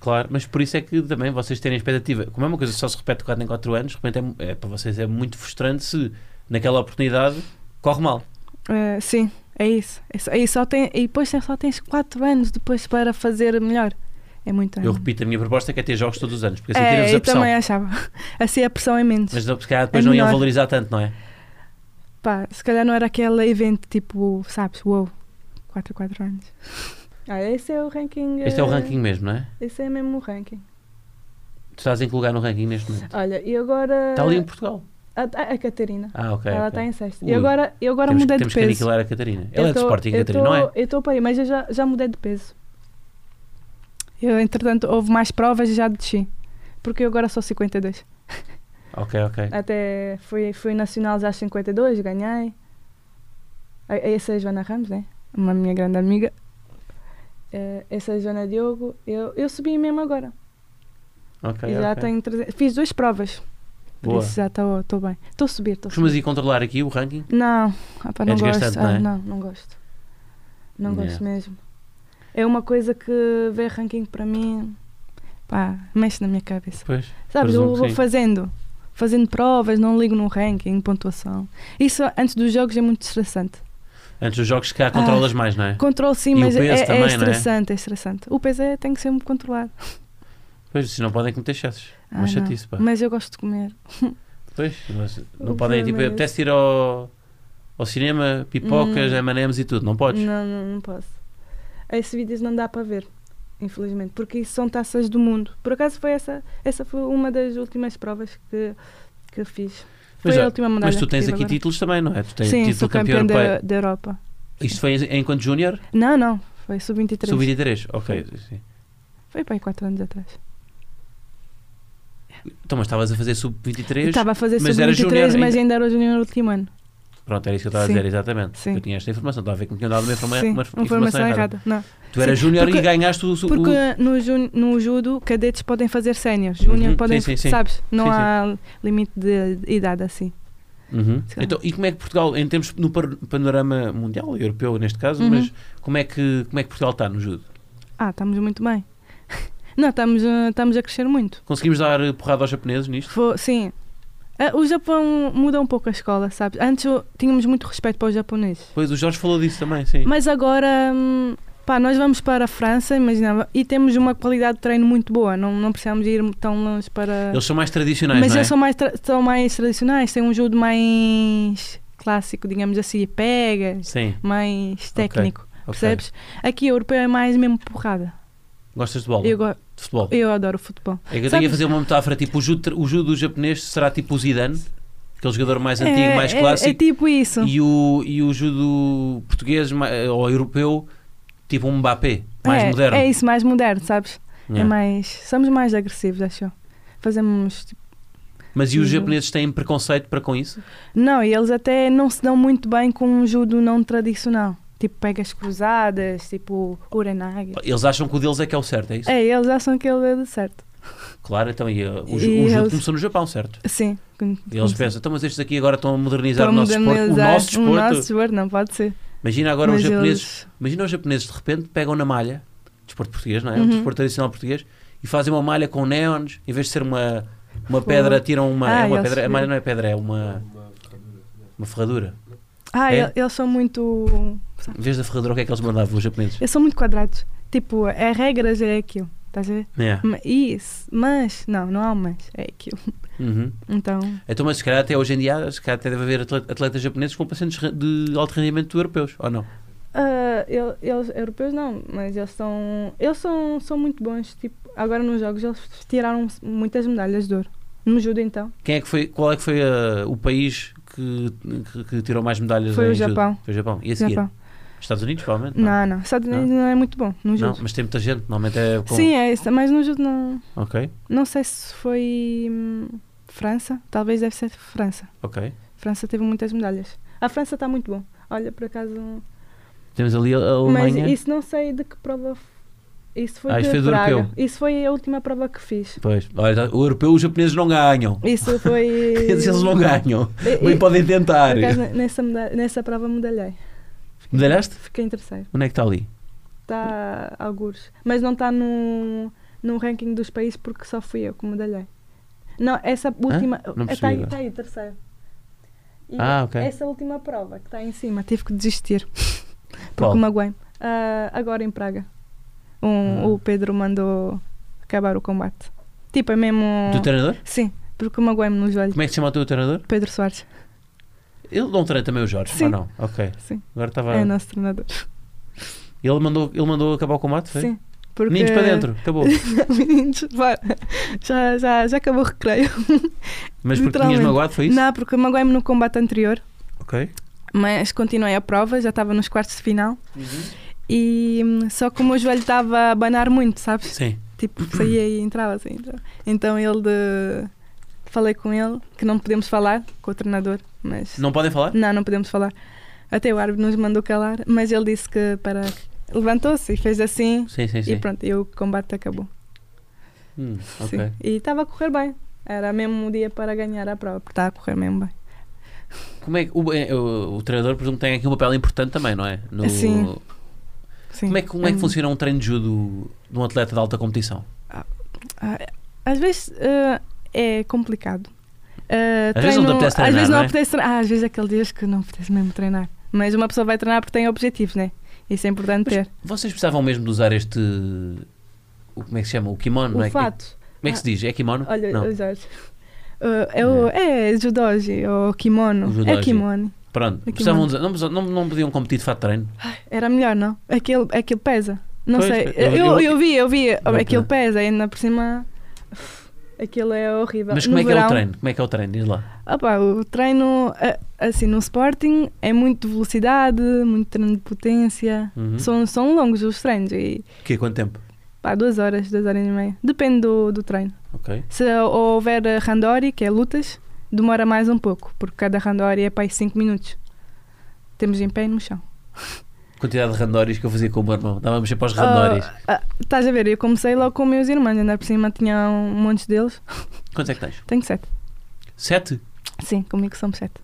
[SPEAKER 1] Claro, mas por isso é que também vocês terem expectativa. Como é uma coisa que só se repete 4 em 4 anos, de repente é mu- é, para vocês é muito frustrante se naquela oportunidade corre mal.
[SPEAKER 2] eh, sim, é isso. É só- e, só tem, e depois só tens 4 anos depois para fazer melhor. É muito
[SPEAKER 1] Eu
[SPEAKER 2] ano.
[SPEAKER 1] repito, a minha proposta é que é ter jogos todos os anos, porque assim
[SPEAKER 2] é,
[SPEAKER 1] tira-vos a
[SPEAKER 2] eu
[SPEAKER 1] pressão.
[SPEAKER 2] também achava. [laughs] Assim a pressão é menos.
[SPEAKER 1] Mas não- se calhar depois
[SPEAKER 2] É
[SPEAKER 1] não iam
[SPEAKER 2] menor.
[SPEAKER 1] valorizar tanto, não é?
[SPEAKER 2] Pá, se calhar não era aquele evento tipo, sabes, uou, 4 em 4 anos. Ah, esse é o ranking.
[SPEAKER 1] Este é o
[SPEAKER 2] eh,
[SPEAKER 1] ranking mesmo, não é?
[SPEAKER 2] Esse é mesmo o ranking.
[SPEAKER 1] Tu estás em que lugar no ranking neste momento?
[SPEAKER 2] Olha, e agora.
[SPEAKER 1] Está Tá ali em Portugal.
[SPEAKER 2] A, a- a Catarina.
[SPEAKER 1] Ah, ok.
[SPEAKER 2] É.
[SPEAKER 1] ok.
[SPEAKER 2] ela está em sexta.
[SPEAKER 1] Ui.
[SPEAKER 2] E agora, eu agora
[SPEAKER 1] temos,
[SPEAKER 2] mudei
[SPEAKER 1] temos
[SPEAKER 2] de
[SPEAKER 1] que
[SPEAKER 2] peso.
[SPEAKER 1] aniquilar a Catarina. Ela
[SPEAKER 2] Eu
[SPEAKER 1] é de
[SPEAKER 2] tô-
[SPEAKER 1] Sporting,
[SPEAKER 2] eu
[SPEAKER 1] Catarina,
[SPEAKER 2] tô-
[SPEAKER 1] não é?
[SPEAKER 2] Eu estou para aí, mas eu já, já mudei de peso. Eu, entretanto, houve mais provas e já desci. Porque eu agora sou 52.
[SPEAKER 1] Ok,
[SPEAKER 2] É,
[SPEAKER 1] ok.
[SPEAKER 2] Até fui, fui nacional já aos 52, ganhei. A- Essa é a Joana Ramos, né? Uma minha grande amiga. Eh, Essa é a Joana Diogo. Eu, eu subi mesmo agora.
[SPEAKER 1] ok,
[SPEAKER 2] e já
[SPEAKER 1] ok.
[SPEAKER 2] tenho. 300 Fiz duas provas. Por
[SPEAKER 1] Boa.
[SPEAKER 2] isso já estou bem. Estou a subir, estou a subir.
[SPEAKER 1] Costumas ir controlar aqui o ranking?
[SPEAKER 2] Não, opa,
[SPEAKER 1] É
[SPEAKER 2] não
[SPEAKER 1] desgastante,
[SPEAKER 2] gosto.
[SPEAKER 1] não é?
[SPEAKER 2] Ah, não, não gosto. Não
[SPEAKER 1] Yeah.
[SPEAKER 2] gosto mesmo. É uma coisa que ver ranking para mim, pá, mexe na minha cabeça.
[SPEAKER 1] Pois.
[SPEAKER 2] Sabes,
[SPEAKER 1] Presumo
[SPEAKER 2] eu
[SPEAKER 1] que
[SPEAKER 2] vou
[SPEAKER 1] sim.
[SPEAKER 2] fazendo, fazendo provas, não ligo no ranking, pontuação. Isso antes dos jogos é muito estressante.
[SPEAKER 1] Antes dos jogos, se
[SPEAKER 2] Ah.
[SPEAKER 1] calhar controlas mais, não é?
[SPEAKER 2] Controlo sim,
[SPEAKER 1] E o
[SPEAKER 2] mas
[SPEAKER 1] peso
[SPEAKER 2] é, é
[SPEAKER 1] também, não é?
[SPEAKER 2] estressante, é estressante. O peso é, tem que ser muito controlado.
[SPEAKER 1] Pois, senão podem cometer excessos. É
[SPEAKER 2] Ah,
[SPEAKER 1] Uma
[SPEAKER 2] não.
[SPEAKER 1] chatice, pá.
[SPEAKER 2] Mas eu gosto de comer.
[SPEAKER 1] Pois, mas não
[SPEAKER 2] O
[SPEAKER 1] podem, tipo,
[SPEAKER 2] problema é
[SPEAKER 1] apetece ir ao, ao cinema, pipocas,
[SPEAKER 2] Hum.
[SPEAKER 1] M&M's e tudo, não podes?
[SPEAKER 2] Não, não, não posso. Esses vídeos não dá para ver, infelizmente, porque isso são taças do mundo. Por acaso foi essa, essa foi uma das últimas provas que, que eu fiz. Foi
[SPEAKER 1] Mas,
[SPEAKER 2] a
[SPEAKER 1] ó,
[SPEAKER 2] última medalha.
[SPEAKER 1] é, Mas tu
[SPEAKER 2] que
[SPEAKER 1] tens
[SPEAKER 2] tive
[SPEAKER 1] aqui
[SPEAKER 2] agora.
[SPEAKER 1] títulos também, não é? Tu tens
[SPEAKER 2] Sim, sou
[SPEAKER 1] título campeão
[SPEAKER 2] campeã
[SPEAKER 1] europeu.
[SPEAKER 2] da, da Europa.
[SPEAKER 1] Isto foi enquanto júnior?
[SPEAKER 2] Não, não, foi sub-23.
[SPEAKER 1] Sub-23, ok. sim.
[SPEAKER 2] Foi para aí 4 anos atrás.
[SPEAKER 1] Então, mas estavas a fazer sub-23?
[SPEAKER 2] Estava a fazer
[SPEAKER 1] mas era júnior
[SPEAKER 2] sub-23, mas
[SPEAKER 1] ainda.
[SPEAKER 2] ainda era o junior último ano.
[SPEAKER 1] Pronto, era isso que eu estava a
[SPEAKER 2] Sim.
[SPEAKER 1] dizer, exatamente.
[SPEAKER 2] Sim.
[SPEAKER 1] Eu tinha esta informação, estava a ver que me tinham dado uma, informa
[SPEAKER 2] Sim,
[SPEAKER 1] uma
[SPEAKER 2] informação,
[SPEAKER 1] informação errada.
[SPEAKER 2] errada. Não.
[SPEAKER 1] Tu eras
[SPEAKER 2] Sim,
[SPEAKER 1] júnior e
[SPEAKER 2] porque-
[SPEAKER 1] ganhaste o... o
[SPEAKER 2] Porque no, ju- no judo, cadetes podem fazer sénior, júnior
[SPEAKER 1] Uhum,
[SPEAKER 2] podem,
[SPEAKER 1] sim, sim, sim.
[SPEAKER 2] sabes? Não
[SPEAKER 1] Sim, sim.
[SPEAKER 2] há limite de idade assim.
[SPEAKER 1] Uhum.
[SPEAKER 2] Sim.
[SPEAKER 1] Então, e como é que Portugal, em termos no par- panorama mundial, europeu neste caso,
[SPEAKER 2] Uhum.
[SPEAKER 1] mas como é, que, como é que Portugal está no judo?
[SPEAKER 2] Ah, estamos muito bem. [laughs] Não, estamos, eh, estamos a crescer muito.
[SPEAKER 1] Conseguimos dar eh, porrada aos japoneses nisto?
[SPEAKER 2] Fo- sim. Ah, O Japão muda um pouco a escola, sabes? Antes oh, tínhamos muito respeito para os japoneses.
[SPEAKER 1] Pois, o Jorge falou disso também, sim.
[SPEAKER 2] Mas agora, hum, pá, nós vamos para a França, imaginava, e temos uma qualidade de treino muito boa. Não, não precisamos ir tão longe para...
[SPEAKER 1] Eles são mais tradicionais,
[SPEAKER 2] Mas
[SPEAKER 1] não é?
[SPEAKER 2] eles são mais, tra- são mais tradicionais, têm um judo mais clássico, digamos assim, pegas,
[SPEAKER 1] Sim,
[SPEAKER 2] mais técnico,
[SPEAKER 1] ok.
[SPEAKER 2] percebes? Aqui, europeu é mais mesmo porrada.
[SPEAKER 1] Gostas de bola?
[SPEAKER 2] Eu, go-
[SPEAKER 1] De futebol?
[SPEAKER 2] eu adoro futebol.
[SPEAKER 1] É que eu tenho
[SPEAKER 2] Sabes-
[SPEAKER 1] a fazer uma metáfora, tipo, o judo, o judo japonês será tipo o Zidane, aquele jogador mais antigo,
[SPEAKER 2] é,
[SPEAKER 1] mais
[SPEAKER 2] é-
[SPEAKER 1] clássico,
[SPEAKER 2] É, tipo isso.
[SPEAKER 1] e, o, e o judo português ma- ou europeu, eh, tipo um Mbappé. Mais
[SPEAKER 2] é,
[SPEAKER 1] moderno.
[SPEAKER 2] É isso, mais moderno, sabes? É
[SPEAKER 1] Yeah.
[SPEAKER 2] mais. Somos mais agressivos, acho eu. Fazemos. Tipo,
[SPEAKER 1] Mas e os
[SPEAKER 2] Uhum.
[SPEAKER 1] japoneses têm preconceito para com isso?
[SPEAKER 2] não, e eles até não se dão muito bem com um judo não tradicional. Tipo, pegas cruzadas, tipo, urenaga.
[SPEAKER 1] Eles acham que o deles é que é o certo, é isso?
[SPEAKER 2] É, eles acham que ele é do certo.
[SPEAKER 1] Claro, então e, uh, o, ju-
[SPEAKER 2] E
[SPEAKER 1] o jogo
[SPEAKER 2] eles-
[SPEAKER 1] começou no Japão, certo?
[SPEAKER 2] Sim. com-
[SPEAKER 1] E eles
[SPEAKER 2] com-
[SPEAKER 1] pensam, então, mas estes aqui agora estão a modernizar
[SPEAKER 2] Para
[SPEAKER 1] o nosso desporto. O
[SPEAKER 2] modernizar
[SPEAKER 1] nosso desporto.
[SPEAKER 2] O nosso desporto, não pode ser.
[SPEAKER 1] Imagina agora
[SPEAKER 2] Mas
[SPEAKER 1] os japoneses,
[SPEAKER 2] eles-
[SPEAKER 1] imagina os japoneses de repente pegam na malha, desporto português, não é? O
[SPEAKER 2] Uhum.
[SPEAKER 1] desporto tradicional português, e fazem uma malha com neons, em vez de ser uma, uma
[SPEAKER 2] Fogo.
[SPEAKER 1] pedra, tiram uma,
[SPEAKER 2] Ah,
[SPEAKER 1] é uma
[SPEAKER 2] eles
[SPEAKER 1] pedra, a
[SPEAKER 2] viram.
[SPEAKER 1] malha não é pedra, é uma,
[SPEAKER 3] Uma ferradura. né?
[SPEAKER 1] uma ferradura.
[SPEAKER 2] Ah,
[SPEAKER 1] É?
[SPEAKER 2] ele- eles são muito.
[SPEAKER 1] Em vez da ferradura, o que é que eles mandavam os japoneses?
[SPEAKER 2] Eles são muito quadrados. Tipo, é regras, é aquilo. Estás a ver?
[SPEAKER 1] É.
[SPEAKER 2] Ma- Isso, mas. Não, não há um mas. É aquilo.
[SPEAKER 1] Uhum.
[SPEAKER 2] Então.
[SPEAKER 1] Então, mas se calhar até hoje em dia, se calhar até deve haver atle- atletas japoneses com pacientes re- de alto rendimento europeus, ou não?
[SPEAKER 2] ah, ele- eles, europeus não, mas eles são. Eles são, são muito bons. Tipo, agora nos jogos eles tiraram muitas medalhas de ouro. No judo, então.
[SPEAKER 1] Quem é que foi, qual é que foi ah, o país que, que- que tirou mais medalhas
[SPEAKER 2] Foi
[SPEAKER 1] em
[SPEAKER 2] o
[SPEAKER 1] judo?
[SPEAKER 2] Japão.
[SPEAKER 1] Foi o Japão. E a seguir?
[SPEAKER 2] Japão.
[SPEAKER 1] Estados Unidos, provavelmente?
[SPEAKER 2] Não, não. Estados
[SPEAKER 1] Não?
[SPEAKER 2] Unidos não é muito bom no
[SPEAKER 1] Não,
[SPEAKER 2] judo.
[SPEAKER 1] mas tem muita gente, normalmente é com...
[SPEAKER 2] Sim, é isso, mas no judo não.
[SPEAKER 1] Ok,
[SPEAKER 2] Não sei se foi. hum, França? Talvez deve ser França.
[SPEAKER 1] ok.
[SPEAKER 2] França teve muitas medalhas. A França está muito bom. Olha, por acaso.
[SPEAKER 1] Temos ali a a
[SPEAKER 2] Mas
[SPEAKER 1] Alemanha.
[SPEAKER 2] isso não sei de que prova. f- Isso foi
[SPEAKER 1] Ah, isso
[SPEAKER 2] de
[SPEAKER 1] foi do
[SPEAKER 2] Praga.
[SPEAKER 1] europeu.
[SPEAKER 2] Isso foi a última prova que fiz.
[SPEAKER 1] Pois, olha, tá- o europeu, os japoneses não
[SPEAKER 2] [laughs]
[SPEAKER 1] ganham.
[SPEAKER 2] Isso
[SPEAKER 1] [laughs]
[SPEAKER 2] foi.
[SPEAKER 1] Eles eles não ganham.
[SPEAKER 2] E- e-
[SPEAKER 1] Bem, podem
[SPEAKER 2] por
[SPEAKER 1] tentar.
[SPEAKER 2] acaso, nessa, meda- nessa prova medalhei.
[SPEAKER 1] Medalhaste?
[SPEAKER 2] Fiquei em terceiro.
[SPEAKER 1] Onde é que está ali?
[SPEAKER 2] Está algures. Mas não está no, no ranking dos países porque só fui eu que medalhei. Não, essa última.
[SPEAKER 1] Não percebi
[SPEAKER 2] Está aí,
[SPEAKER 1] agora.
[SPEAKER 2] tá aí, terceiro. E
[SPEAKER 1] Ah, ok.
[SPEAKER 2] Essa última prova que está em cima, tive que
[SPEAKER 1] [laughs]
[SPEAKER 2] desistir.
[SPEAKER 1] Qual?
[SPEAKER 2] Porque magoei Agora em Praga. Um-
[SPEAKER 1] Ah.
[SPEAKER 2] O Pedro mandou acabar o combate. Tipo, é mesmo.
[SPEAKER 1] Do treinador?
[SPEAKER 2] Sim, porque magoei-me no joelho.
[SPEAKER 1] Como é que se chama o teu treinador?
[SPEAKER 2] Pedro Soares,
[SPEAKER 1] Ele não treina também o Jorge,
[SPEAKER 2] Sim.
[SPEAKER 1] ou não? Ok.
[SPEAKER 2] sim.
[SPEAKER 1] Agora estava.
[SPEAKER 2] É o nosso treinador.
[SPEAKER 1] Ele mandou, ele mandou acabar o combate, foi?
[SPEAKER 2] Sim. Porque...
[SPEAKER 1] Meninos para dentro, acabou.
[SPEAKER 2] [laughs] Meninos, vá. já, já, já acabou o recreio.
[SPEAKER 1] Mas porque tinhas
[SPEAKER 2] Literalmente.
[SPEAKER 1] magoado, foi isso?
[SPEAKER 2] Não, porque magoei-me no combate anterior,
[SPEAKER 1] Ok.
[SPEAKER 2] mas continuei a prova, já estava nos quartos de final.
[SPEAKER 1] Uhum.
[SPEAKER 2] E hum, só que o meu joelho estava a banar muito, sabes?
[SPEAKER 1] Sim.
[SPEAKER 2] Tipo, saía e entrava assim. Então, então ele de... falei com ele que não podemos falar com o treinador, mas
[SPEAKER 1] Não podem falar?
[SPEAKER 2] não, não podemos falar. Até o árbitro nos mandou calar, mas ele disse que para levantou-se e fez assim
[SPEAKER 1] Sim, sim,
[SPEAKER 2] e
[SPEAKER 1] sim.
[SPEAKER 2] pronto, e o combate acabou.
[SPEAKER 1] Hum,
[SPEAKER 2] Sim.
[SPEAKER 1] ok.
[SPEAKER 2] E estava a correr bem. Era mesmo o dia para ganhar a prova, porque estava a correr mesmo bem.
[SPEAKER 1] Como é que o, é, o, o treinador, presumo, que tem aqui um papel importante também, não é? No-
[SPEAKER 2] Sim. Sim.
[SPEAKER 1] Como é, que, como é que
[SPEAKER 2] Hum.
[SPEAKER 1] funciona um treino de judo de um atleta de alta competição?
[SPEAKER 2] Ah, Às vezes ah, é complicado. Ah,
[SPEAKER 1] Às vezes não te apetece treinar,
[SPEAKER 2] às vezes não
[SPEAKER 1] não é?
[SPEAKER 2] apetece treinar. Ah, às vezes aquele dias que não apetece mesmo treinar. Mas uma pessoa vai treinar porque tem objetivos, né? Isso é importante
[SPEAKER 1] Mas
[SPEAKER 2] ter.
[SPEAKER 1] Vocês precisavam mesmo de usar este. O, como é que se chama? O kimono,
[SPEAKER 2] O
[SPEAKER 1] não é?
[SPEAKER 2] fato. Ah.
[SPEAKER 1] Como é que se diz? É kimono?
[SPEAKER 2] Olha,
[SPEAKER 1] não.
[SPEAKER 2] Jorge. Ah, é, o, é judoji ou kimono.
[SPEAKER 1] O judoji.
[SPEAKER 2] É kimono.
[SPEAKER 1] Pronto.
[SPEAKER 2] o
[SPEAKER 1] Precisavam
[SPEAKER 2] kimono.
[SPEAKER 1] de- não, precisava- não, não podiam competir de fato de treino.
[SPEAKER 2] Era melhor, não? É Aquilo, aquilo pesa. Não
[SPEAKER 1] Pois,
[SPEAKER 2] sei.
[SPEAKER 1] eu-
[SPEAKER 2] Eu,
[SPEAKER 1] eu-
[SPEAKER 2] eu, vi, eu vi.
[SPEAKER 1] Não,
[SPEAKER 2] aquilo
[SPEAKER 1] não.
[SPEAKER 2] pesa, ainda por cima. [sighs] Aquilo é horrível.
[SPEAKER 1] Mas como
[SPEAKER 2] No
[SPEAKER 1] é que é
[SPEAKER 2] verão-
[SPEAKER 1] o treino? Como é que é o treino? Diz lá.
[SPEAKER 2] Opa, o treino, a- assim, no Sporting é muito de velocidade, muito treino de potência.
[SPEAKER 1] Uhum.
[SPEAKER 2] São, são longos os treinos, e
[SPEAKER 1] Que, é quanto tempo?
[SPEAKER 2] pá, duas horas, duas horas e meia. Depende do, do treino.
[SPEAKER 1] Ok.
[SPEAKER 2] Se houver eh, randori, que é lutas, demora mais um pouco, porque cada randori é para 5 minutos. Temos em pé e no chão.
[SPEAKER 1] Quantidade de randoris que eu fazia com o meu irmão. Dávamos sempre aos randoris.
[SPEAKER 2] Ah, ah, estás a ver, eu comecei logo com meus irmãos, ainda por cima tinha um monte deles.
[SPEAKER 1] Quantos é que tens?
[SPEAKER 2] Tenho sete.
[SPEAKER 1] Sete?
[SPEAKER 2] Sim, comigo são sete.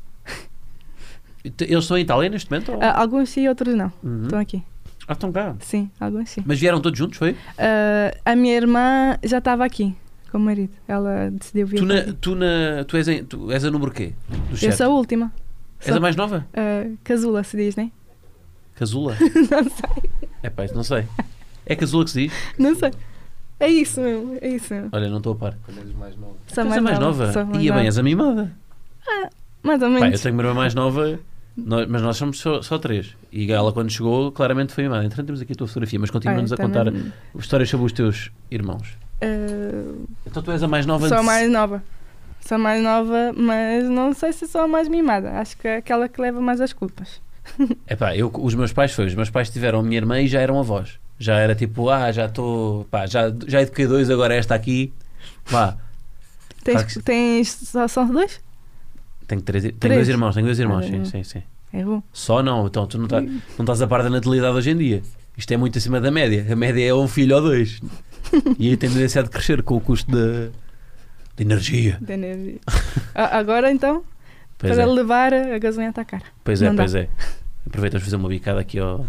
[SPEAKER 1] Te- Eles estão em Itália neste momento? ou-
[SPEAKER 2] Ah, alguns sim, outros não.
[SPEAKER 1] Uhum.
[SPEAKER 2] Estão aqui.
[SPEAKER 1] Ah, estão cá.
[SPEAKER 2] Sim, alguns sim.
[SPEAKER 1] Mas vieram todos juntos, foi?
[SPEAKER 2] Ah, a minha irmã já estava aqui com o marido. Ela decidiu vir.
[SPEAKER 1] Tu,
[SPEAKER 2] para
[SPEAKER 1] na,
[SPEAKER 2] aqui.
[SPEAKER 1] tu, na, tu, és em, tu és a número quê? Dos
[SPEAKER 2] Eu
[SPEAKER 1] sete?
[SPEAKER 2] sou a última.
[SPEAKER 1] És
[SPEAKER 2] sou-
[SPEAKER 1] a mais nova?
[SPEAKER 2] Ah, casula se diz, né? [laughs]
[SPEAKER 1] Casula?
[SPEAKER 2] não sei.
[SPEAKER 1] é pá, isso não sei. É casula que se diz?
[SPEAKER 2] Não sei. É isso mesmo. É isso mesmo.
[SPEAKER 1] Olha, não estou a par.
[SPEAKER 3] Quando és mais novo.
[SPEAKER 2] Sou
[SPEAKER 1] Tu és a é mais nova?
[SPEAKER 2] sou mais
[SPEAKER 1] Ia bem,
[SPEAKER 2] nova.
[SPEAKER 1] és a mimada.
[SPEAKER 2] Mais ou
[SPEAKER 1] Pá, eu
[SPEAKER 2] menos.
[SPEAKER 1] tenho uma irmã mais nova, nós- mas nós somos só, só três. E ela, quando chegou, claramente foi mimada. Entretanto, temos aqui a tua fotografia, mas continua-nos
[SPEAKER 2] Ah,
[SPEAKER 1] a
[SPEAKER 2] também-
[SPEAKER 1] contar histórias sobre os teus irmãos.
[SPEAKER 2] Ah,
[SPEAKER 1] Então tu és a mais nova
[SPEAKER 2] sou a
[SPEAKER 1] de...
[SPEAKER 2] mais nova. Sou a mais nova, mas não sei se sou a mais mimada. Acho que é aquela que leva mais as culpas.
[SPEAKER 1] Epá, eu, os meus pais foi, os meus pais tiveram a minha irmã e já eram avós. Já era tipo, ah, já estou, pá, já, já eduquei dois, agora esta aqui, vá,
[SPEAKER 2] Tens,
[SPEAKER 1] Claro que-
[SPEAKER 2] tens só, só dois?
[SPEAKER 1] tenho, três, tenho
[SPEAKER 2] Três.
[SPEAKER 1] dois irmãos, tenho dois irmãos,
[SPEAKER 2] Ah,
[SPEAKER 1] sim,
[SPEAKER 2] não.
[SPEAKER 1] sim, sim.
[SPEAKER 2] É bom.
[SPEAKER 1] Só não, então tu não, tá- não estás a par da natalidade hoje em dia. Isto é muito acima da média. A média é um filho ou dois. E aí tem tendência a crescer com o custo da de energia. [laughs]
[SPEAKER 2] da energia. A- Agora então,
[SPEAKER 1] Pois
[SPEAKER 2] para
[SPEAKER 1] é,
[SPEAKER 2] levar a a gasolina à cara.
[SPEAKER 1] pois é,
[SPEAKER 2] não dá.
[SPEAKER 1] pois é. Aproveitas fazer uma bicada aqui ao.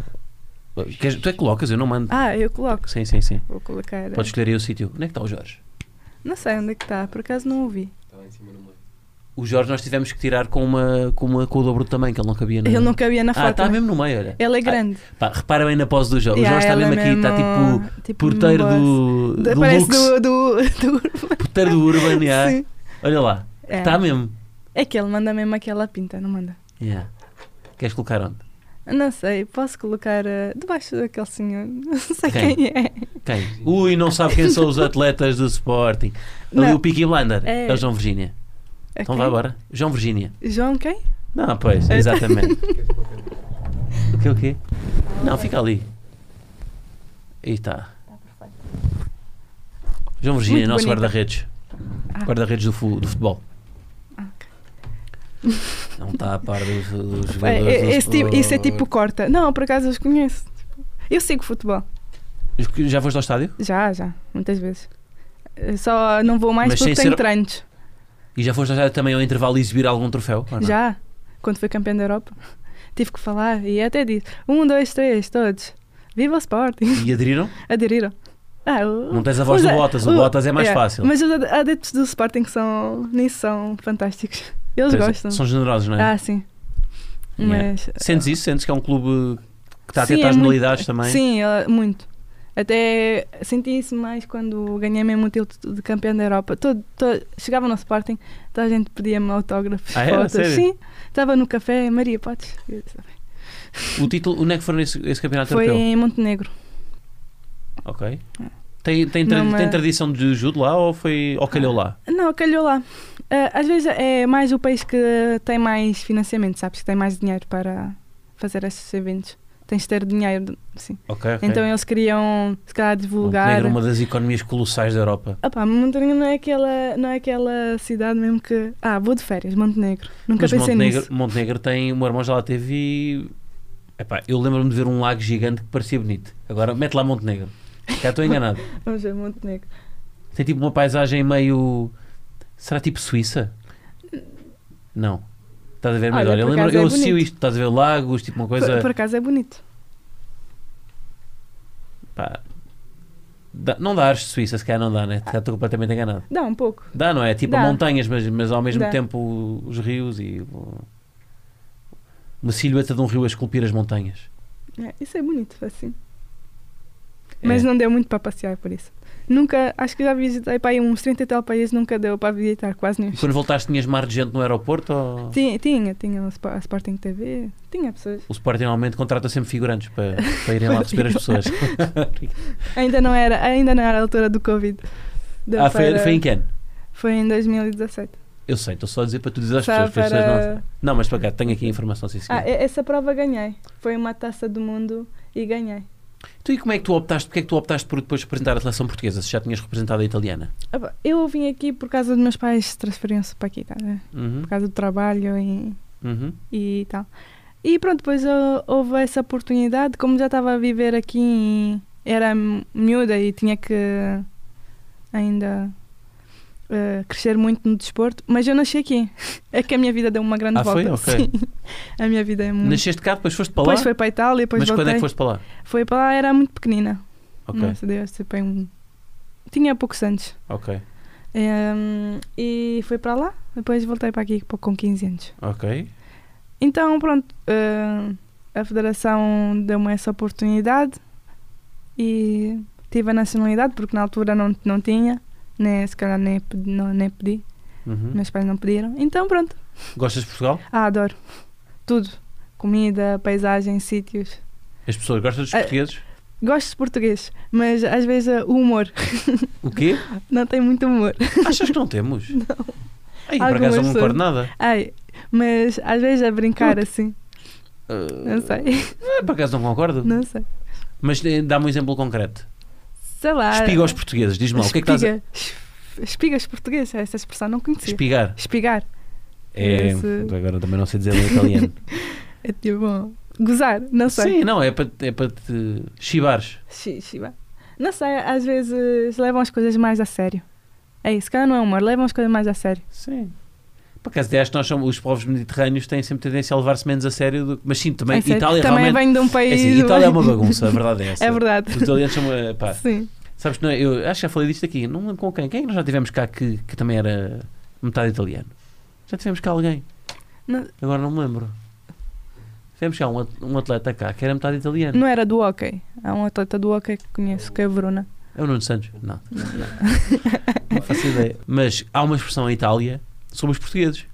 [SPEAKER 1] Queres- tu é que colocas, eu não mando.
[SPEAKER 2] Ah, eu coloco.
[SPEAKER 1] Sim, sim, sim.
[SPEAKER 2] Vou colocar. eh,
[SPEAKER 1] Podes escolher aí o sítio. Onde é que está o Jorge?
[SPEAKER 2] Não sei onde é que está, por acaso não ouvi.
[SPEAKER 3] Está tá lá em cima no meio.
[SPEAKER 1] O Jorge nós tivemos que tirar com, uma, com, uma, com o dobro do tamanho, que ele não cabia na.
[SPEAKER 2] Ele não cabia na
[SPEAKER 1] Ah,
[SPEAKER 2] foto.
[SPEAKER 1] está
[SPEAKER 2] né?
[SPEAKER 1] mesmo no meio, olha.
[SPEAKER 2] Ele é
[SPEAKER 1] Ah,
[SPEAKER 2] grande.
[SPEAKER 1] pá, repara bem na pose do Jorge. O
[SPEAKER 2] Yeah,
[SPEAKER 1] Jorge está
[SPEAKER 2] ela
[SPEAKER 1] mesmo
[SPEAKER 2] é
[SPEAKER 1] aqui, está
[SPEAKER 2] mesmo,
[SPEAKER 1] tipo.
[SPEAKER 2] tipo
[SPEAKER 1] Porteiro
[SPEAKER 2] boss.
[SPEAKER 1] do. do
[SPEAKER 2] Parece
[SPEAKER 1] Lux.
[SPEAKER 2] do, [laughs] do, do-
[SPEAKER 1] Porteiro do
[SPEAKER 2] [laughs]
[SPEAKER 1] Urban, yeah.
[SPEAKER 2] Sim.
[SPEAKER 1] Olha lá,
[SPEAKER 2] É.
[SPEAKER 1] está mesmo.
[SPEAKER 2] É que ele manda mesmo aquela pinta, não manda?
[SPEAKER 1] Yeah. Queres colocar onde?
[SPEAKER 2] Não sei, posso colocar eh, debaixo daquele senhor, [laughs] não sei
[SPEAKER 1] Quem?
[SPEAKER 2] quem, é.
[SPEAKER 1] Quem? Ui, não sabe quem são os atletas do Sporting. Ali
[SPEAKER 2] Não.
[SPEAKER 1] o Peaky Blinder. É.
[SPEAKER 2] É.
[SPEAKER 1] o João Virgínia. Então
[SPEAKER 2] Ok.
[SPEAKER 1] vai agora. João Virgínia.
[SPEAKER 2] João quem?
[SPEAKER 1] Não, pois,
[SPEAKER 2] É. [laughs]
[SPEAKER 1] exatamente. o quê, o quê? Não, fica ali. Aí está. João Virgínia,
[SPEAKER 2] Muito
[SPEAKER 1] nosso
[SPEAKER 2] bonita.
[SPEAKER 1] guarda-redes.
[SPEAKER 2] Ah.
[SPEAKER 1] Guarda-redes do, fu- do futebol.
[SPEAKER 2] Ah, ok.
[SPEAKER 1] Não está a par dos, dos jogadores.
[SPEAKER 2] É, é-
[SPEAKER 1] do
[SPEAKER 2] esse tipo- isso é tipo
[SPEAKER 1] Sport.
[SPEAKER 2] corta. Não, por acaso eu os conheço. Eu sigo futebol. tipo
[SPEAKER 1] Já foste ao estádio?
[SPEAKER 2] Já, já, muitas vezes. Eh, Só não vou mais
[SPEAKER 1] Mas
[SPEAKER 2] porque
[SPEAKER 1] sem
[SPEAKER 2] tenho
[SPEAKER 1] ser-
[SPEAKER 2] treinos.
[SPEAKER 1] E já foste ao estádio também ao intervalo exibir algum troféu? ou Ah, não?
[SPEAKER 2] Já, quando fui campeã da Europa, [laughs] tive que falar e até disse: um, dois, três, todos. Viva o Sporting! [laughs]
[SPEAKER 1] E aderiram?
[SPEAKER 2] Aderiram. Ah, o-
[SPEAKER 1] Não tens a voz
[SPEAKER 2] os
[SPEAKER 1] do
[SPEAKER 2] a-
[SPEAKER 1] Bottas, o Bottas é mais fácil.
[SPEAKER 2] Mas os ad- adeptos do Sporting são, nisso são fantásticos. Eles
[SPEAKER 1] Pois é,
[SPEAKER 2] gostam.
[SPEAKER 1] São generosos, não é?
[SPEAKER 2] Ah, sim.
[SPEAKER 1] Yeah.
[SPEAKER 2] Mas,
[SPEAKER 1] Sentes isso? Sentes que é um clube que está a
[SPEAKER 2] Sim,
[SPEAKER 1] tentar
[SPEAKER 2] é
[SPEAKER 1] as
[SPEAKER 2] muito-
[SPEAKER 1] modalidades também?
[SPEAKER 2] Sim, eh, muito. Até senti isso mais quando ganhei mesmo o título de campeão da Europa. Todo, todo- chegava no Sporting, toda a gente pedia-me autógrafos,
[SPEAKER 1] Ah, era?
[SPEAKER 2] fotos.
[SPEAKER 1] Sério? Ah,
[SPEAKER 2] Sim, estava no café, Maria, podes? Eu disse,
[SPEAKER 1] O título, onde é que foi esse, esse campeonato
[SPEAKER 2] Foi
[SPEAKER 1] europeu?
[SPEAKER 2] em Montenegro.
[SPEAKER 1] Ok. Tem, tem, tra-
[SPEAKER 2] Numa-
[SPEAKER 1] tem tradição de judo lá ou foi ou calhou lá?
[SPEAKER 2] Não, calhou lá. Ah, às vezes é mais o país que tem mais financiamento, sabes? Que tem mais dinheiro para fazer esses eventos. Tens de ter dinheiro, sim.
[SPEAKER 1] Ok, ok.
[SPEAKER 2] Então eles queriam, se calhar, divulgar.
[SPEAKER 1] Montenegro, uma das economias colossais da Europa.
[SPEAKER 2] Opa, Montenegro não é, aquela, não é aquela cidade mesmo que. Ah, vou de férias, Montenegro. Nunca
[SPEAKER 1] Mas
[SPEAKER 2] pensei
[SPEAKER 1] Montenegro,
[SPEAKER 2] nisso.
[SPEAKER 1] Montenegro tem, o meu irmão já lá teve e. Epá, eu lembro-me de ver um lago gigante que parecia bonito. Agora mete lá Montenegro. Já estou enganado.
[SPEAKER 2] Vamos ver, Montenegro.
[SPEAKER 1] Tem tipo uma paisagem meio. Será tipo Suíça? Não. Estás a ver? Mas
[SPEAKER 2] Olha,
[SPEAKER 1] olha, eu,
[SPEAKER 2] por
[SPEAKER 1] lembro,
[SPEAKER 2] acaso
[SPEAKER 1] eu
[SPEAKER 2] é
[SPEAKER 1] associo
[SPEAKER 2] bonito.
[SPEAKER 1] isto. Estás a ver lagos, tipo uma coisa.
[SPEAKER 2] Por, por acaso é bonito.
[SPEAKER 1] pá, dá- não dá ares de Suíça, se calhar não dá, né? Já estou completamente enganado.
[SPEAKER 2] Dá um pouco.
[SPEAKER 1] Dá, não é? Tipo
[SPEAKER 2] Ah. Dá.
[SPEAKER 1] montanhas, mas, mas ao mesmo
[SPEAKER 2] Dá.
[SPEAKER 1] tempo os rios e. o- Uma silhueta de um rio a esculpir as montanhas.
[SPEAKER 2] É, isso é bonito, assim.
[SPEAKER 1] É.
[SPEAKER 2] Mas não deu muito para passear por isso. Nunca, acho que já visitei para aí uns 30 e tal países, nunca deu para visitar quase nenhum.
[SPEAKER 1] E
[SPEAKER 2] [laughs]
[SPEAKER 1] quando voltaste, tinhas mar de gente no aeroporto? Ou...
[SPEAKER 2] Tinha, tinha, tinha o Spo- a Sporting TV, tinha pessoas.
[SPEAKER 1] O Sporting normalmente contrata sempre figurantes para, para
[SPEAKER 2] [laughs]
[SPEAKER 1] irem lá receber as pessoas.
[SPEAKER 2] Ainda não era, ainda não era a altura do Covid.
[SPEAKER 1] [laughs]
[SPEAKER 2] Deu
[SPEAKER 1] ah, foi,
[SPEAKER 2] para-
[SPEAKER 1] foi em Ken.
[SPEAKER 2] foi em 2017.
[SPEAKER 1] Eu sei, estou só a dizer para tu dizer às
[SPEAKER 2] Só
[SPEAKER 1] pessoas, para... as pessoas
[SPEAKER 2] para-
[SPEAKER 1] não. Não, mas para cá, tenho aqui a informação sim, senhor.
[SPEAKER 2] Ah, e- essa prova ganhei. Foi uma taça do mundo e ganhei.
[SPEAKER 1] Tu e como é que tu optaste? Porque é que tu optaste por depois representar a seleção portuguesa, se já tinhas representado a italiana?
[SPEAKER 2] Ah, pá, Eu vim aqui por causa dos meus pais transferiam-se para aqui, tá? a ver?
[SPEAKER 1] Uhum,
[SPEAKER 2] por causa do trabalho e,
[SPEAKER 1] uhum.
[SPEAKER 2] e tal. E pronto, depois eu- houve essa oportunidade, como já estava a viver aqui, em- era mi- miúda e tinha que ainda eh, crescer muito no desporto, mas eu nasci aqui. [laughs] É que a minha vida deu uma grande
[SPEAKER 1] Ah,
[SPEAKER 2] volta.
[SPEAKER 1] foi? Ok.
[SPEAKER 2] Sim. A minha vida é muito.
[SPEAKER 1] Nasceste cá, depois foste para lá?
[SPEAKER 2] Depois foi para a Itália, depois
[SPEAKER 1] mas
[SPEAKER 2] voltei.
[SPEAKER 1] quando é que foste para lá?
[SPEAKER 2] Foi para lá, era muito pequenina.
[SPEAKER 1] Ok,
[SPEAKER 2] Nossa, Deus, tipo, em um- Tinha poucos anos.
[SPEAKER 1] ok,
[SPEAKER 2] Ehm, e fui para lá, depois voltei para aqui pô, com 15 anos.
[SPEAKER 1] ok.
[SPEAKER 2] Então, pronto, ehm, a Federação deu-me essa oportunidade e tive a nacionalidade, porque na altura não, não tinha, nem, se calhar nem, pedi- não, nem pedi,
[SPEAKER 1] Uhum.
[SPEAKER 2] meus pais não pediram. Então, pronto,
[SPEAKER 1] Gostas de Portugal?
[SPEAKER 2] ah, adoro [laughs] tudo: comida, paisagem, sítios.
[SPEAKER 1] As pessoas gostam dos
[SPEAKER 2] Ah.
[SPEAKER 1] portugueses?
[SPEAKER 2] Gosto de português, mas às vezes eh, o humor, [laughs]
[SPEAKER 1] O quê?
[SPEAKER 2] não tem muito humor. [laughs]
[SPEAKER 1] Achas que não temos? Não. Aí, por
[SPEAKER 2] Algumas
[SPEAKER 1] acaso não me
[SPEAKER 2] pessoas.
[SPEAKER 1] concordo nada.
[SPEAKER 2] Ai, mas às vezes a brincar assim,
[SPEAKER 1] Ah,
[SPEAKER 2] não sei, [laughs]
[SPEAKER 1] Por acaso não concordo?
[SPEAKER 2] não sei.
[SPEAKER 1] Mas eh, dá-me um exemplo concreto.
[SPEAKER 2] Sei lá.
[SPEAKER 1] Espiga aos portugueses, diz-me lá, o que é que estás a...
[SPEAKER 2] Ah, espiga. Es- Espigas portuguesas, essa expressão não conhecia.
[SPEAKER 1] Espigar.
[SPEAKER 2] Espigar.
[SPEAKER 1] É,
[SPEAKER 2] Esse-
[SPEAKER 1] agora também não sei dizer em italiano.
[SPEAKER 2] É tipo, bom, gozar, [laughs] não sei.
[SPEAKER 1] Sim, não, é para é para te chibares.
[SPEAKER 2] Xi- xi, vá. Não sei, às vezes levam as coisas mais a sério. É isso, cara, não é humor, levam as coisas mais a sério.
[SPEAKER 1] Sim. Por acaso, acho que nós somos, os povos mediterrâneos têm sempre tendência a levar-se menos a sério do que. Mas sim, também
[SPEAKER 2] É sério.
[SPEAKER 1] Itália
[SPEAKER 2] Também
[SPEAKER 1] realmente.
[SPEAKER 2] vem de um país.
[SPEAKER 1] É assim, Itália é uma bagunça, a verdade é essa.
[SPEAKER 2] [laughs] É verdade.
[SPEAKER 1] Os italianos são. eh, Pá,
[SPEAKER 2] Sim.
[SPEAKER 1] sabes, que não, é, eu acho que já falei disto aqui, não me lembro com quem. Quem é que nós já tivemos cá que, que também era metade italiano? Já tivemos cá alguém?
[SPEAKER 2] Não-
[SPEAKER 1] Agora não me lembro. Tivemos cá um, at- um atleta cá que era metade italiano.
[SPEAKER 2] Não era do hockey. Há um atleta do hockey que conheço, que é a Verona.
[SPEAKER 1] É o Nuno Santos? Não. Não faço ideia. Mas há uma expressão em Itália sobre os portugueses.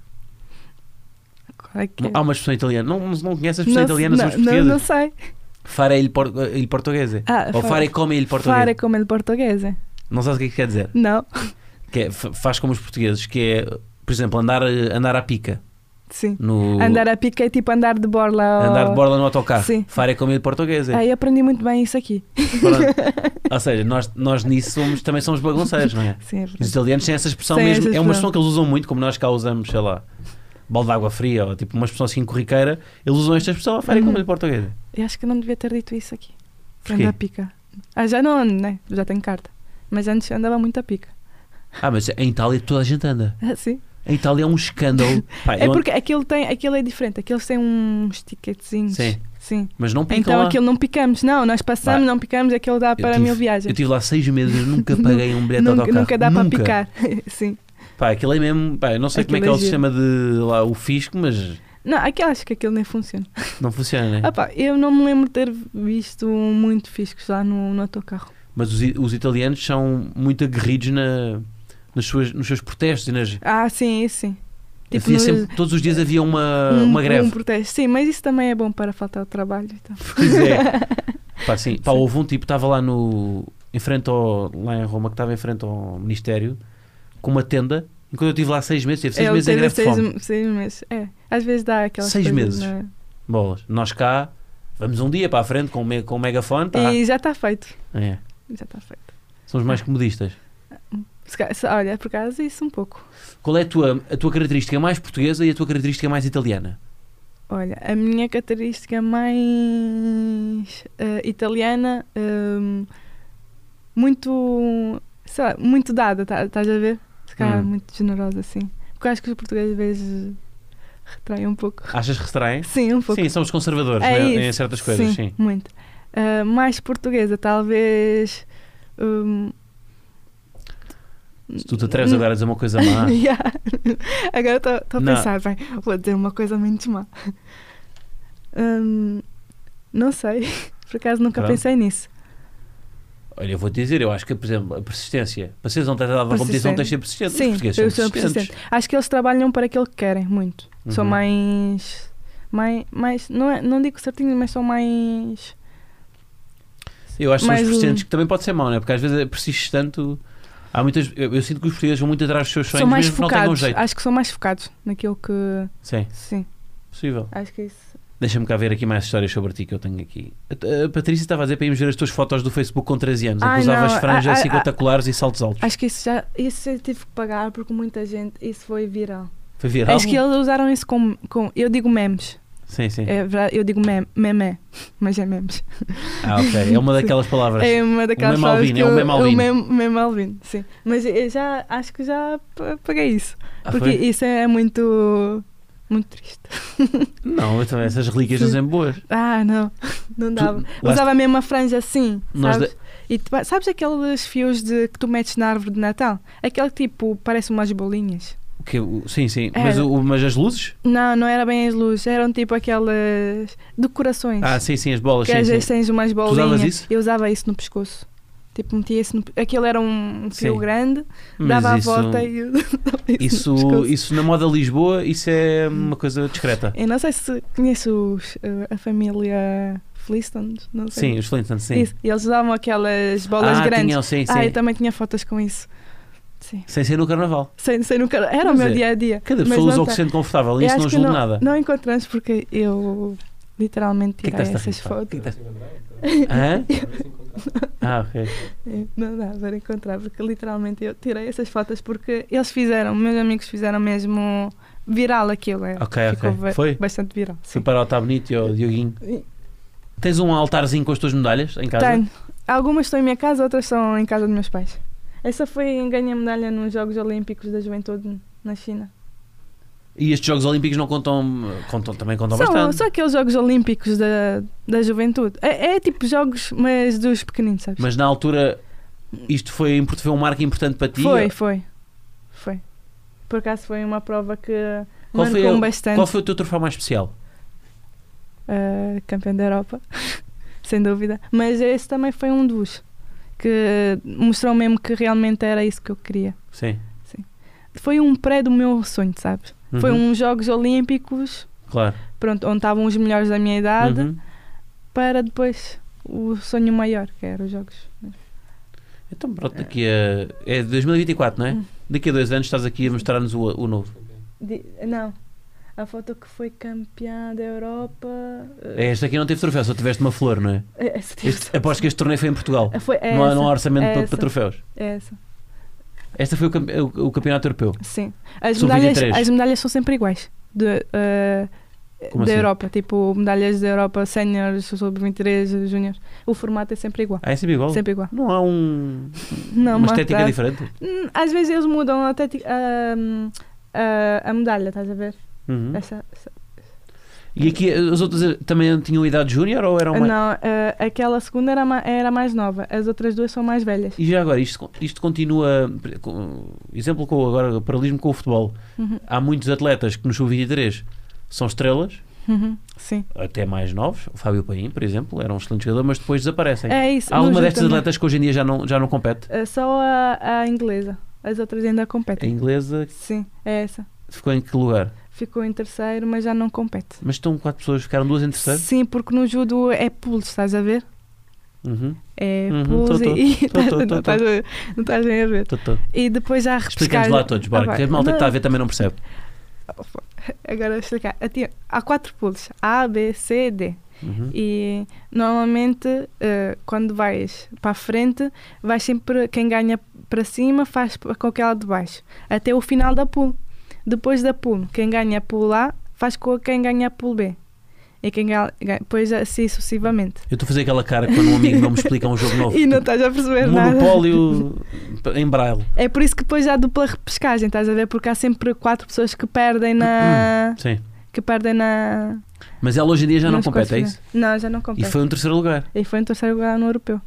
[SPEAKER 2] Qual é que é?
[SPEAKER 1] Há uma expressão italiana. Não, não conheces a expressão italiana
[SPEAKER 2] não,
[SPEAKER 1] sobre os portugueses?
[SPEAKER 2] não, não sei.
[SPEAKER 1] Fare il, por, eh, il portoghese.
[SPEAKER 2] Ah,
[SPEAKER 1] Ou
[SPEAKER 2] fa-
[SPEAKER 1] fare come il portoghese.
[SPEAKER 2] Fare como ele portuguese.
[SPEAKER 1] Não sabes o que é que quer dizer.
[SPEAKER 2] Não.
[SPEAKER 1] Que é, fa- faz como os portugueses, que é, por exemplo, andar, eh, andar à pica.
[SPEAKER 2] Sim.
[SPEAKER 1] No,
[SPEAKER 2] Andar a pica é tipo andar de borla. ao-
[SPEAKER 1] andar de borla no autocarro.
[SPEAKER 2] Sim.
[SPEAKER 1] Fare come il portoghese.
[SPEAKER 2] Ah, eu aprendi muito bem isso aqui. [laughs]
[SPEAKER 1] Pronto. Ou seja, nós, nós nisso somos, também somos bagunceiros, não é?
[SPEAKER 2] Sim, é
[SPEAKER 1] Os
[SPEAKER 2] verdade.
[SPEAKER 1] italianos têm essa expressão
[SPEAKER 2] Têm
[SPEAKER 1] mesmo.
[SPEAKER 2] essa
[SPEAKER 1] É uma
[SPEAKER 2] expressão.
[SPEAKER 1] expressão que eles usam muito, como nós cá usamos, sei lá, balde de água fria ou tipo uma expressão assim corriqueira. Eles usam esta expressão, farem como
[SPEAKER 2] Uhum.
[SPEAKER 1] em português.
[SPEAKER 2] Eu acho que não devia ter dito isso aqui.
[SPEAKER 1] Porquê?
[SPEAKER 2] Andar a pica. Ah, já não ando, né? Já tenho carta. Mas antes andava muito a pica. [laughs]
[SPEAKER 1] Ah, mas em Itália toda a gente anda.
[SPEAKER 2] Ah, sim.
[SPEAKER 1] Em Itália é um
[SPEAKER 2] [laughs]
[SPEAKER 1] escândalo. Pá,
[SPEAKER 2] É
[SPEAKER 1] eu-
[SPEAKER 2] porque aquilo, tem, aquilo é diferente. Aquilo tem uns ticketzinhos.
[SPEAKER 1] Sim.
[SPEAKER 2] Sim.
[SPEAKER 1] Mas não picam
[SPEAKER 2] Então
[SPEAKER 1] lá.
[SPEAKER 2] aquilo não picamos. Não, nós passamos,
[SPEAKER 1] Vai.
[SPEAKER 2] não picamos. Aquilo dá para
[SPEAKER 1] Eu
[SPEAKER 2] a
[SPEAKER 1] tive-
[SPEAKER 2] minha viagem.
[SPEAKER 1] Eu estive lá seis meses, nunca paguei um bilhete de
[SPEAKER 2] nunca,
[SPEAKER 1] autocarro.
[SPEAKER 2] nunca dá para picar. [laughs] sim.
[SPEAKER 1] Pá, aquilo é mesmo. Pá, eu não sei como é que é
[SPEAKER 2] Aquilo
[SPEAKER 1] o
[SPEAKER 2] é giro.
[SPEAKER 1] sistema de lá, o fisco, mas
[SPEAKER 2] Não, aquilo acho que aquilo nem funciona.
[SPEAKER 1] não funciona, né?
[SPEAKER 2] Ah pá, eu não me lembro de ter visto muito fiscos lá no, no autocarro.
[SPEAKER 1] Mas os, i- os italianos são muito aguerridos na, nas suas, nos seus protestos e nas.
[SPEAKER 2] Ah, sim, isso sim. Tipo,
[SPEAKER 1] Havia
[SPEAKER 2] nos-
[SPEAKER 1] sempre- todos os dias havia uma,
[SPEAKER 2] um-
[SPEAKER 1] Ah, uma greve.
[SPEAKER 2] Um protesto. Sim, mas isso também é bom para faltar ao trabalho. Então.
[SPEAKER 1] Pois
[SPEAKER 2] [laughs]
[SPEAKER 1] é. Pá, sim. Pá, houve um tipo que estava lá no. Em frente ao, lá em Roma, que estava em frente ao Ministério, com uma tenda. Enquanto eu estive lá seis meses, teve seis
[SPEAKER 2] Eu
[SPEAKER 1] meses em
[SPEAKER 2] teve
[SPEAKER 1] greve de
[SPEAKER 2] É seis,
[SPEAKER 1] fome.
[SPEAKER 2] seis meses. É, às vezes dá aquelas
[SPEAKER 1] Seis
[SPEAKER 2] coisas,
[SPEAKER 1] meses.
[SPEAKER 2] né?
[SPEAKER 1] Bolas. Nós cá, vamos um dia para a frente com, o me, com o megafone, tá?
[SPEAKER 2] E já está feito.
[SPEAKER 1] É.
[SPEAKER 2] Já está feito.
[SPEAKER 1] Somos mais comodistas.
[SPEAKER 2] Se ca- se- Olha, por acaso, isso um pouco.
[SPEAKER 1] Qual é a tua, a tua característica mais portuguesa e a tua característica mais italiana?
[SPEAKER 2] Olha, a minha característica mais eh, italiana, hum, muito, sei lá, muito dada, tá- estás a ver? Se calhar
[SPEAKER 1] Hum.
[SPEAKER 2] muito generosa, assim. Porque acho que os portugueses às vezes retraem um pouco.
[SPEAKER 1] Achas que retraem?
[SPEAKER 2] Sim, um pouco.
[SPEAKER 1] Sim, somos conservadores
[SPEAKER 2] É
[SPEAKER 1] né,
[SPEAKER 2] isso.
[SPEAKER 1] em certas coisas, sim.
[SPEAKER 2] muito. Eh, mais portuguesa, talvez... hum,
[SPEAKER 1] Se tu te atreves agora a dizer uma
[SPEAKER 2] [laughs]
[SPEAKER 1] coisa má,
[SPEAKER 2] Yeah. Agora estou a
[SPEAKER 1] Não.
[SPEAKER 2] pensar, bem, vou dizer uma coisa menos má. Hum, não sei, [laughs] por acaso nunca
[SPEAKER 1] Pronto.
[SPEAKER 2] pensei nisso.
[SPEAKER 1] olha, eu vou te dizer, eu acho que, por exemplo, a persistência. Vocês não têm dado a competição,
[SPEAKER 2] Persistente.
[SPEAKER 1] tens de ser persistente. Os
[SPEAKER 2] Sim,
[SPEAKER 1] portugueses
[SPEAKER 2] eu
[SPEAKER 1] são
[SPEAKER 2] sou
[SPEAKER 1] persistentes.
[SPEAKER 2] persistente. Acho que eles trabalham para aquilo que querem, muito. São
[SPEAKER 1] Uhum.
[SPEAKER 2] mais. mais, mais não, é- não digo certinho, mas são mais.
[SPEAKER 1] Eu acho que são
[SPEAKER 2] Mas
[SPEAKER 1] os
[SPEAKER 2] o-
[SPEAKER 1] persistentes que também pode ser mau, né? Porque às vezes persistes tanto. Há muitas, eu, eu sinto que os portugueses vão muito atrás dos seus sonhos,
[SPEAKER 2] são mais
[SPEAKER 1] mesmo que não tenham
[SPEAKER 2] focados.
[SPEAKER 1] jeito.
[SPEAKER 2] Acho que são mais focados naquilo que.
[SPEAKER 1] Sim,
[SPEAKER 2] Sim,
[SPEAKER 1] possível.
[SPEAKER 2] acho que é isso.
[SPEAKER 1] Deixa-me cá ver aqui mais histórias sobre ti que eu tenho aqui. A, a Patrícia estava a dizer para irmos ver as tuas fotos do Facebook com 13 anos, em
[SPEAKER 2] Ai,
[SPEAKER 1] que usavas
[SPEAKER 2] não,
[SPEAKER 1] franjas,
[SPEAKER 2] a- a-
[SPEAKER 1] 50 colares e saltos altos.
[SPEAKER 2] Acho que isso já. Isso eu tive que pagar porque muita gente. Isso foi viral.
[SPEAKER 1] Foi viral?
[SPEAKER 2] Acho que eles usaram isso como. como eu digo memes.
[SPEAKER 1] Sim, sim.
[SPEAKER 2] É verdade, eu digo meme, meme, mas é memes.
[SPEAKER 1] Ah, ok. É uma daquelas palavras.
[SPEAKER 2] É uma daquelas
[SPEAKER 1] meme
[SPEAKER 2] palavras
[SPEAKER 1] Alvin,
[SPEAKER 2] que
[SPEAKER 1] é um
[SPEAKER 2] eu-
[SPEAKER 1] meme Alvin.
[SPEAKER 2] o meme, meme Alvin, sim. Mas eu já acho que já p- paguei isso.
[SPEAKER 1] Ah,
[SPEAKER 2] porque
[SPEAKER 1] foi?
[SPEAKER 2] isso é muito muito triste.
[SPEAKER 1] Não, eu também, essas relíquias não são boas.
[SPEAKER 2] Ah, não, [laughs] não dava.
[SPEAKER 1] lá
[SPEAKER 2] Usava mesmo a franja assim,
[SPEAKER 1] Nós
[SPEAKER 2] sabes? E tu- sabes aqueles fios de que tu metes na árvore de Natal? Aquele que, tipo parece umas bolinhas.
[SPEAKER 1] O quê? O- sim, sim.
[SPEAKER 2] É.
[SPEAKER 1] Mas, o- o- mas as luzes?
[SPEAKER 2] Não, não era bem as luzes, eram tipo aquelas decorações.
[SPEAKER 1] Ah, sim, sim, as bolas.
[SPEAKER 2] Que
[SPEAKER 1] sim,
[SPEAKER 2] às
[SPEAKER 1] sim.
[SPEAKER 2] vezes tens umas bolinhas.
[SPEAKER 1] usavas isso?
[SPEAKER 2] Eu usava isso no pescoço. Tipo, metia isso no... Aquilo era um fio
[SPEAKER 1] Sim.
[SPEAKER 2] grande,
[SPEAKER 1] Mas
[SPEAKER 2] dava
[SPEAKER 1] isso,
[SPEAKER 2] a volta e... [laughs] dava [laughs] isso, no
[SPEAKER 1] Isso,
[SPEAKER 2] pescoço.
[SPEAKER 1] isso na moda Lisboa, isso é uma coisa discreta.
[SPEAKER 2] Eu não sei se conheço os, eh, a família Flintstones, não sei.
[SPEAKER 1] Sim, os Flintstones, sim.
[SPEAKER 2] Isso. E eles usavam aquelas bolas
[SPEAKER 1] ah,
[SPEAKER 2] grandes.
[SPEAKER 1] tinham, sim, sim.
[SPEAKER 2] Ah, eu também tinha fotos com isso. Sim.
[SPEAKER 1] Sem ser no carnaval.
[SPEAKER 2] Sem, sem nunca... Era o
[SPEAKER 1] Mas
[SPEAKER 2] meu
[SPEAKER 1] é,
[SPEAKER 2] dia-a-dia.
[SPEAKER 1] Cada
[SPEAKER 2] Mas
[SPEAKER 1] pessoa usa
[SPEAKER 2] não
[SPEAKER 1] o que se
[SPEAKER 2] tá.
[SPEAKER 1] sente confortável e
[SPEAKER 2] Eu
[SPEAKER 1] isso
[SPEAKER 2] acho
[SPEAKER 1] não
[SPEAKER 2] que
[SPEAKER 1] julgo nada.
[SPEAKER 2] Não encontramos porque eu literalmente
[SPEAKER 1] que é que
[SPEAKER 2] tirei
[SPEAKER 1] estás a
[SPEAKER 2] essas
[SPEAKER 1] rifar?
[SPEAKER 2] fotos.
[SPEAKER 3] tá
[SPEAKER 1] Que é que estás- Hã?
[SPEAKER 3] Talvez encontrado.
[SPEAKER 1] Ah,
[SPEAKER 2] [laughs]
[SPEAKER 1] ok.
[SPEAKER 2] É, Não dá para encontrar, porque literalmente eu tirei essas fotos porque eles fizeram, meus amigos fizeram mesmo viral aquilo. é.
[SPEAKER 1] Ok,
[SPEAKER 2] Ficou
[SPEAKER 1] ok.
[SPEAKER 2] ba-
[SPEAKER 1] Foi?
[SPEAKER 2] bastante viral.
[SPEAKER 1] Fui
[SPEAKER 2] Sim.
[SPEAKER 1] para o Tá Bonito e ao Dioguinho. Tens um altarzinho com as tuas medalhas em casa?
[SPEAKER 2] Tenho. Algumas estão em minha casa, outras são em casa dos meus pais. Essa foi em ganhar medalha nos Jogos Olímpicos da Juventude na China.
[SPEAKER 1] E estes Jogos Olímpicos não contam. contam também contam
[SPEAKER 2] São,
[SPEAKER 1] bastante.
[SPEAKER 2] são aqueles Jogos Olímpicos da, da Juventude. É, é tipo jogos, mas dos pequeninos, sabes?
[SPEAKER 1] Mas na altura, isto foi, import- foi um marco importante para ti?
[SPEAKER 2] Foi, foi. Foi. Por acaso foi uma prova que
[SPEAKER 1] Qual foi,
[SPEAKER 2] marcou
[SPEAKER 1] a-
[SPEAKER 2] bastante.
[SPEAKER 1] qual foi o teu troféu mais especial?
[SPEAKER 2] uh, campeão da Europa, [laughs] sem dúvida. Mas esse também foi um dos que mostrou mesmo que realmente era isso que eu queria.
[SPEAKER 1] Sim.
[SPEAKER 2] Foi um pré do meu sonho, sabes? Foi um
[SPEAKER 1] Uhum.
[SPEAKER 2] uns Jogos Olímpicos,
[SPEAKER 1] Claro.
[SPEAKER 2] pronto, onde estavam os melhores da minha idade,
[SPEAKER 1] Uhum.
[SPEAKER 2] para depois o sonho maior, que era os Jogos.
[SPEAKER 1] Então, pronto, daqui a. É 2024, não
[SPEAKER 2] Hum.
[SPEAKER 1] é? Daqui a dois anos estás aqui a mostrar-nos o, o novo.
[SPEAKER 2] De- não. A foto que foi campeã da Europa. eh,
[SPEAKER 1] É, Este aqui não teve troféu, só tiveste uma flor,
[SPEAKER 2] [laughs]
[SPEAKER 1] não é?
[SPEAKER 2] essa tipo-
[SPEAKER 1] Este, aposto que este torneio foi em Portugal.
[SPEAKER 2] Foi
[SPEAKER 1] não, há,
[SPEAKER 2] essa,
[SPEAKER 1] não há orçamento
[SPEAKER 2] é
[SPEAKER 1] para-
[SPEAKER 2] essa.
[SPEAKER 1] para troféus.
[SPEAKER 2] é essa.
[SPEAKER 1] Esta foi o, campe- o- o campeonato europeu.
[SPEAKER 2] Sim. As
[SPEAKER 1] Sub-23.
[SPEAKER 2] medalhas, as medalhas são sempre iguais. De, eh,
[SPEAKER 1] Como
[SPEAKER 2] da
[SPEAKER 1] assim?
[SPEAKER 2] Europa, tipo, medalhas da Europa, séniores, sub-23, júniores. O formato é sempre igual.
[SPEAKER 1] Ah, é sempre igual?
[SPEAKER 2] Sempre igual.
[SPEAKER 1] Não há um,
[SPEAKER 2] Não,
[SPEAKER 1] uma
[SPEAKER 2] mas
[SPEAKER 1] estética
[SPEAKER 2] tá-
[SPEAKER 1] diferente?
[SPEAKER 2] Hum, Às vezes eles mudam a, teti- a, hum, a- a medalha, estás a ver?
[SPEAKER 1] Uhum.
[SPEAKER 2] Essa- essa-
[SPEAKER 1] E aqui as outras também tinham idade júnior ou eram mais...
[SPEAKER 2] Não, eh, aquela segunda era, ma- era mais nova, as outras duas são mais velhas.
[SPEAKER 1] E já agora, isto, isto continua. com- Exemplo com agora o paralelismo com o futebol.
[SPEAKER 2] Uhum,
[SPEAKER 1] Há muitos atletas que no sub-23 são estrelas,
[SPEAKER 2] uhum, sim.
[SPEAKER 1] até mais novos. O Fábio Paim, por exemplo, era um excelente jogador, mas depois desaparecem.
[SPEAKER 2] É isso.
[SPEAKER 1] Há
[SPEAKER 2] no
[SPEAKER 1] alguma
[SPEAKER 2] judo
[SPEAKER 1] destas
[SPEAKER 2] também.
[SPEAKER 1] atletas que hoje em dia já não, já não compete?
[SPEAKER 2] Eh, só a, a inglesa, as outras ainda
[SPEAKER 1] A
[SPEAKER 2] competem.
[SPEAKER 1] inglesa
[SPEAKER 2] Sim, é essa.
[SPEAKER 1] ficou em que lugar?
[SPEAKER 2] Ficou em terceiro, mas já não compete.
[SPEAKER 1] Mas estão quatro pessoas, ficaram duas em terceiro?
[SPEAKER 2] Sim, porque no judo é pulso, estás a ver?
[SPEAKER 1] Uhum.
[SPEAKER 2] É
[SPEAKER 1] Uhum, tô,
[SPEAKER 2] pulso
[SPEAKER 1] tô.
[SPEAKER 2] [laughs] e tá,
[SPEAKER 1] Tô, tô, tô,
[SPEAKER 2] não estás a- não estás bem a ver.
[SPEAKER 1] Tô, tô.
[SPEAKER 2] E depois há a repescar.
[SPEAKER 1] Explicamos lá a todos, bora,
[SPEAKER 2] Ah,
[SPEAKER 1] que a
[SPEAKER 2] vai.
[SPEAKER 1] malta que está a
[SPEAKER 2] Não,
[SPEAKER 1] ver também não percebe.
[SPEAKER 2] Agora vou explicar. Tinha- Há quatro pulsos: A, B, C, D.
[SPEAKER 1] Uhum.
[SPEAKER 2] E normalmente, eh, quando vais para a frente, vais sempre. Quem ganha para cima faz p- com aquela de baixo, até o final da pool. Depois da pool, quem ganha pool A faz com quem ganha pool B. E quem ganha, ganha- depois assim sucessivamente.
[SPEAKER 1] Eu estou a fazer aquela cara quando um amigo não me explica um jogo novo.
[SPEAKER 2] [laughs] E não estás a perceber nada.
[SPEAKER 1] Monopólio em braille.
[SPEAKER 2] É por isso que depois há dupla repescagem, estás a ver? Porque há sempre quatro pessoas que perdem na.
[SPEAKER 1] Sim.
[SPEAKER 2] que perdem na.
[SPEAKER 1] Mas ela hoje em dia Hum. já não
[SPEAKER 2] nas
[SPEAKER 1] compete, é
[SPEAKER 2] quartas
[SPEAKER 1] isso?
[SPEAKER 2] de final. Não, já não compete.
[SPEAKER 1] E foi um terceiro lugar.
[SPEAKER 2] E foi em terceiro lugar no europeu.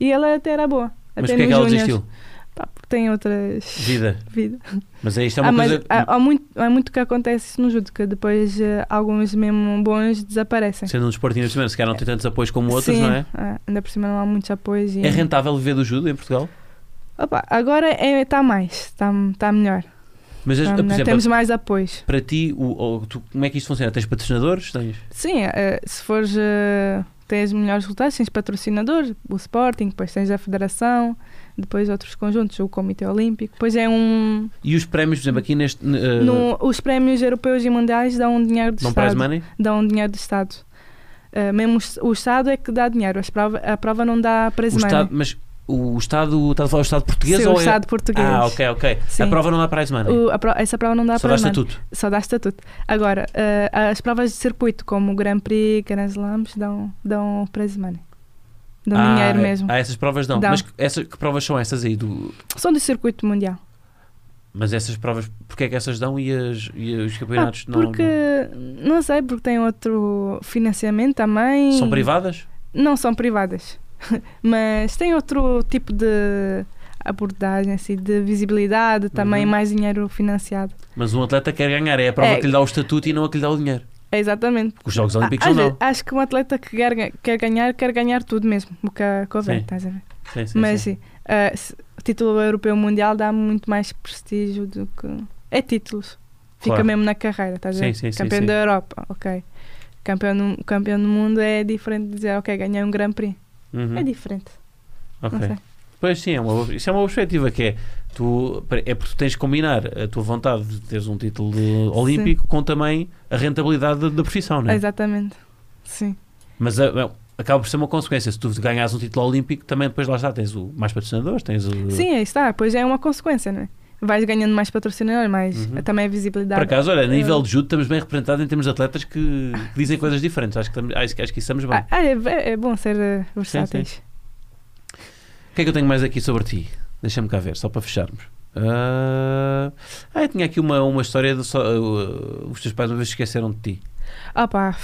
[SPEAKER 2] E ela até era boa.
[SPEAKER 1] Mas
[SPEAKER 2] até
[SPEAKER 1] porquê é
[SPEAKER 2] nos
[SPEAKER 1] que ela
[SPEAKER 2] júniores.
[SPEAKER 1] desistiu?
[SPEAKER 2] Pá, porque tem outras
[SPEAKER 1] Vida.
[SPEAKER 2] vidas.
[SPEAKER 1] Mas é isto é uma
[SPEAKER 2] Ah, mas
[SPEAKER 1] coisa.
[SPEAKER 2] há, há muito, há muito que acontece isso no judo, que depois eh, alguns mesmo bons desaparecem.
[SPEAKER 1] Sendo um desporto de investimento, se calhar não tem tantos apoios como outros,
[SPEAKER 2] É. Sim,
[SPEAKER 1] não é?
[SPEAKER 2] ah, ainda por cima não há muitos apoios. E...
[SPEAKER 1] É rentável viver do judo em Portugal?
[SPEAKER 2] Opa, agora está mais, está tá melhor.
[SPEAKER 1] Mas,
[SPEAKER 2] Tá
[SPEAKER 1] por
[SPEAKER 2] melhor.
[SPEAKER 1] exemplo,
[SPEAKER 2] Temos mais apoios.
[SPEAKER 1] para ti, o, ou tu- como é que isto funciona? Tens patrocinadores? Tens?
[SPEAKER 2] Sim, eh, se fores. eh, tens melhores resultados, tens patrocinadores, o Sporting, depois tens a Federação, depois outros conjuntos, o Comitê Olímpico. Depois é um.
[SPEAKER 1] E os prémios, por exemplo, aqui neste. n- eh,
[SPEAKER 2] no- os prémios europeus e mundiais dão um dinheiro do
[SPEAKER 1] não prize
[SPEAKER 2] Estado.
[SPEAKER 1] money?
[SPEAKER 2] Dão um dinheiro do Estado. Eh, mesmo o, s- o Estado é que dá dinheiro, as prova- a prova não dá
[SPEAKER 1] O
[SPEAKER 2] prize
[SPEAKER 1] Estado,
[SPEAKER 2] money.
[SPEAKER 1] mas o Estado. Estás a falar do Estado português
[SPEAKER 2] Sim,
[SPEAKER 1] ou
[SPEAKER 2] o
[SPEAKER 1] é-
[SPEAKER 2] Estado português.
[SPEAKER 1] Ah, ok, ok.
[SPEAKER 2] Sim.
[SPEAKER 1] A prova não dá prize money.
[SPEAKER 2] O- a pro- essa prova não dá
[SPEAKER 1] Só dá
[SPEAKER 2] prize money.
[SPEAKER 1] estatuto.
[SPEAKER 2] Só dá estatuto. Agora, eh, as provas de circuito, como o Grand Prix, Grand Slams, dão, dão prize money. Dão
[SPEAKER 1] Ah,
[SPEAKER 2] dinheiro
[SPEAKER 1] é-
[SPEAKER 2] mesmo.
[SPEAKER 1] Ah, essas provas não.
[SPEAKER 2] Dá.
[SPEAKER 1] Mas que- essas, que provas são essas aí? Do,
[SPEAKER 2] São do circuito mundial.
[SPEAKER 1] mas essas provas, porque é que essas dão e, as- e os campeonatos
[SPEAKER 2] Ah,
[SPEAKER 1] não-
[SPEAKER 2] porque
[SPEAKER 1] não.
[SPEAKER 2] não... sei, porque tem outro financiamento também.
[SPEAKER 1] São privadas?
[SPEAKER 2] Não são privadas, [laughs] mas tem outro tipo de abordagem, assim, de visibilidade, também
[SPEAKER 1] Uhum.
[SPEAKER 2] mais dinheiro financiado.
[SPEAKER 1] Mas um atleta quer ganhar, é a prova
[SPEAKER 2] É.
[SPEAKER 1] que lhe dá o estatuto e não a que lhe dá o dinheiro.
[SPEAKER 2] É exatamente.
[SPEAKER 1] Porque os Jogos Olímpicos não
[SPEAKER 2] Ah, às
[SPEAKER 1] dão.
[SPEAKER 2] vezes, acho que um atleta que quer, ga- quer ganhar, quer ganhar tudo mesmo, o que convém,
[SPEAKER 1] Sim.
[SPEAKER 2] estás a ver?
[SPEAKER 1] Sim, sim,
[SPEAKER 2] mas
[SPEAKER 1] sim.
[SPEAKER 2] sim, ah, se- o título europeu mundial dá muito mais prestígio do que. É títulos. Fica
[SPEAKER 1] Claro.
[SPEAKER 2] mesmo na carreira, estás a
[SPEAKER 1] Sim,
[SPEAKER 2] ver?
[SPEAKER 1] sim, sim,
[SPEAKER 2] campeão
[SPEAKER 1] sim.
[SPEAKER 2] da Europa, ok. Campeão, no- campeão do mundo é diferente de dizer, ok, ganhei um Grand Prix.
[SPEAKER 1] Uhum.
[SPEAKER 2] É diferente.
[SPEAKER 1] Ok.
[SPEAKER 2] Não sei.
[SPEAKER 1] Pois sim, é uma boa- isso é uma boa perspectiva que é, tu, é porque tu tens que combinar a tua vontade de teres um título de- olímpico com também a rentabilidade da, da profissão, não é?
[SPEAKER 2] Exatamente. Sim.
[SPEAKER 1] Mas a- acaba por ser uma consequência. Se tu ganhas um título olímpico, também depois lá está, tens o mais patrocinadores, tens o.
[SPEAKER 2] Sim, aí está. Pois é uma consequência, não é? Vais ganhando mais patrocinadores, mas
[SPEAKER 1] Uhum.
[SPEAKER 2] também a visibilidade.
[SPEAKER 1] Por acaso, olha, a
[SPEAKER 2] Eu-
[SPEAKER 1] nível de judo estamos bem representados em termos de atletas que, que dizem coisas diferentes. Acho que, estamos- acho, que- acho que estamos bem.
[SPEAKER 2] Ah, ah, é, é- é bom ser eh, versáteis.
[SPEAKER 1] O que é que eu tenho mais aqui sobre ti? Deixa-me cá ver, só para fecharmos. Ah, ah, eu tinha aqui uma, uma história de só, ah, os teus pais uma vez se esqueceram de ti.
[SPEAKER 2] Ah pá,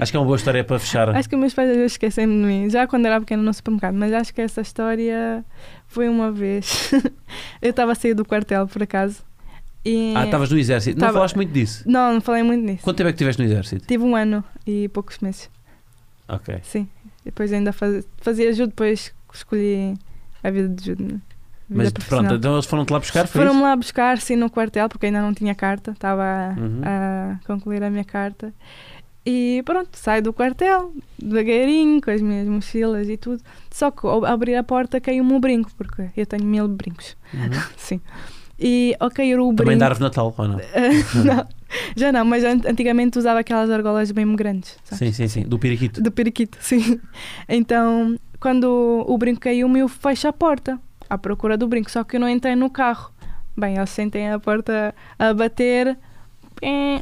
[SPEAKER 1] Acho que é uma boa história para fechar.
[SPEAKER 2] acho que os meus pais às vezes esquecem-me de mim. Já quando era pequena no supermercado, mas acho que essa história foi uma vez. [laughs] eu estava a sair do quartel, por acaso. E...
[SPEAKER 1] Ah, estavas no exército. Não
[SPEAKER 2] é. Tava-
[SPEAKER 1] falaste muito disso.
[SPEAKER 2] Não, não falei muito nisso.
[SPEAKER 1] Quanto tempo é que estiveste no exército?
[SPEAKER 2] Tive um ano e poucos meses,
[SPEAKER 1] Ok.
[SPEAKER 2] sim. Depois ainda faz... fazia ajuda, depois escolhi a vida de judo. né? Vida
[SPEAKER 1] Mas
[SPEAKER 2] profissional.
[SPEAKER 1] pronto, então eles foram-te lá buscar, foi
[SPEAKER 2] Foram-me
[SPEAKER 1] isso?
[SPEAKER 2] lá buscar, sim, no quartel, porque ainda não tinha carta, estava a-
[SPEAKER 1] Uhum.
[SPEAKER 2] a concluir a minha carta. E pronto, saio do quartel, devagarinho, com as minhas mochilas e tudo. Só que ao abrir a porta caiu-me um brinco, porque eu tenho mil brincos, [laughs]
[SPEAKER 1] Uhum.
[SPEAKER 2] sim. E ao cair o
[SPEAKER 1] Também
[SPEAKER 2] brinco.
[SPEAKER 1] da árvore de Natal, ou não?
[SPEAKER 2] [laughs] não, já não, mas an- antigamente usava aquelas argolas bem grandes, sabe?
[SPEAKER 1] Sim, sim, sim. Do periquito.
[SPEAKER 2] Do periquito, sim. Então, quando o brinco caiu-me, eu fecho a porta à procura do brinco, só que eu não entrei no carro. Bem, eles sentem a porta a bater, eh,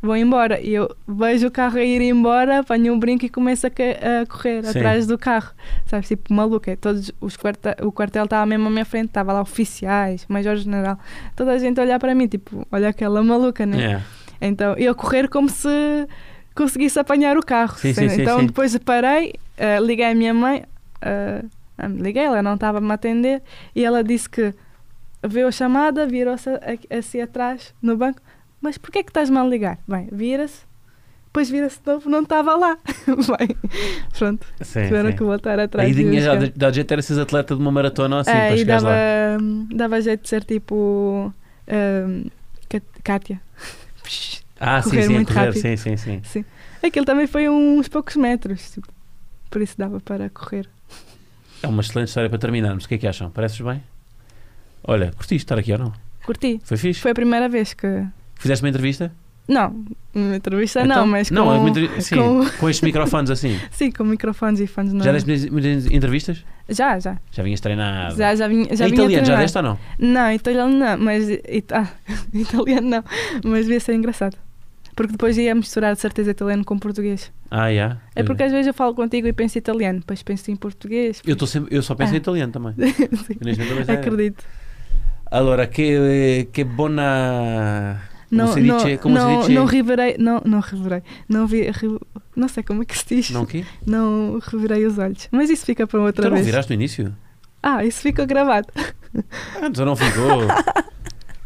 [SPEAKER 2] vão embora. E eu vejo o carro a ir embora, apanho um brinco e começo a, ca- a correr
[SPEAKER 1] Sim.
[SPEAKER 2] atrás do carro. Sabes, tipo, maluca. Todos os quarta o quartel estava mesmo à minha frente, estava lá oficiais, major-general. Toda a gente a olhar para mim, tipo, olha aquela maluca, né?
[SPEAKER 1] É.
[SPEAKER 2] Então, eu a correr como se conseguisse apanhar o carro.
[SPEAKER 1] Sim, sim, sim,
[SPEAKER 2] então,
[SPEAKER 1] sim.
[SPEAKER 2] depois parei, eh, liguei à minha mãe, eh, ah, liguei, ela não estava a me atender, e ela disse que viu a chamada, virou-se a- assim atrás no banco, mas porquê é que estás-me a ligar? Bem, vira-se, depois vira-se de novo, não estava lá. [laughs] Bem, pronto,
[SPEAKER 1] Sim,
[SPEAKER 2] tiveram
[SPEAKER 1] sim.
[SPEAKER 2] que voltar atrás.
[SPEAKER 1] Aí
[SPEAKER 2] e
[SPEAKER 1] tinha já
[SPEAKER 2] buscar.
[SPEAKER 1] dá jeito de ser atleta de uma maratona ou assim,
[SPEAKER 2] Eh,
[SPEAKER 1] para
[SPEAKER 2] e
[SPEAKER 1] chegares
[SPEAKER 2] dava,
[SPEAKER 1] lá.
[SPEAKER 2] dava jeito de ser tipo ehm, Cat- Cátia. [laughs]
[SPEAKER 1] Ah, sim,
[SPEAKER 2] correr
[SPEAKER 1] sim, a
[SPEAKER 2] muito
[SPEAKER 1] correr,
[SPEAKER 2] rápido.
[SPEAKER 1] sim, sim, sim.
[SPEAKER 2] Aquilo É também foi uns poucos metros, tipo, por isso dava para correr.
[SPEAKER 1] É uma excelente história para terminarmos. O que é que acham? Pareces bem? Olha, curtiste estar aqui ou não?
[SPEAKER 2] Curti.
[SPEAKER 1] Foi fixe?
[SPEAKER 2] Foi a primeira vez que.
[SPEAKER 1] Fizeste uma entrevista?
[SPEAKER 2] Não, uma entrevista
[SPEAKER 1] Então-
[SPEAKER 2] Ah, não, mas com.
[SPEAKER 1] Não, uma entrevi- sim,
[SPEAKER 2] com-
[SPEAKER 1] com
[SPEAKER 2] [laughs]
[SPEAKER 1] estes microfones assim.
[SPEAKER 2] Sim, com microfones e fones não. é.
[SPEAKER 1] Já deste muitas- muitas entrevistas?
[SPEAKER 2] já, já.
[SPEAKER 1] Já vinhas treinado.
[SPEAKER 2] Já, já vinha. Já
[SPEAKER 1] Em Ah,
[SPEAKER 2] vinha
[SPEAKER 1] É italiano, já
[SPEAKER 2] treinar.
[SPEAKER 1] deste ou não?
[SPEAKER 2] Não, italiano não, mas. It... ah, [laughs] italiano não, mas devia ser engraçado. Porque depois ia misturar de certeza italiano com português.
[SPEAKER 1] Ah, já.
[SPEAKER 2] É porque às vezes eu falo contigo e penso italiano, depois penso em português.
[SPEAKER 1] Eu, tô sempre, eu só penso em
[SPEAKER 2] Ah.
[SPEAKER 1] italiano também.
[SPEAKER 2] [laughs] Sim,
[SPEAKER 1] Eu neste momento também sei.
[SPEAKER 2] Acredito.
[SPEAKER 1] Allora, que, que bona... Como
[SPEAKER 2] Não,
[SPEAKER 1] se
[SPEAKER 2] não,
[SPEAKER 1] dice- como se é.
[SPEAKER 2] não,
[SPEAKER 1] dice-
[SPEAKER 2] não revirei, não, não revirei, não vi, re- não sei como é que se diz,
[SPEAKER 1] Não
[SPEAKER 2] não,
[SPEAKER 1] o quê?
[SPEAKER 2] revirei os olhos, mas isso fica para outra
[SPEAKER 1] Tu não
[SPEAKER 2] vez.
[SPEAKER 1] viraste no início?
[SPEAKER 2] Ah, isso ficou gravado.
[SPEAKER 1] Antes ou não ficou?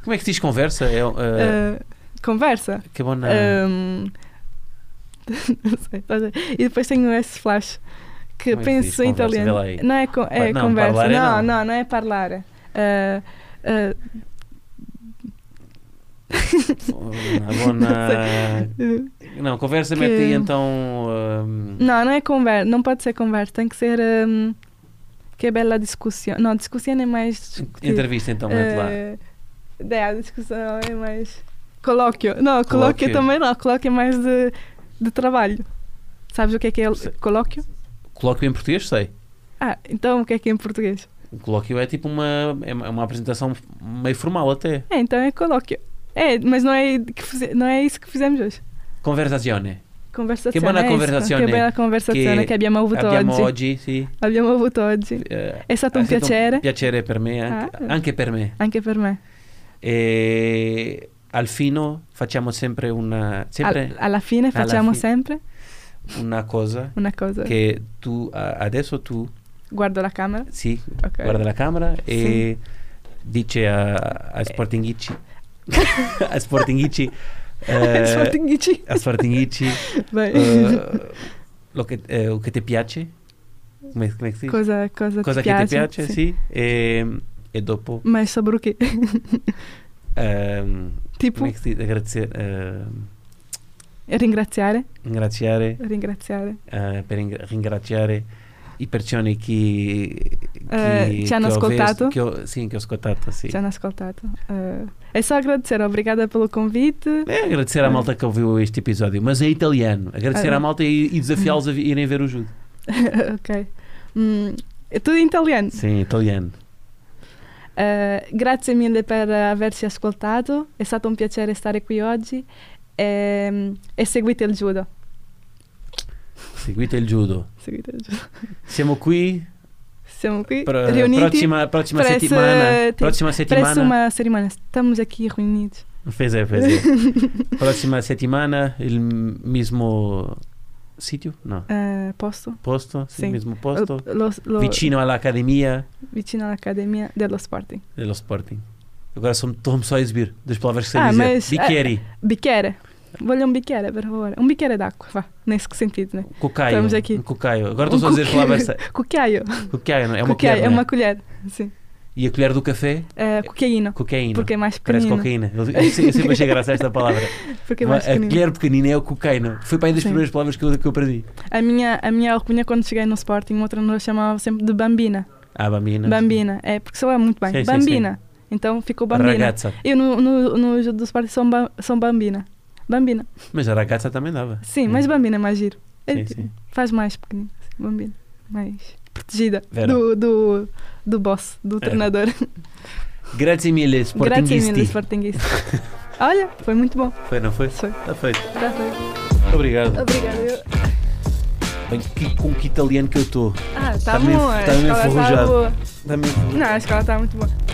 [SPEAKER 1] Como é que se diz conversa? É, eh,
[SPEAKER 2] Ah, conversa.
[SPEAKER 1] que bona...
[SPEAKER 2] Ahm, [laughs] não sei, estás a ver? e depois tenho esse flash que
[SPEAKER 1] Como é que se diz
[SPEAKER 2] penso em
[SPEAKER 1] conversa? Vê
[SPEAKER 2] italiano.
[SPEAKER 1] lá aí.
[SPEAKER 2] Não é, co- é
[SPEAKER 1] Não,
[SPEAKER 2] conversa.
[SPEAKER 1] parlare
[SPEAKER 2] não,
[SPEAKER 1] não.
[SPEAKER 2] não, não, é parlare. Ah, ah,
[SPEAKER 1] Bona...
[SPEAKER 2] [laughs]
[SPEAKER 1] bona- Não, conversa
[SPEAKER 2] Que-
[SPEAKER 1] mete aí então... ehm,
[SPEAKER 2] não, não é conversa, não pode ser conversa, tem que ser ahm, que é bela discussão. Não, discussão é mais discutir.
[SPEAKER 1] Entrevista então, mete lá.
[SPEAKER 2] Eh, daí a discussão é mais. Colóquio. Não, colóquio
[SPEAKER 1] Colóquio.
[SPEAKER 2] também não. Colóquio é mais de, de trabalho. Sabes o que é que é
[SPEAKER 1] Sei.
[SPEAKER 2] colóquio?
[SPEAKER 1] Colóquio em português, sei.
[SPEAKER 2] Ah, então o que é que é em português?
[SPEAKER 1] O colóquio é tipo uma, é uma é uma apresentação meio formal até.
[SPEAKER 2] É, então é colóquio. É, mas não é, que fize- não é isso que fizemos hoje.
[SPEAKER 1] Conversazione.
[SPEAKER 2] Conversazione.
[SPEAKER 1] Que buona
[SPEAKER 2] é isso.
[SPEAKER 1] conversazione.
[SPEAKER 2] Che bella conversazione
[SPEAKER 1] Che
[SPEAKER 2] che abbiamo avuto
[SPEAKER 1] Abbiamo
[SPEAKER 2] oggi.
[SPEAKER 1] oggi, sì.
[SPEAKER 2] Abbiamo avuto oggi.
[SPEAKER 1] Eh,
[SPEAKER 2] È stato un
[SPEAKER 1] è stato
[SPEAKER 2] piacere.
[SPEAKER 1] piacere per me, anche,
[SPEAKER 2] Ah.
[SPEAKER 1] anche per me.
[SPEAKER 2] Anche per me.
[SPEAKER 1] E al fino facciamo sempre una, sempre
[SPEAKER 2] Al- alla fine
[SPEAKER 1] Alla
[SPEAKER 2] facciamo
[SPEAKER 1] fine.
[SPEAKER 2] sempre
[SPEAKER 1] una cosa
[SPEAKER 2] una cosa.
[SPEAKER 1] che tu a- adesso tu
[SPEAKER 2] Guardo la camera.
[SPEAKER 1] sì,
[SPEAKER 2] Ok.
[SPEAKER 1] guarda la camera e
[SPEAKER 2] Sì.
[SPEAKER 1] dice a, a Sportinghici
[SPEAKER 2] [laughs]
[SPEAKER 1] a Sportinghici eh,
[SPEAKER 2] Sportinghici.
[SPEAKER 1] a Sportinghici
[SPEAKER 2] [laughs] Vai.
[SPEAKER 1] eh, lo che, eh, o che ti piace come, come si dice?
[SPEAKER 2] Cosa, cosa,
[SPEAKER 1] cosa
[SPEAKER 2] ti
[SPEAKER 1] che
[SPEAKER 2] piace?
[SPEAKER 1] ti piace sì, E, e dopo
[SPEAKER 2] Mas sobre o [laughs] quê?
[SPEAKER 1] ehm,
[SPEAKER 2] Tipo?
[SPEAKER 1] come si dice? Grazie- ehm,
[SPEAKER 2] Ringraziare?
[SPEAKER 1] ringraziare
[SPEAKER 2] Ringraziare.
[SPEAKER 1] eh, per ring- ringraziare Ipercioni que,
[SPEAKER 2] Eh, ci hanno ascoltato.
[SPEAKER 1] Che ho, sim, que ho ascoltato, sì.
[SPEAKER 2] Já não escoltado. Eh, é só agradecer, obrigada pelo convite.
[SPEAKER 1] É agradecer
[SPEAKER 2] Eh.
[SPEAKER 1] à malta que ouviu este episódio, mas é italiano. Agradecer
[SPEAKER 2] Ah.
[SPEAKER 1] à malta e, e desafiá-los a
[SPEAKER 2] [laughs]
[SPEAKER 1] vi- irem ver o Judo.
[SPEAKER 2] [laughs] ok. Mm, Hum, é tudo em italiano.
[SPEAKER 1] Sim, italiano.
[SPEAKER 2] Eh, grazie mille per averci ascoltato, è stato un piacere stare qui oggi Ehm, e seguite il judo.
[SPEAKER 1] Seguite il Judo.
[SPEAKER 2] Seguite il judo.
[SPEAKER 1] Siamo qui
[SPEAKER 2] Siamo qui
[SPEAKER 1] para
[SPEAKER 2] riuniti
[SPEAKER 1] próxima, próxima
[SPEAKER 2] para essa-
[SPEAKER 1] semana.
[SPEAKER 2] tem-
[SPEAKER 1] Próxima
[SPEAKER 2] presso
[SPEAKER 1] semana.
[SPEAKER 2] uma cerimônia. Estamos aqui reunidos.
[SPEAKER 1] Pois é, pois é.
[SPEAKER 2] [laughs]
[SPEAKER 1] próxima semana, il mesmo sítio? Não.
[SPEAKER 2] Eh, posto?
[SPEAKER 1] Posto? Sim,
[SPEAKER 2] Sim.
[SPEAKER 1] mesmo posto.
[SPEAKER 2] Lo- lo-
[SPEAKER 1] Vicino à academia.
[SPEAKER 2] vicino all'Accademia dello Sporting.
[SPEAKER 1] Era o Sporting. Agora só me- estou-me só a exibir das palavras que sei
[SPEAKER 2] Ah,
[SPEAKER 1] dizer.
[SPEAKER 2] mas-
[SPEAKER 1] Biqueri,
[SPEAKER 2] Bicchiere. Voglio un bicchiere, per favore. Un bicchiere d'acqua, va. Nesse sentido, né?
[SPEAKER 1] cocaio.
[SPEAKER 2] Estamos aqui.
[SPEAKER 1] Um cocaio. Agora estou
[SPEAKER 2] Um
[SPEAKER 1] só a dizer as
[SPEAKER 2] coqueiro.
[SPEAKER 1] palavras.
[SPEAKER 2] Cucchiaio.
[SPEAKER 1] Cocaio, não é? É uma
[SPEAKER 2] Cucchiaio,
[SPEAKER 1] colher.
[SPEAKER 2] é
[SPEAKER 1] não é?
[SPEAKER 2] uma colher. Sim.
[SPEAKER 1] E a colher do café?
[SPEAKER 2] Eh, cucchiaino,
[SPEAKER 1] Cocaína.
[SPEAKER 2] Porque é mais
[SPEAKER 1] Parece
[SPEAKER 2] pequenino.
[SPEAKER 1] cocaína. Eu, eu se- eu sempre achei graça a esta
[SPEAKER 2] [laughs]
[SPEAKER 1] palavra.
[SPEAKER 2] Porque é
[SPEAKER 1] Mas
[SPEAKER 2] mais
[SPEAKER 1] a
[SPEAKER 2] pequenino.
[SPEAKER 1] colher pequenina é o cocaína. Foi para aí das
[SPEAKER 2] Sim.
[SPEAKER 1] primeiras palavras que eu, que eu aprendi.
[SPEAKER 2] A minha, a minha alcunha, quando cheguei no Sporting, uma treinadora chamava sempre de Bambina.
[SPEAKER 1] Ah, bambina.
[SPEAKER 2] Bambina, é, porque soa muito bem.
[SPEAKER 1] Sim, sim,
[SPEAKER 2] bambina. Então ficou Bambina.
[SPEAKER 1] Ragazza.
[SPEAKER 2] Eu no, no, no jogo do Sporting são, ba são Bambina. Bambina.
[SPEAKER 1] Mas a ragazza também dava.
[SPEAKER 2] Sim, mas Bambina é mais giro. É,
[SPEAKER 1] Sim,
[SPEAKER 2] tipo,
[SPEAKER 1] sim.
[SPEAKER 2] Faz mais pequenino. Sim, Bambina. Mais protegida
[SPEAKER 1] Vera.
[SPEAKER 2] do, do, do boss,
[SPEAKER 1] É.
[SPEAKER 2] do
[SPEAKER 1] [laughs]
[SPEAKER 2] treinador.
[SPEAKER 1] Grazie mille,
[SPEAKER 2] Grazie mille,
[SPEAKER 1] Sportingisti.
[SPEAKER 2] Sportingista. Olha, foi muito bom.
[SPEAKER 1] Foi, não foi?
[SPEAKER 2] Foi.
[SPEAKER 1] Está feito.
[SPEAKER 2] Já foi.
[SPEAKER 1] Obrigado.
[SPEAKER 2] Obrigada. eu-
[SPEAKER 1] Bem, que, com que italiano que eu estou.
[SPEAKER 2] Ah,
[SPEAKER 1] Tá
[SPEAKER 2] tá
[SPEAKER 1] meio-
[SPEAKER 2] bom. a
[SPEAKER 1] tá meio
[SPEAKER 2] escola tá
[SPEAKER 1] enferrujado.
[SPEAKER 2] boa.
[SPEAKER 1] Dá-me-
[SPEAKER 2] Não, a escola está muito boa.